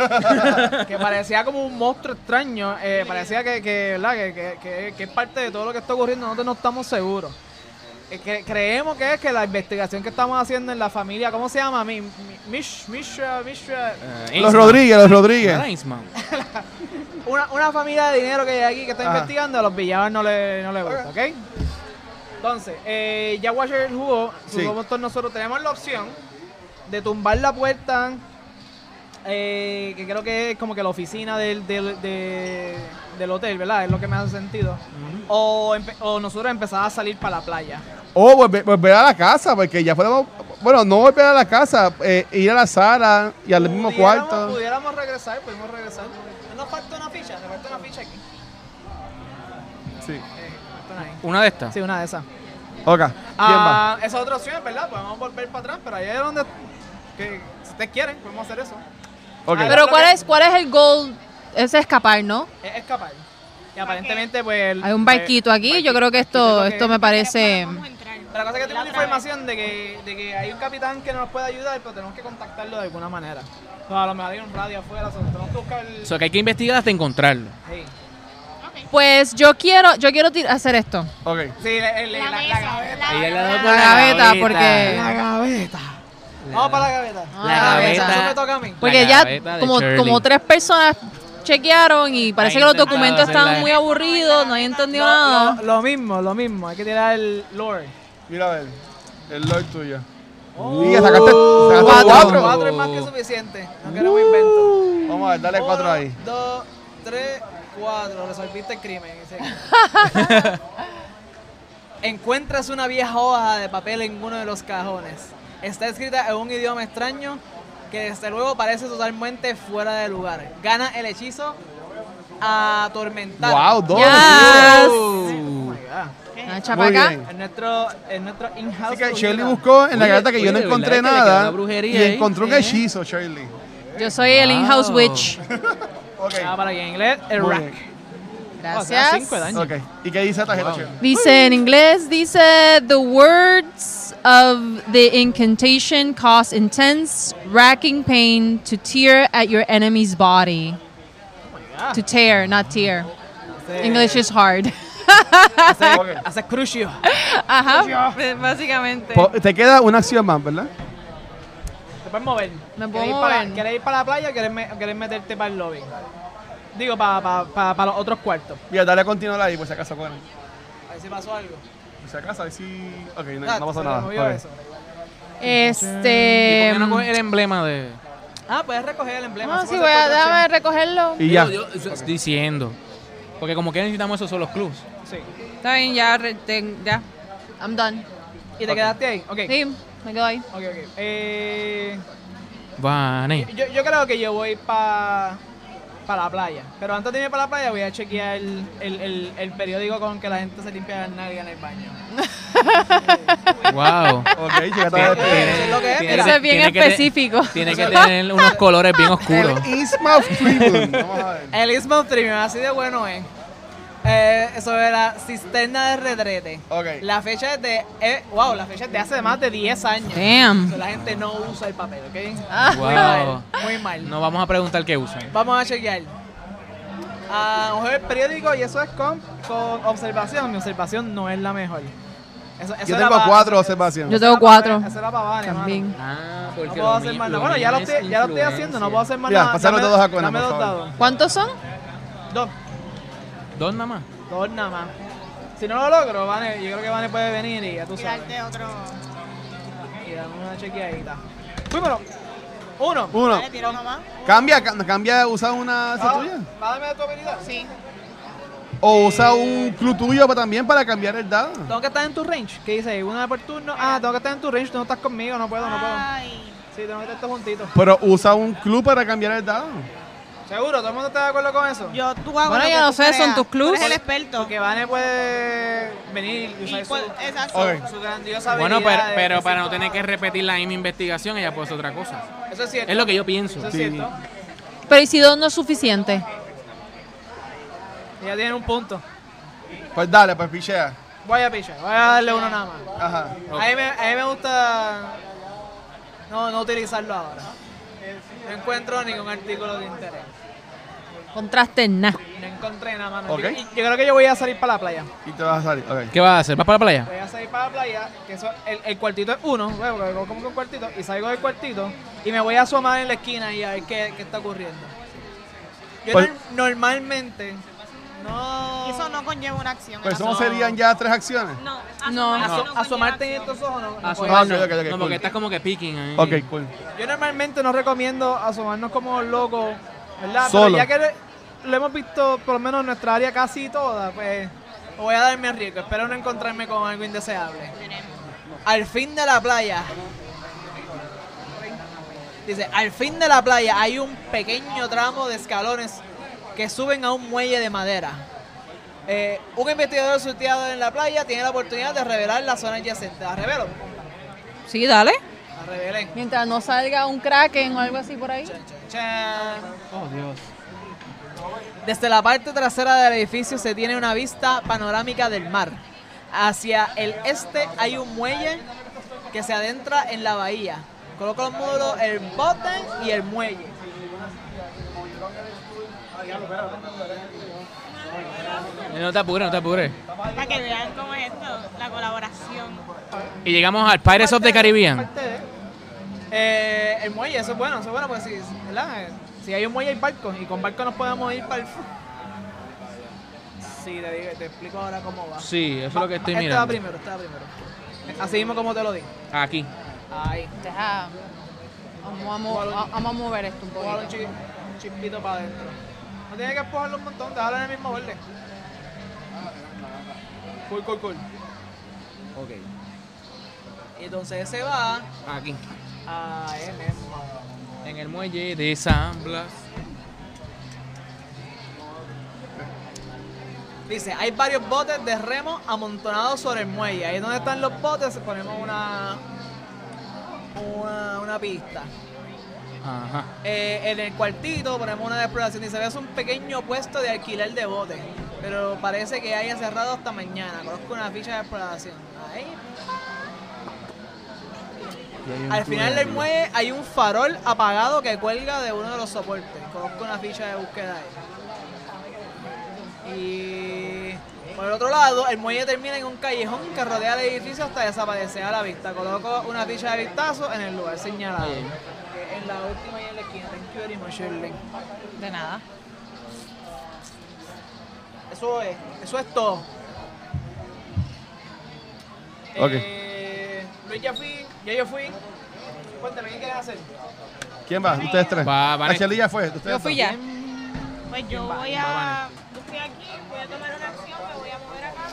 D: Eh, Que parecía como un monstruo extraño. eh, parecía que, que, ¿verdad? Que, que- que- que es parte de todo lo que está ocurriendo. Nosotros no estamos seguros. Eh, cre- creemos que es que la investigación que estamos haciendo en la familia. ¿Cómo se llama? Mi, mi- Mish, Mishra, Mishra.
A: Los Rodríguez, los Rodríguez.
D: Una, una familia de dinero que hay aquí que está
A: Ajá.
D: investigando, a los villanos no le, no le gusta, ¿ok? Entonces, eh, ya Watcher jugó,
A: Sí.
D: jugó con nosotros tenemos la opción de tumbar la puerta, eh, que creo que es como que la oficina del, del, de- del hotel, ¿verdad? Es lo que me hace sentido. o, empe- o nosotros empezar a salir para la playa.
A: O volver, volver pues a la casa, porque ya podemos. Bueno, no volver a la casa, eh, ir a la sala y al mismo
D: Pudiéramos-
A: cuarto.
D: Pudiéramos regresar, pudimos regresar. Nos falta una ficha, nos falta una ficha aquí.
A: Sí.
D: Eh, falta una ahí.
C: Una de estas.
D: Sí, una de esas.
A: Ok, ¿quién va?
D: Ah, esa es otra opción, ¿verdad? Podemos volver para atrás, pero ahí es donde. Que, si ustedes quieren, podemos hacer eso.
A: Ok.
D: ah,
E: Pero ¿cuál es, cuál es el goal? Es escapar, ¿no?
D: Es escapar. Y aparentemente, pues. el-
E: Hay un
D: pues,
E: barquito aquí.
D: barquito,
E: Yo creo que
D: barquito
E: esto,
D: es lo
E: esto me parece.
B: Vamos a entrar.
D: Pero la cosa es que
B: La
D: tengo una
B: otra vez.
D: información de que, de que hay un capitán que nos puede ayudar, pero tenemos que contactarlo de alguna manera. O sea, a lo mejor hay un radio afuera, o sea, tenemos que buscar.
C: O sea, que hay que investigar hasta encontrarlo.
D: Sí.
E: Pues yo quiero, yo quiero tir- hacer esto.
A: Ok.
D: Sí, el- el-
B: La
D: la, la
B: mesa,
D: gaveta.
B: la-
C: Ella le ha dado
B: la-
C: por
E: La gaveta, porque.
D: gaveta. Vamos para la gaveta. Ah,
E: La gaveta.
D: Eso me toca a mí.
E: Porque
C: La gaveta
E: ya
C: de
E: como,
C: Shirley.
E: como tres personas chequearon y parece
C: Ha
E: que los
C: intentado
E: documentos
C: hacerla-
E: están muy aburridos, no hay entendido
D: Lo,
E: nada.
D: lo- lo mismo, lo mismo. Hay que tirar el lore.
A: Mira a ver. El lord tuyo. Y ya sacaste, sacaste
D: Cuatro.
A: cuatro.
D: Cuatro es más que suficiente. No queremos invento.
A: Vamos a ver, dale cuatro
D: Uno,
A: ahí.
D: Dos, tres, cuatro. Resolviste el crimen. Sí. Encuentras una vieja hoja de papel en uno de los cajones. Está escrita en un idioma extraño que desde luego parece totalmente fuera de lugar. Gana el hechizo atormentar.
A: Wow, dos.
E: Yes.
C: Uh.
D: Oh my God.
E: Una chapa
A: Muy
E: Ah, acá.
A: bien.
D: En nuestro, en nuestro in-house.
A: Así que Shirley
D: computer.
A: buscó en la
C: Oye,
A: carta que yo
C: oye,
A: no
C: de verdad
A: encontré
C: es que le quedó una
A: nada
C: brujería
A: y
C: ahí.
A: encontró un hechizo, Shirley.
E: Yo soy el
C: Wow.
E: in-house witch.
A: Ok,
D: Ah, para que en inglés, el
A: Muy
D: rack.
A: bien.
D: será cinco de
E: Gracias.
D: daño.
A: ok. ¿Y qué dice la tarjeta, Shirley?
E: Dice en inglés, dice the words of the incantation cause intense racking pain to tear at your enemy's
D: Oh
E: body. To tear, not tear.
D: Hace-
E: English is hard.
D: Hace,
A: Ok.
D: hace crucio.
E: Ajá, básicamente.
A: Po- Te queda una acción más, ¿verdad?
D: Te puedes mover.
E: Me puedo
D: ¿Quieres ir para-
E: mover.
D: ¿Quieres ir para la playa o quieres, me- o quieres meterte para el lobby? Digo, para los otros cuartos.
A: Mira, dale a continuar ahí, por si acaso, bueno.
D: A ver si pasó algo.
A: Por si acaso, ahí sí. Ok, no,
D: Ah,
A: no
D: se
A: pasó
D: le
A: nada.
D: movió
A: Ok.
D: eso.
E: Este.
C: no coge el emblema de.
D: Ah, puedes recoger el emblema.
E: No,
D: eso
E: sí,
D: puede
E: voy
D: ser
E: a,
D: otra
E: déjame recogerlo.
A: Y ya.
C: Digo, yo eso estoy diciendo. Porque como que necesitamos esos son los clubs.
D: opción. Sí.
E: Está bien, ya, re- ten- ya. I'm done.
D: ¿Y te quedaste ahí? Ok.
E: Sí, me quedo ahí.
D: Ok, ok. Eh,
C: Vane.
D: yo, yo creo que yo voy para para la playa. Pero antes de irme para la playa voy a chequear el, el, el, el periódico con que la gente se limpia las nalgas en el baño.
C: Wow.
A: Ok, llegaste a la despedida.
D: Eso es lo que es, mira.
E: Eso es bien
C: tiene que te-
E: específico.
C: Tiene que tener unos colores bien oscuros.
A: El Ismouth Tribune. Vamos a ver.
D: El Istmo Premium, así de bueno es. Eh, eso era cisterna de retrete.
A: Ok.
D: La fecha es de. eh, wow, la fecha es de hace más de 10 años.
E: Damn.
D: So, la gente no usa el papel, ¿ok? Ah, Muy
C: Wow.
D: mal, muy mal.
C: No vamos a preguntar qué usan.
D: Vamos a chequear. Ah, vamos a ver el periódico y eso es con, con observación. Mi observación no es la mejor. Eso, eso
A: Yo
D: era
A: tengo
D: pa-
A: cuatro, Sebastián.
E: Yo
D: eso era
E: tengo
D: pa-
E: cuatro
D: Eso era para Vania, mano.
E: también.
H: Ah,
D: No
H: porque
D: puedo
H: lo
D: hacer
H: mío-
D: más nada.
H: lo
D: Bueno, ya lo,
H: mío
D: estoy,
H: es
D: ya lo estoy
H: influencia.
D: haciendo, no puedo hacer más
A: Mira,
D: nada.
A: pásame
D: Dame-
A: todos a Conan,
D: dame
A: por
D: dos
A: favor.
D: dados.
E: ¿Cuántos son?
D: Dos,
H: Dos nada más.
D: dos nada más. Si no lo logro, Vane, yo creo que Vane puede venir y ya tú sabes.
B: Tirarte otro.
D: Y dame una chequeadita. Número uno.
A: Uno.
B: Dale, tira uno más.
A: Cambia, ca- cambia, usa una esa
D: Ah,
A: tuya.
D: Dame de tu habilidad.
B: Sí.
A: O usa un club tuyo pa- también para cambiar el dado.
D: Tengo que estar en tu range. ¿Qué dice ahí? Una por turno. Ah, tengo que estar en tu range. Tú no estás conmigo, no puedo, no puedo.
B: Ay.
D: Sí, tengo que estar todos juntitos.
A: Pero usa un club para cambiar el dado.
D: ¿Seguro? ¿Todo el mundo está de acuerdo con eso?
B: Yo, tú hago
E: Bueno,
B: lo
E: yo
B: que
E: no
B: tú
E: sé, son
B: creas.
E: tus clues.
B: Tú eres el experto.
D: Porque Vane puede venir y usar
B: Y
D: su,
B: cuál- exacto.
A: Ok.
D: su grandiosa
C: Bueno, pero,
D: habilidad de-
C: pero
D: de
C: para no
D: cinco
C: tener que repetir la misma investigación, ella puede hacer otra cosa.
D: Eso es cierto.
C: Es lo que yo pienso.
D: Eso es
A: Sí.
D: cierto.
E: Pero y si dos no es suficiente.
D: Ella tiene un punto.
A: Pues dale, pues pichea.
D: Voy a pichar, voy a darle uno nada más.
A: Ajá.
D: A mí, me, a mí me gusta no, no utilizarlo ahora. No encuentro ningún artículo de interés.
E: Contraste en nada.
D: No encontré nada, mano.
A: Ok.
D: Yo, yo creo que yo voy a salir para la playa.
A: Y te vas a salir. Ok.
C: ¿Qué vas a hacer? ¿Vas para la playa?
D: Voy a salir para la playa, que eso, el, el cuartito es uno, luego luego como que un cuartito, y salgo del cuartito y me voy a asomar en la esquina y a ver qué, qué está ocurriendo. Yo
A: Pues-
D: nor- normalmente no...
B: Eso no conlleva una acción.
A: Pues
B: eso
A: somos serían ya tres acciones.
B: No,
E: No.
B: asomarse
D: aso-
B: conlleva
D: asomarte en
B: acción.
D: estos ojos no, no
C: Ah,
D: puedo.
A: Ah,
C: no,
A: ok, ok, ok,
C: no,
A: cool.
C: porque estás como que picking ahí.
A: Ok, cool.
D: Yo normalmente no recomiendo asomarnos como locos, ¿verdad?
A: Solo.
D: Pero ya que lo- lo hemos visto, por lo menos en nuestra área casi toda, pues voy a darme el riesgo. Espero no encontrarme con algo indeseable. Al fin de la playa. Dice, al fin de la playa hay un pequeño tramo de escalones que suben a un muelle de madera. Eh, un investigador surteado en la playa tiene la oportunidad de revelar la zona adyacente. ¿La revelo?
E: Sí, dale.
D: La revelé.
E: Mientras no salga un kraken o algo así por ahí.
D: Chan, chan, chan.
C: Oh,
D: Desde la parte trasera del edificio se tiene una vista panorámica del mar. Hacia el este hay un muelle que se adentra en la bahía. Coloco los módulos, el bote y el muelle.
C: Eh, No te apures, no te apures.
B: Para que vean cómo es esto, la colaboración.
C: Y llegamos al Pirates of the Caribbean.
D: Parte de- Eh, el muelle, eso es bueno, eso es bueno, porque si, ¿verdad? si hay un muelle hay barcos y con barcos nos podemos ir para el... fu- Sí, te, digo- te explico ahora cómo va.
C: Sí, eso es lo que estoy
D: Este va
C: mirando.
D: primero, este va primero. Así mismo como te lo di.
C: Aquí.
D: Ahí.
E: Deja. Vamos a, mo- a- vamos a mover esto un
D: Póngalo un
E: poquito.
D: chi- un chispito para adentro. No tienes que empujarlo un montón, déjalo en el mismo verde. Cool, cool, cool.
H: Ok.
D: Y entonces se va a
C: Aquí.
D: mismo.
C: En el muelle de San Blas.
D: Dice, hay varios botes de remo amontonados sobre el muelle. Ahí donde están los botes ponemos una, una, una pista.
C: Ajá.
D: Eh, en el cuartito ponemos una de exploración y se ve es un pequeño puesto de alquiler de botes, pero parece que haya cerrado hasta mañana. Conozco una ficha de exploración. Ahí. Al final del muelle hay un farol apagado que cuelga de uno de los soportes. Conozco una ficha de búsqueda ahí. Y por el otro lado, el muelle termina en un callejón que rodea el edificio hasta desaparecer a la vista. Coloco una ficha de vistazo en el lugar señalado. En la última y en la esquina. Thank you very much, Shirley.
E: De nada.
D: Eso es, eso es todo.
A: Ok.
D: Eh, Luis ya fui, ya yo fui. Cuéntame, ¿qué quieres hacer?
A: ¿Quién va? Ustedes tres.
C: Va,
A: Ah,
C: Vanessa.
A: Shelly ya fue. Ustedes
E: Yo fui
A: dos.
E: ya.
B: Pues yo voy a. Yo estoy aquí, voy a tomar una acción, me voy a mover acá.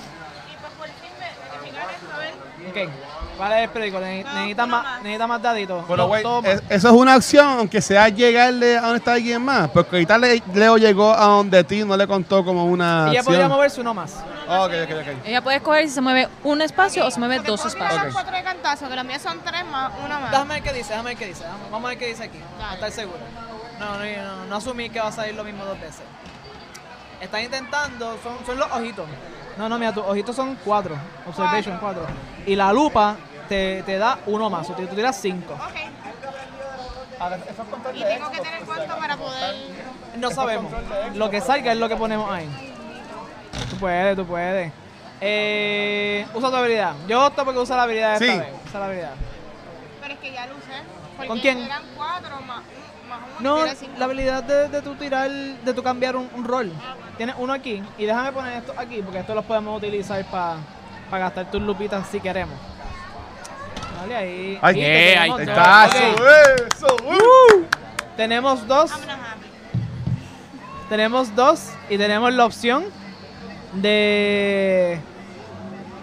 B: Y pues por fin me, me llegaron a ver.
D: Ok, vale, el perico, ne-
B: No,
D: necesitas
B: una
D: más,
B: más.
D: necesitas más daditos.
A: Pero,
D: No,
A: güey,
D: todo más.
A: es- eso es una acción, aunque sea llegarle a donde está alguien más. Porque ahorita le- Leo llegó a donde ti no le contó como una
D: Ella podría
A: acción.
D: moverse uno más.
A: Ah, ok, ok, ok.
E: Ella puede escoger si se mueve un espacio o se mueve
B: Porque
E: dos
B: puedo tirar
E: espacios.
B: las cuatro de cantazo, que las mías son tres más, una más.
D: Déjame ver qué dice, déjame ver qué dice. Vamos vamos a ver qué dice aquí, para estar seguro. No, no, no, no asumí que va a salir lo mismo dos veces. Están intentando, son, son los ojitos. No, no, mira, tus ojitos son cuatro. Observation, cuatro. Y la lupa te, te da uno más, o sea, tú tiras cinco.
B: Ok. Y tengo que tener cuánto para poder.
D: No sabemos. Lo que salga es lo que ponemos ahí. Tú puedes, tú puedes. Eh, usa tu habilidad. Yo opto porque usa la habilidad esta
A: Sí.
D: vez. Usa la habilidad.
B: Pero es que ya lo usé. porque
D: ¿Con quién?
B: Eran cuatro más, un- más uno.
D: No,
B: que era cinco.
D: la habilidad de, de tu tirar, de tu cambiar un, un rol. Tienes uno aquí y déjame poner esto aquí porque esto los podemos utilizar para gastar tus lupitas si queremos. Dale ahí.
A: Ay,
D: Y
A: eh,
D: que
C: ahí
D: tenemos
A: Ahí
D: dos.
A: está,
D: Ok,
A: eso, eso, uh.
D: Tenemos dos,
B: I'm not happy.
D: tenemos dos y tenemos la opción de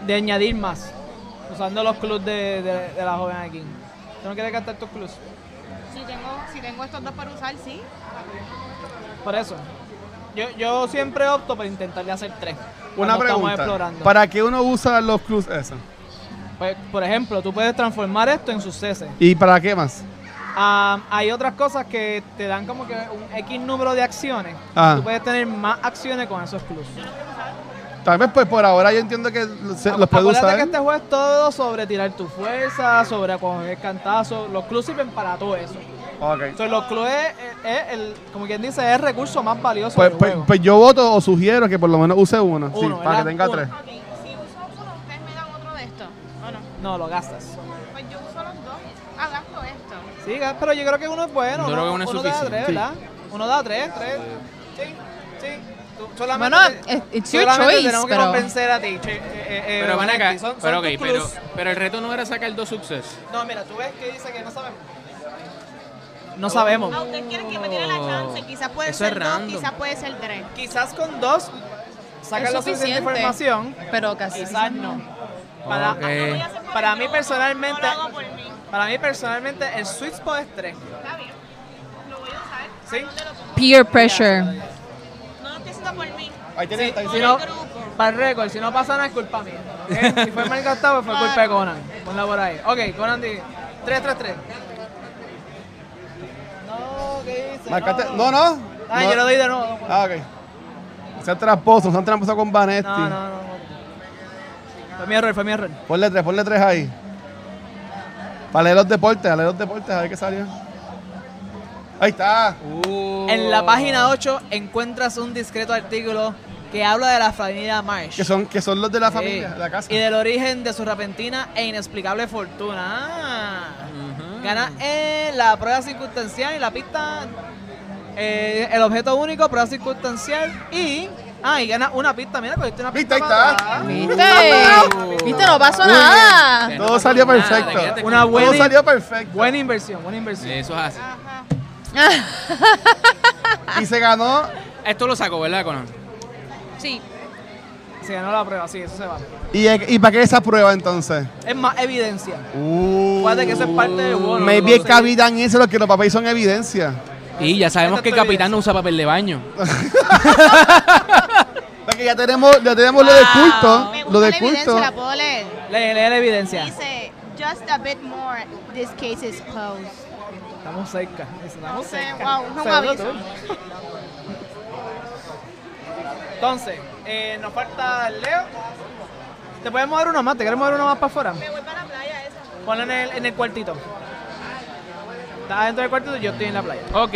D: de añadir más usando los clubs de, de- de la joven aquí. ¿Tú no quieres gastar tus clubs?
B: Si tengo, si tengo estos dos para usar, sí.
D: Por eso. Yo, yo siempre opto por intentarle hacer tres.
A: Una
D: cuando estamos
A: pregunta.
D: explorando.
A: ¿Para qué uno usa los clues esos?
D: Pues, por ejemplo, tú puedes transformar esto en suceso.
A: ¿Y para qué más?
D: Ah, hay otras cosas que te dan como que un X número de acciones.
A: Ajá.
D: Tú puedes tener más acciones con esos clubs.
A: Tal vez pues por ahora yo entiendo que se- los puedo
D: Acuérdate
A: usar.
D: que este juego es todo sobre tirar tu fuerza, sobre coger cantazos. Los clubs sirven para todo eso.
A: Ok.
D: Entonces, los clubs es, es el, como quien dice, es el recurso más valioso
A: Pues,
D: del
A: pues-
D: juego.
A: pues yo voto o sugiero que por lo menos use uno, sí,
D: Uno,
A: para
D: ¿verdad?
A: que tenga
D: Uno.
A: tres.
B: Ok, si uso uno, ustedes me dan otro de estos. ¿O no?
D: no, lo gastas.
B: Pues yo uso los dos. Ah, gasto esto.
D: Sí, ga- pero yo creo que uno es bueno.
C: Yo creo que uno es
D: da tres,
C: suficiente.
D: ¿verdad? Uno da tres, tres. Sí, sí. Tú- solamente
E: Bueno,
D: te-
E: it- it's your
D: solamente
E: choice,
D: tenemos que
E: pero-
D: convencer a ti. che- eh, eh, eh,
C: Pero van acá.
D: Vanetti, son- son
C: Pero ok,
D: tus
C: pero,
D: clues.
C: pero el reto no era sacar dos sucesos.
D: No, mira, tú ves que dice que no sabemos. No sabemos.
B: Ah, ustedes quieren que me tiren
D: Oh.
B: la chance. Quizás puede
C: Eso es
B: ser dos,
C: random.
B: quizás puede ser tres.
D: Quizás con dos sacas
E: Es
D: la suficiente
E: suficiente.
D: información.
E: Pero casi.
D: Quizás no. Para,
C: Ok.
B: Lo voy a hacer por
D: Eh, Para
B: el
D: mí
B: yo,
D: personalmente-
B: No lo hago por mí.
D: para mí personalmente el sweet spot es tres.
B: Está bien. Lo voy a usar.
D: Sí.
B: ¿A dónde lo pongo?
E: Peer pressure.
B: No lo estoy haciendo por mí.
A: Ahí tienes, está
D: Si
A: diciendo.
D: no,
B: Por el grupo.
D: para el récord, si no pasa nada es culpa mía. ¿ok? Si fue mal gastado, pues fue culpa de Conan. Ponla por ahí. Ok, Conan di 3, 3, 3. No, ¿qué dice?
A: Marcaste- No, no.
D: Ay,
A: No.
D: yo lo doy de nuevo. no,
A: Ah, ok. Sean tramposos, no sean tramposos con Vanetti.
D: No, no, no. Fue mi error, fue mi error.
A: Ponle tres, ponle tres ahí. Para leer los deportes, a leer los deportes, a ver qué salió. Ahí está.
D: En la página 8 encuentras un discreto artículo que habla de la familia Marsh.
A: Que son, que son los de la
D: Sí.
A: familia, de la casa.
D: Y del origen de su repentina e inexplicable fortuna. Ah. Gana en la prueba circunstancial y la pista. eh, el objeto único, prueba circunstancial y. Ah, y gana una pista. Mira, cogiste una
A: Viste,
D: pista.
A: ahí
D: para
A: está.
D: atrás.
E: ¿Viste? ¿Viste? No pasó nada.
C: No
A: Todo
C: pasó
A: salió
C: nada,
A: perfecto.
C: te quedaste
D: Una
A: Todo
C: con-
D: buena,
A: salió perfecto.
D: buena inversión, buena inversión.
C: Eso es así.
D: Ah.
B: Ajá.
A: Y se ganó.
C: Esto lo saco, ¿verdad, Conan?
E: Sí.
D: Se ganó la prueba, sí, eso se va.
A: ¿Y, eh, y para qué esa prueba entonces?
D: Es más evidencia.
A: Uh,
D: Acuérdate que eso es parte del bono. no
A: Maybe el
D: sé.
A: capitán hizo lo que los papéis son evidencia.
C: Y ya sabemos que el capitán no usa papel de baño.
A: Porque ya tenemos, ya tenemos lo del
E: Wow.
B: Ah. Me
D: Ah.
A: culto. Lo
B: gusta
A: del
B: la evidencia,
A: culto.
B: la puedo leer.
D: Lee, lee la evidencia.
B: Dice, just a bit more, this case is closed.
D: Estamos cerca. Estamos
B: No sé,
D: cerca.
B: wow, no me
D: Seguro
B: avisa.
D: tú. Entonces, eh, nos falta Leo. Te podemos dar uno más, te queremos dar uno más para afuera.
B: Me voy para la playa esa.
D: Ponlo en el, en el cuartito. Estás dentro del cuartito y yo estoy en la playa.
C: Ok,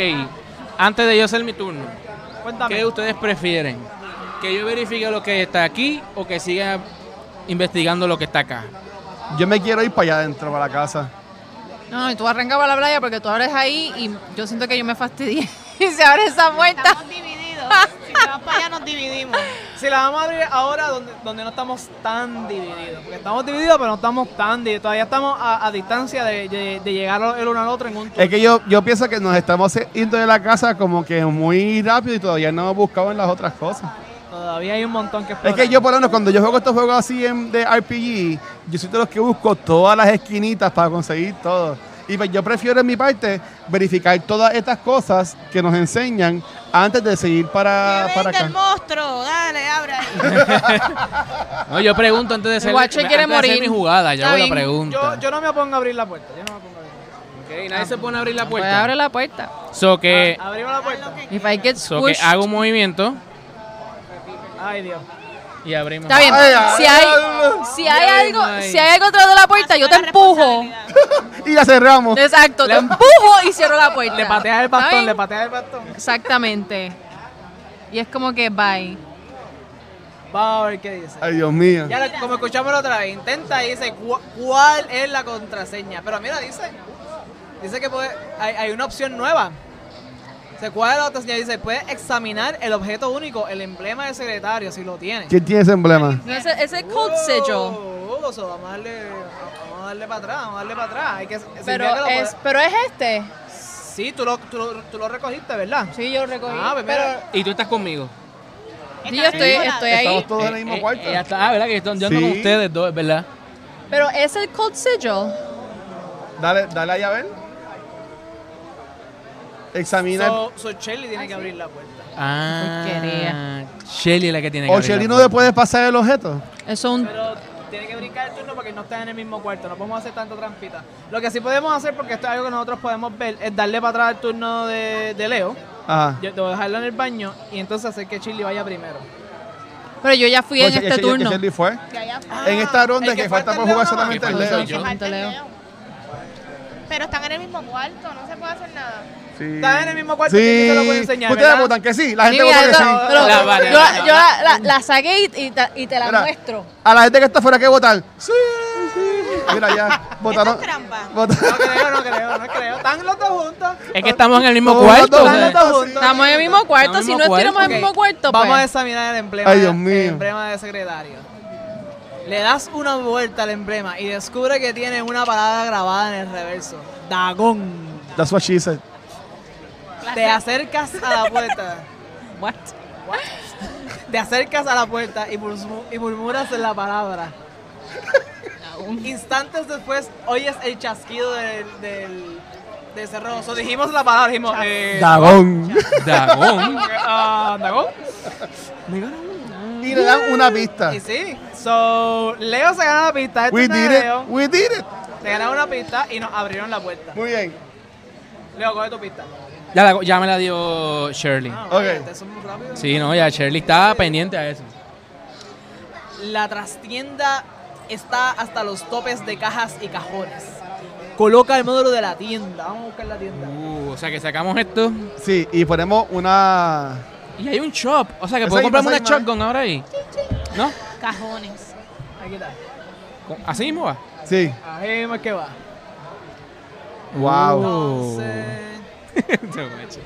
C: antes de yo hacer mi turno, ¿qué
D: Cuéntame.
C: ustedes prefieren? ¿Que yo verifique lo que está aquí o que siga investigando lo que está acá?
A: Yo me quiero ir para allá adentro, para la casa.
E: No, no, y tú arrancabas para la playa porque tú abres ahí y yo siento que yo me fastidié. Y se abre esa puerta.
B: Estamos divididos. Si te vas para allá, nos dividimos.
D: Si la vamos a abrir ahora donde, donde no estamos tan divididos. Porque estamos divididos, pero no estamos tan divididos. Todavía estamos a, a distancia de, de- de llegar el uno al otro en un turno.
A: Es que yo, yo pienso que nos estamos yendo de la casa como que muy rápido y todavía no hemos buscado en las otras cosas.
D: Todavía hay un montón que
A: Es
D: explorar.
A: que yo, por lo menos, cuando yo juego estos juegos así en- de RPG, yo soy de los que busco todas las esquinitas para conseguir todo. Y pues yo prefiero, en mi parte, verificar todas estas cosas que nos enseñan antes de seguir para,
B: que
A: Ah, para
B: venga
A: acá.
B: el monstruo. Dale, abre ahí.
C: No, yo pregunto antes de ser,
E: Guache
C: antes
E: quiere
C: de hacer
E: morir.
C: mi jugada, yo
E: Está
C: hago la
E: bien.
C: pregunta.
D: Yo, yo no me pongo a abrir la puerta. Yo no me pongo a abrir la puerta.
C: Ok, nadie se pone a abrir la
E: Pues
C: puerta.
E: abre la puerta.
C: So que,
H: Ah,
D: Abrimos la puerta.
E: If I get
C: so que
E: squished.
C: hago un movimiento
D: Ay, Dios.
C: y abrimos.
E: Está bien.
A: Ay, ay,
E: Si hay,
A: ay,
E: si hay algo,
C: ay.
E: si hay algo detrás de la puerta, yo te
B: Asume la
E: empujo.
B: responsabilidad.
A: Y la cerramos.
E: Exacto, te empujo y cierro la puerta.
D: Le pateas el
E: ¿Está
D: bastón,
E: bien?
D: le pateas el bastón.
E: Exactamente. Y es como que bye.
D: Vamos a ver qué dice.
A: Ay, Dios mío.
D: Ya la- como escuchamos la otra vez, intenta y dice "Cu- cuál es la contraseña. Pero mira, dice, dice que puede, hay, hay una opción nueva. Se cuál es la contraseña, dice, puedes examinar el objeto único, el emblema del secretario, si lo tienes.
A: ¿Quién tiene ese emblema?
E: No, ese, ese es Cold
D: Wow,
E: Sigil.
D: wow, Oh, so vamos a darle, vamos a darle para atrás, vamos a darle para atrás. Hay que, significa
E: Pero
D: que lo
E: es, pero es este.
D: puedes- sí, tú lo, tú, lo- tú lo recogiste, ¿verdad?
E: Sí, yo lo recogí.
D: Ah, pues mira.
E: pero
C: Y tú estás conmigo.
E: Sí, yo estoy, estoy ahí.
A: Estamos todos en el
H: Eh,
A: mismo
H: eh,
A: cuarto.
H: ella está- ah, ¿verdad? Que están- yo ando
A: Sí.
H: con ustedes dos, ¿verdad?
E: Pero es el Cold Sigil.
A: Dale, dale ahí a ver. Examina.
D: So, so Shirley tiene que
E: Ah,
D: abrir la puerta.
E: Porquería.
H: Ah, Shelly es la que tiene que
A: o
H: abrir la
A: Shelly no
H: puerta.
A: le puedes pasar el objeto.
E: Eso es un.
D: Pero tiene que brincar el turno porque no está en el mismo cuarto. No podemos hacer tanta trampita. Lo que sí podemos hacer, porque esto es algo que nosotros podemos ver, es darle para atrás el turno de, de Leo.
A: Ajá.
D: Yo te voy a dejarlo en el baño y entonces hacer que Chili vaya primero.
E: Pero yo ya fui en
A: Oye, que
E: este
A: Shelly- que
E: turno.
A: Shelly fue.
B: Ya, ya.
A: en esta ronda
D: el
A: que, falta por
D: es
A: jugar
D: Leo nada
A: solamente
D: más.
A: el
C: Pues
A: Leo.
C: soy yo.
B: Falta el
E: Leo.
B: Leo. Pero están en el mismo cuarto, no se puede hacer nada.
A: Sí.
D: Está en el mismo cuarto,
A: Sí.
D: ¿quién se lo puede enseñar,
A: Ustedes
D: verdad?
A: votan que sí. La
E: Sí,
A: gente
E: mira,
A: vota que
E: eso-
A: sí.
E: pero
C: La variedad.
E: yo yo la, la- la saqué y, y te- y te la
A: Mira,
E: muestro.
A: A la gente que está afuera que votan. Sí. Mira, ya.
B: Esto es
A: Votaron.
B: trampa.
A: votaron.
D: No creo, no creo, no creo. Están los dos juntos.
C: Es que estamos en el mismo
A: Todos los
C: cuarto.
A: dos,
C: o
A: todos
C: sea,
A: los dos juntos.
E: Estamos en el mismo cuarto.
C: Estamos
E: Si
C: en
E: no
C: el mismo
E: estuviéramos en
D: Ok,
E: el mismo cuarto,
D: Vamos a
E: pues.
D: examinar el emblema,
A: Ay, Dios
D: el
A: mío.
D: emblema de secretario. Le das una vuelta al emblema y descubre que tiene una palabra grabada en el reverso. Dagón.
A: That's what she said.
D: Te acercas a la puerta.
E: What?
D: Te acercas a la puerta y, murmu- y murmuras la palabra. Instantes después oyes el chasquido del, del, del cerrojo. So, dijimos la palabra, dijimos. Eh,
A: Dagón.
C: Dagón.
D: ah, ¿Dagón?
A: Y le dan una pista.
D: Y sí. So, Leo se gana la pista. Este
A: We
D: es de
A: did it.
D: Leo.
A: We did it.
D: Se ganaron una pista y nos abrieron la puerta.
A: Muy bien.
D: Leo, coge tu pista.
C: Ya, la- ya me la dio Shirley.
D: Ah,
A: Ok.
D: oye, ustedes son muy rápidos.
C: Sí, no, ya Shirley estaba pendiente a eso.
D: La trastienda está hasta los topes de cajas y cajones. Coloca el módulo de la tienda. Vamos a buscar la tienda.
C: Uh, o sea que sacamos esto.
A: Sí, y ponemos una.
C: Y hay un shop. O sea que
A: Esa
C: puedo
A: ahí,
C: comprarme
A: esa
C: una
A: ahí, madre.
C: shotgun ahora ahí. ¿No?
B: Cajones.
D: Aquí está.
C: Con- Así mismo va.
A: Sí.
D: Ahí más que va.
A: Wow.
D: Entonces,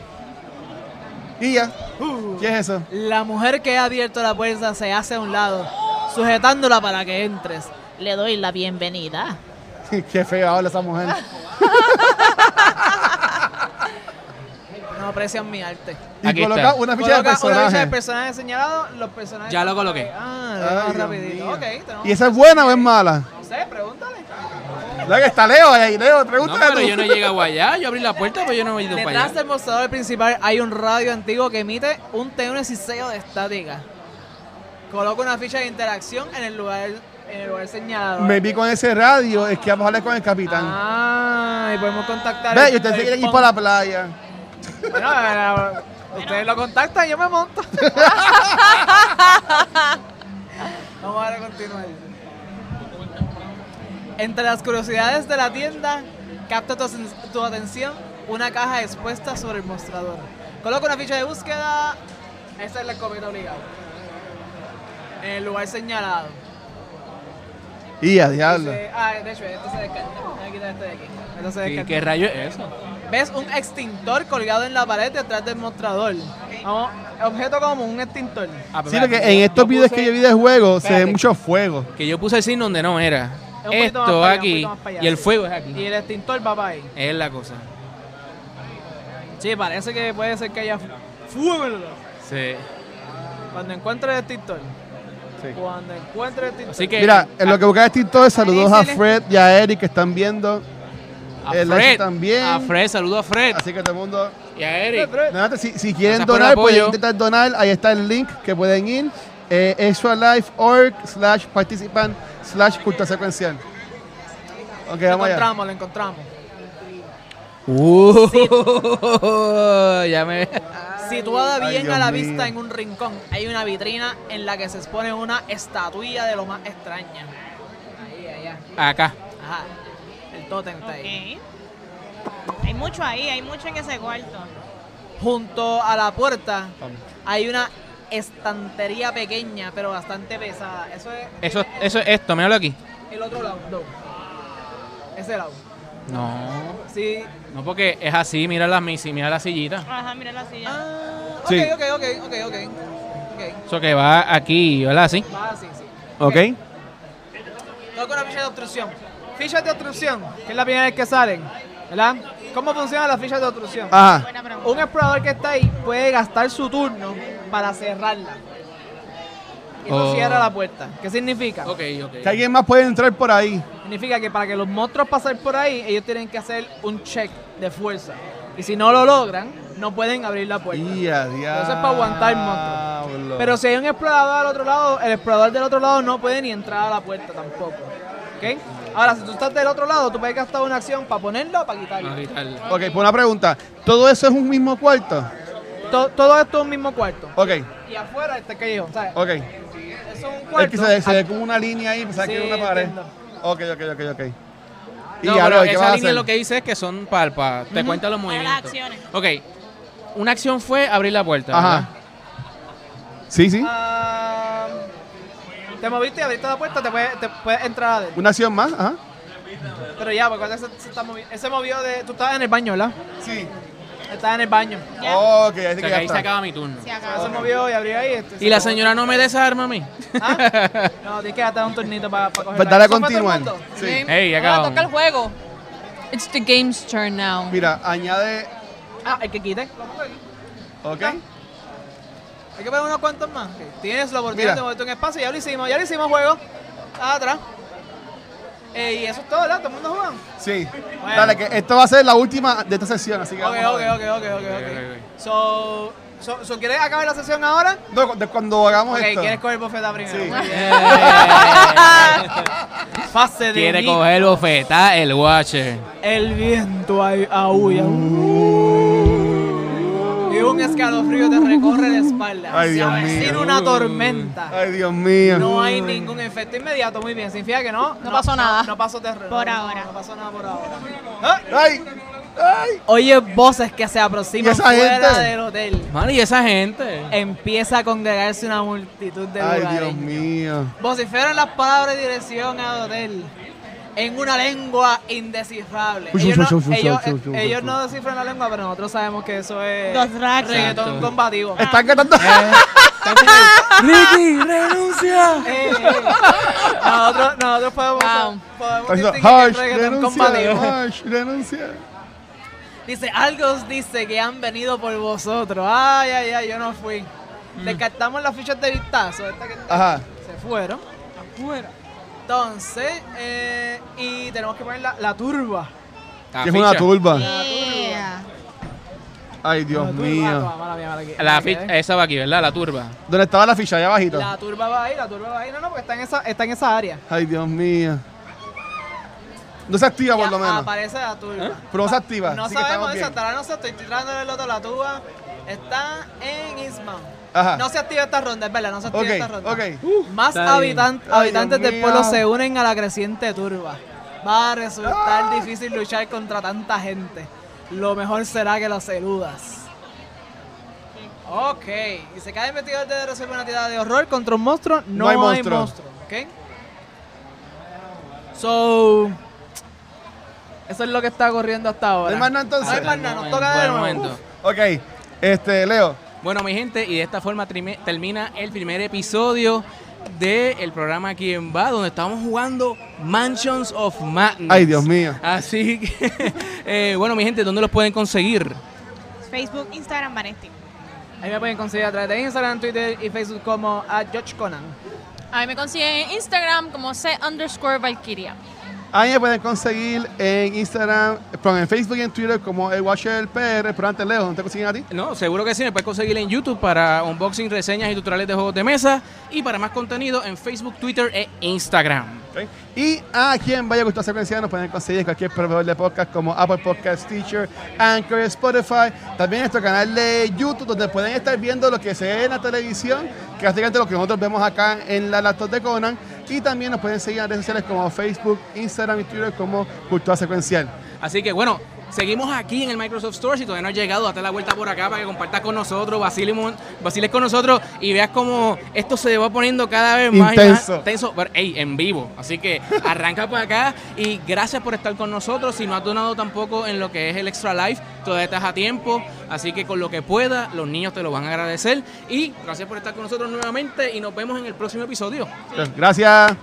A: Y ya.
D: uh,
A: ¿Qué es eso?
D: La mujer que ha abierto la puerta se hace a un lado, sujetándola para que entres.
B: Le doy la bienvenida.
A: Qué fea habla esa mujer.
D: No aprecian mi arte.
A: Y
C: Aquí
A: coloca
C: está.
A: una ficha
D: Coloca
A: de
D: una ficha de
A: personaje.
D: personaje señalado, los personajes.
C: Ya lo coloqué.
D: Ah,
A: Ay, Dios
D: rapidito.
A: mío.
D: Ok, tenemos-
A: ¿Y esa es buena o es mala?
D: No sé, pregúntale.
A: La que está Leo ahí, Leo,
C: No,
A: pregúntale
C: pero
A: tú.
C: yo no he llegado allá. Yo abrí la puerta, pero yo no he ido para
D: Detrás
C: allá.
D: del mostrador principal hay un radio antiguo que emite un tenue siseo de estática. Coloca una ficha de interacción en el lugar, en el lugar señalado.
A: Me vi con ese radio, es que vamos a hablar con el capitán.
D: Ah, y podemos contactar.
A: Ve,
D: el-
A: y ustedes
D: el
A: quieren ir
D: pon-
A: para la playa.
D: Bueno, eh, ustedes lo contactan, yo me monto. Vamos a continuar. Entre las curiosidades de la tienda, capta tu, aten- tu atención una caja expuesta sobre el mostrador. Coloca una ficha de búsqueda. Esa es la comida obligada. En el lugar señalado.
A: Y a diablo.
D: Dice- ah, de hecho, este se descarta. Voy a quitar este de aquí. Este se
C: ¿Qué,
D: descarta.
C: qué rayo es eso?
D: ¿Ves un extintor colgado en la pared detrás del mostrador? Vamos, objeto como un extintor.
C: Ah, pero
A: Sí,
C: espérate,
A: porque
C: yo-
A: en estos
C: yo
A: videos
C: puse-
A: que yo vi de juego se ve
C: Espérate.
A: mucho fuego.
C: Que yo puse el signo donde no
D: Es
C: era.
D: un poquito más
C: Esto
D: para allá, un
C: aquí.
D: poquito más para allá,
C: Y el
D: sí.
C: fuego es
D: Y
C: aquí.
D: el extintor va para ahí.
C: Es la cosa.
D: Sí, parece que puede ser que haya fu- fuego. en el lugar.
C: Sí.
D: Cuando encuentre el extintor.
A: Sí.
D: Cuando encuentre el extintor.
C: Así que.
A: Mira, en lo que buscas este TikTok, saludos a
D: Ahí se le-
A: Fred y a Eric que están viendo.
C: a
A: el
C: Fred.
A: H también. Ah.
C: A Fred, saludo a Fred.
A: Así que todo el mundo.
C: Y a Eric.
A: Nada, si, si quieren
C: Gracias por el
A: donar, pueden
C: apoyo.
A: intentar donar. Ahí está el link que pueden ir. Eh, extralife.org slash participant slash cultura secuencial. Ok,
D: Lo
A: vamos allá.
D: encontramos, lo encontramos.
C: Uh, ya me.
D: Situada
A: Ay,
D: bien
A: Dios
D: a la
A: mío.
D: vista en un rincón, hay una vitrina en la que se expone una estatuilla de lo más extraña. Ahí, allá.
C: Acá.
D: Ajá. El tótem está ahí.
B: Ok. Hay mucho ahí, hay mucho en ese cuarto.
D: Junto a la puerta hay una estantería pequeña, pero bastante pesada. Eso es.
C: Eso,
D: tiene
C: eso es esto, míralo aquí.
D: El, el otro lado, no. Ese lado.
C: No.
D: Sí.
C: No, porque es así, mira la, misi- mira la sillita.
B: Ajá, mira la silla.
D: Ah, ok,
A: Sí.
D: ok, ok, ok, ok. Ok.
C: Eso que va aquí, ¿verdad? Así.
D: Va así, sí.
G: ¿Ok?
D: No con una ficha de obstrucción. Fichas de obstrucción, que es la primera vez que salen, ¿verdad? ¿Cómo funcionan las fichas de obstrucción?
A: Ajá.
B: Buena pregunta.
D: Un explorador que está ahí puede gastar su turno para cerrarla. Y eso
C: Oh.
D: cierra la puerta. ¿Qué significa?
C: Ok, ok.
A: Que alguien más puede entrar por ahí.
D: Significa que para que los monstruos pasen por ahí, ellos tienen que hacer un check de fuerza. Y si no lo logran, no pueden abrir la puerta.
A: Y a diablo.
D: Pues, Eso es para aguantar, Pero si hay un explorador al otro lado, el explorador del otro lado no puede ni entrar a la puerta tampoco. ¿Ok? Ahora, si tú estás del otro lado, tú puedes gastar una acción para ponerlo o para
C: Vamos a
D: quitarlo.
C: quitarle.
A: Ok, pues una pregunta. ¿Todo eso es un mismo cuarto?
D: To- todo esto es un mismo cuarto.
A: Ok,
D: Y afuera está el callejón, ¿sabes?
A: ok.
D: Eso es un
A: Es
D: cuarto.
A: que se, se ve como una línea ahí, pensaba que
D: Sí,
A: era una pared.
D: entiendo.
A: Ok, ok, ok, ok. Y
C: No,
A: ya
C: pero
A: lo ¿qué vas
C: esa
A: a
C: línea
A: hacer?
C: lo que dice es que son palpa, te cuenta los
B: Para las
C: movimientos.
B: acciones.
C: Ok, una acción fue abrir la puerta.
A: Ajá.
C: ¿verdad?
A: Sí, sí.
D: Ah, te moviste y abriste la puerta, te puedes, te puedes entrar adentro.
A: Una acción más, ajá.
D: Pero ya, porque se, se está moviendo. Ese movió de. Tú estabas en el baño, ¿verdad?
A: Sí. Oh,
D: Estabas en el baño.
B: Ya.
A: Ok, ahí sí
C: O sea,
A: que
C: que
A: ya
C: ahí se
A: está.
C: acaba mi turno.
B: Se acabó.
D: Se movió y abrió ahí. este, se
C: Y la
D: acabó.
C: señora no me desarma a mí.
D: ¿Ah? No, tienes que gastar un tornito para coger.
A: Pues
D: la-
A: dale a
D: ¿Eso fue todo el
A: continuar.
D: mundo?
A: Sí.
C: Ey,
E: Ahora
C: acabamos.
E: toca el juego. It's the game's turn now.
A: Mira, añade.
D: Ah, el que quite. Lo pongo aquí.
A: Ok.
D: Hay que poner unos cuantos más. Ok. Tienes la oportunidad
A: Mira.
D: de moverte un espacio. Ya lo hicimos, ya lo hicimos juego. Ah, atrás. Eh, y eso es todo, ¿verdad? Todo el mundo juega.
A: Sí. Dale, que esto va a ser la última de esta sesión, así que.
D: Ok,
A: vamos a
D: ok,
A: ver.
D: ok, ok, ok,
C: ok,
D: ok. So, so, so, ¿quieres acabar la sesión ahora?
A: No, cu- de cuando hagamos
D: Ok,
A: esto.
D: ¿quieres coger bofeta primero?
A: Sí.
D: Muy bien.
C: Eh,
D: Fase de
H: Quiere
D: mí.
H: coger bofetá el watcher.
D: El viento ay- aúlla. Y un escalofrío te recorre la espalda.
A: Ay, Dios mío.
D: Sin una tormenta.
A: Ay, Dios mío.
D: No hay ningún efecto inmediato, muy bien. Significa que no. No,
E: pasó nada.
D: No, pasó terreno.
B: Por
D: no,
B: ahora.
D: No pasó nada por ahora. Ah,
A: Ay, ay.
D: Oye, voces que se aproximan
A: ¿Y esa
D: fuera
A: gente?
D: del hotel.
H: Mano, y esa gente.
D: Empieza a congregarse una multitud de
A: Ay, Dios
D: lugares.
A: mío.
D: Vociferan las palabras de dirección al hotel en una lengua indescifrable.
A: Uy,
D: Ellos
A: uy,
D: no-
A: uy, uy,
D: ellos-
A: uy, uy, uy,
D: Ellos
A: uy.
D: no descifran la lengua, pero nosotros sabemos que eso es
B: Dos racks.
D: reggaetón combativo.
A: Están cantando.
H: ¡Ricky, renuncia!
D: Eh, eh, Nosotros, nosotros podemos,
E: Wow.
D: podemos
A: Están diciendo,
D: distinguir el
A: Harsh,
D: reggaetón
A: renuncia.
D: combativo.
A: Harsh, renuncia.
D: Dice, algo os dice que han venido por vosotros. Ay, ay, ay, yo no fui. Descartamos las fichas de vistazo. esta que está-
A: Ajá.
D: Se fueron. Afuera. Entonces, eh, y tenemos que poner la, la turba.
C: La
A: Que es una
C: ficha.
A: turba.
B: Yeah.
A: Ay, Dios
D: La turba.
A: mío.
D: Ah, mala mía, mala mía. Me
C: La ficha,
D: quedé.
C: esa va aquí, ¿verdad? La turba.
A: ¿Dónde estaba la ficha? Allá abajito.
D: La turba va ahí, la turba va ahí. No, no, porque está en esa, está en esa área.
A: Ay, Dios mío. No se activa por
D: Ya ah,
A: lo menos.
D: Aparece la turba.
C: ¿Eh?
A: Pero no se activa.
D: Ah, No
A: así que estamos
D: sabemos eso,
A: bien.
D: hasta ahora no sé, estoy tirando el otro la tuba. Está en Eastbound.
A: Ajá.
D: No se activa esta ronda, es verdad, no se activa
A: Ok,
D: esta ronda.
A: ok.
C: Uh,
D: Más
H: está
D: habitan-
A: Ay,
D: habitantes
A: Dios
D: del
A: mío.
D: pueblo se unen a la creciente turba. Va a resultar
A: Ah.
D: difícil luchar contra tanta gente. Lo mejor será que los eludas. Ok, y se cae investigador de resolver una tirada de horror contra un monstruo. No, hay monstruo. ¿ok? So, eso es lo que está corriendo hasta
A: ¿No
D: ahora.
A: hay más nada
D: No hay
A: entonces?
D: más nada, nos toca
C: Buen
D: de nuevo.
C: momento.
A: Ok. Este, Leo.
C: Bueno, mi gente, y de esta forma trime- termina el primer episodio del programa Quién va, donde estamos jugando Mansions of Madness.
A: Ay, Dios mío.
C: Así que, eh, bueno, mi gente, ¿dónde los pueden conseguir?
B: Facebook, Instagram, Vanetti.
D: Ahí me pueden conseguir a través de Instagram, Twitter y Facebook como a George Conan.
E: A mí me consiguen en Instagram como C underscore Valkyria.
A: A mí me pueden conseguir en Instagram, perdón, en Facebook y en Twitter como el Watcher PR. Pero antes, Leo, ¿dónde te consiguen a ti?
C: No, seguro que sí, me puedes conseguir en YouTube para unboxing, reseñas y tutoriales de juegos de mesa. Y para más contenido en Facebook, Twitter e Instagram.
A: Y a quien vaya a gustar secuencia nos pueden conseguir en cualquier proveedor de podcast como Apple Podcast, Teacher, Anchor, Spotify. También en nuestro canal de YouTube, donde pueden estar viendo lo que se ve en la televisión, que básicamente lo que nosotros vemos acá en la laptop de Conan. Y también nos pueden seguir en redes sociales como Facebook, Instagram y Twitter como Cultura Secuencial.
C: Así que bueno, Seguimos aquí en el Microsoft Store. Si todavía no has llegado, date la vuelta por acá para que compartas con nosotros, vaciles, mon- vaciles con nosotros y veas cómo esto se va poniendo cada vez más y más
A: Intenso.
C: intenso, pero, ey, en vivo. Así que arranca para acá y gracias por estar con nosotros. Si no has donado tampoco en lo que es el Extra Life, todavía estás a tiempo. Así que con lo que pueda, los niños te lo van a agradecer. Y gracias por estar con nosotros nuevamente y nos vemos en el próximo episodio.
A: Gracias.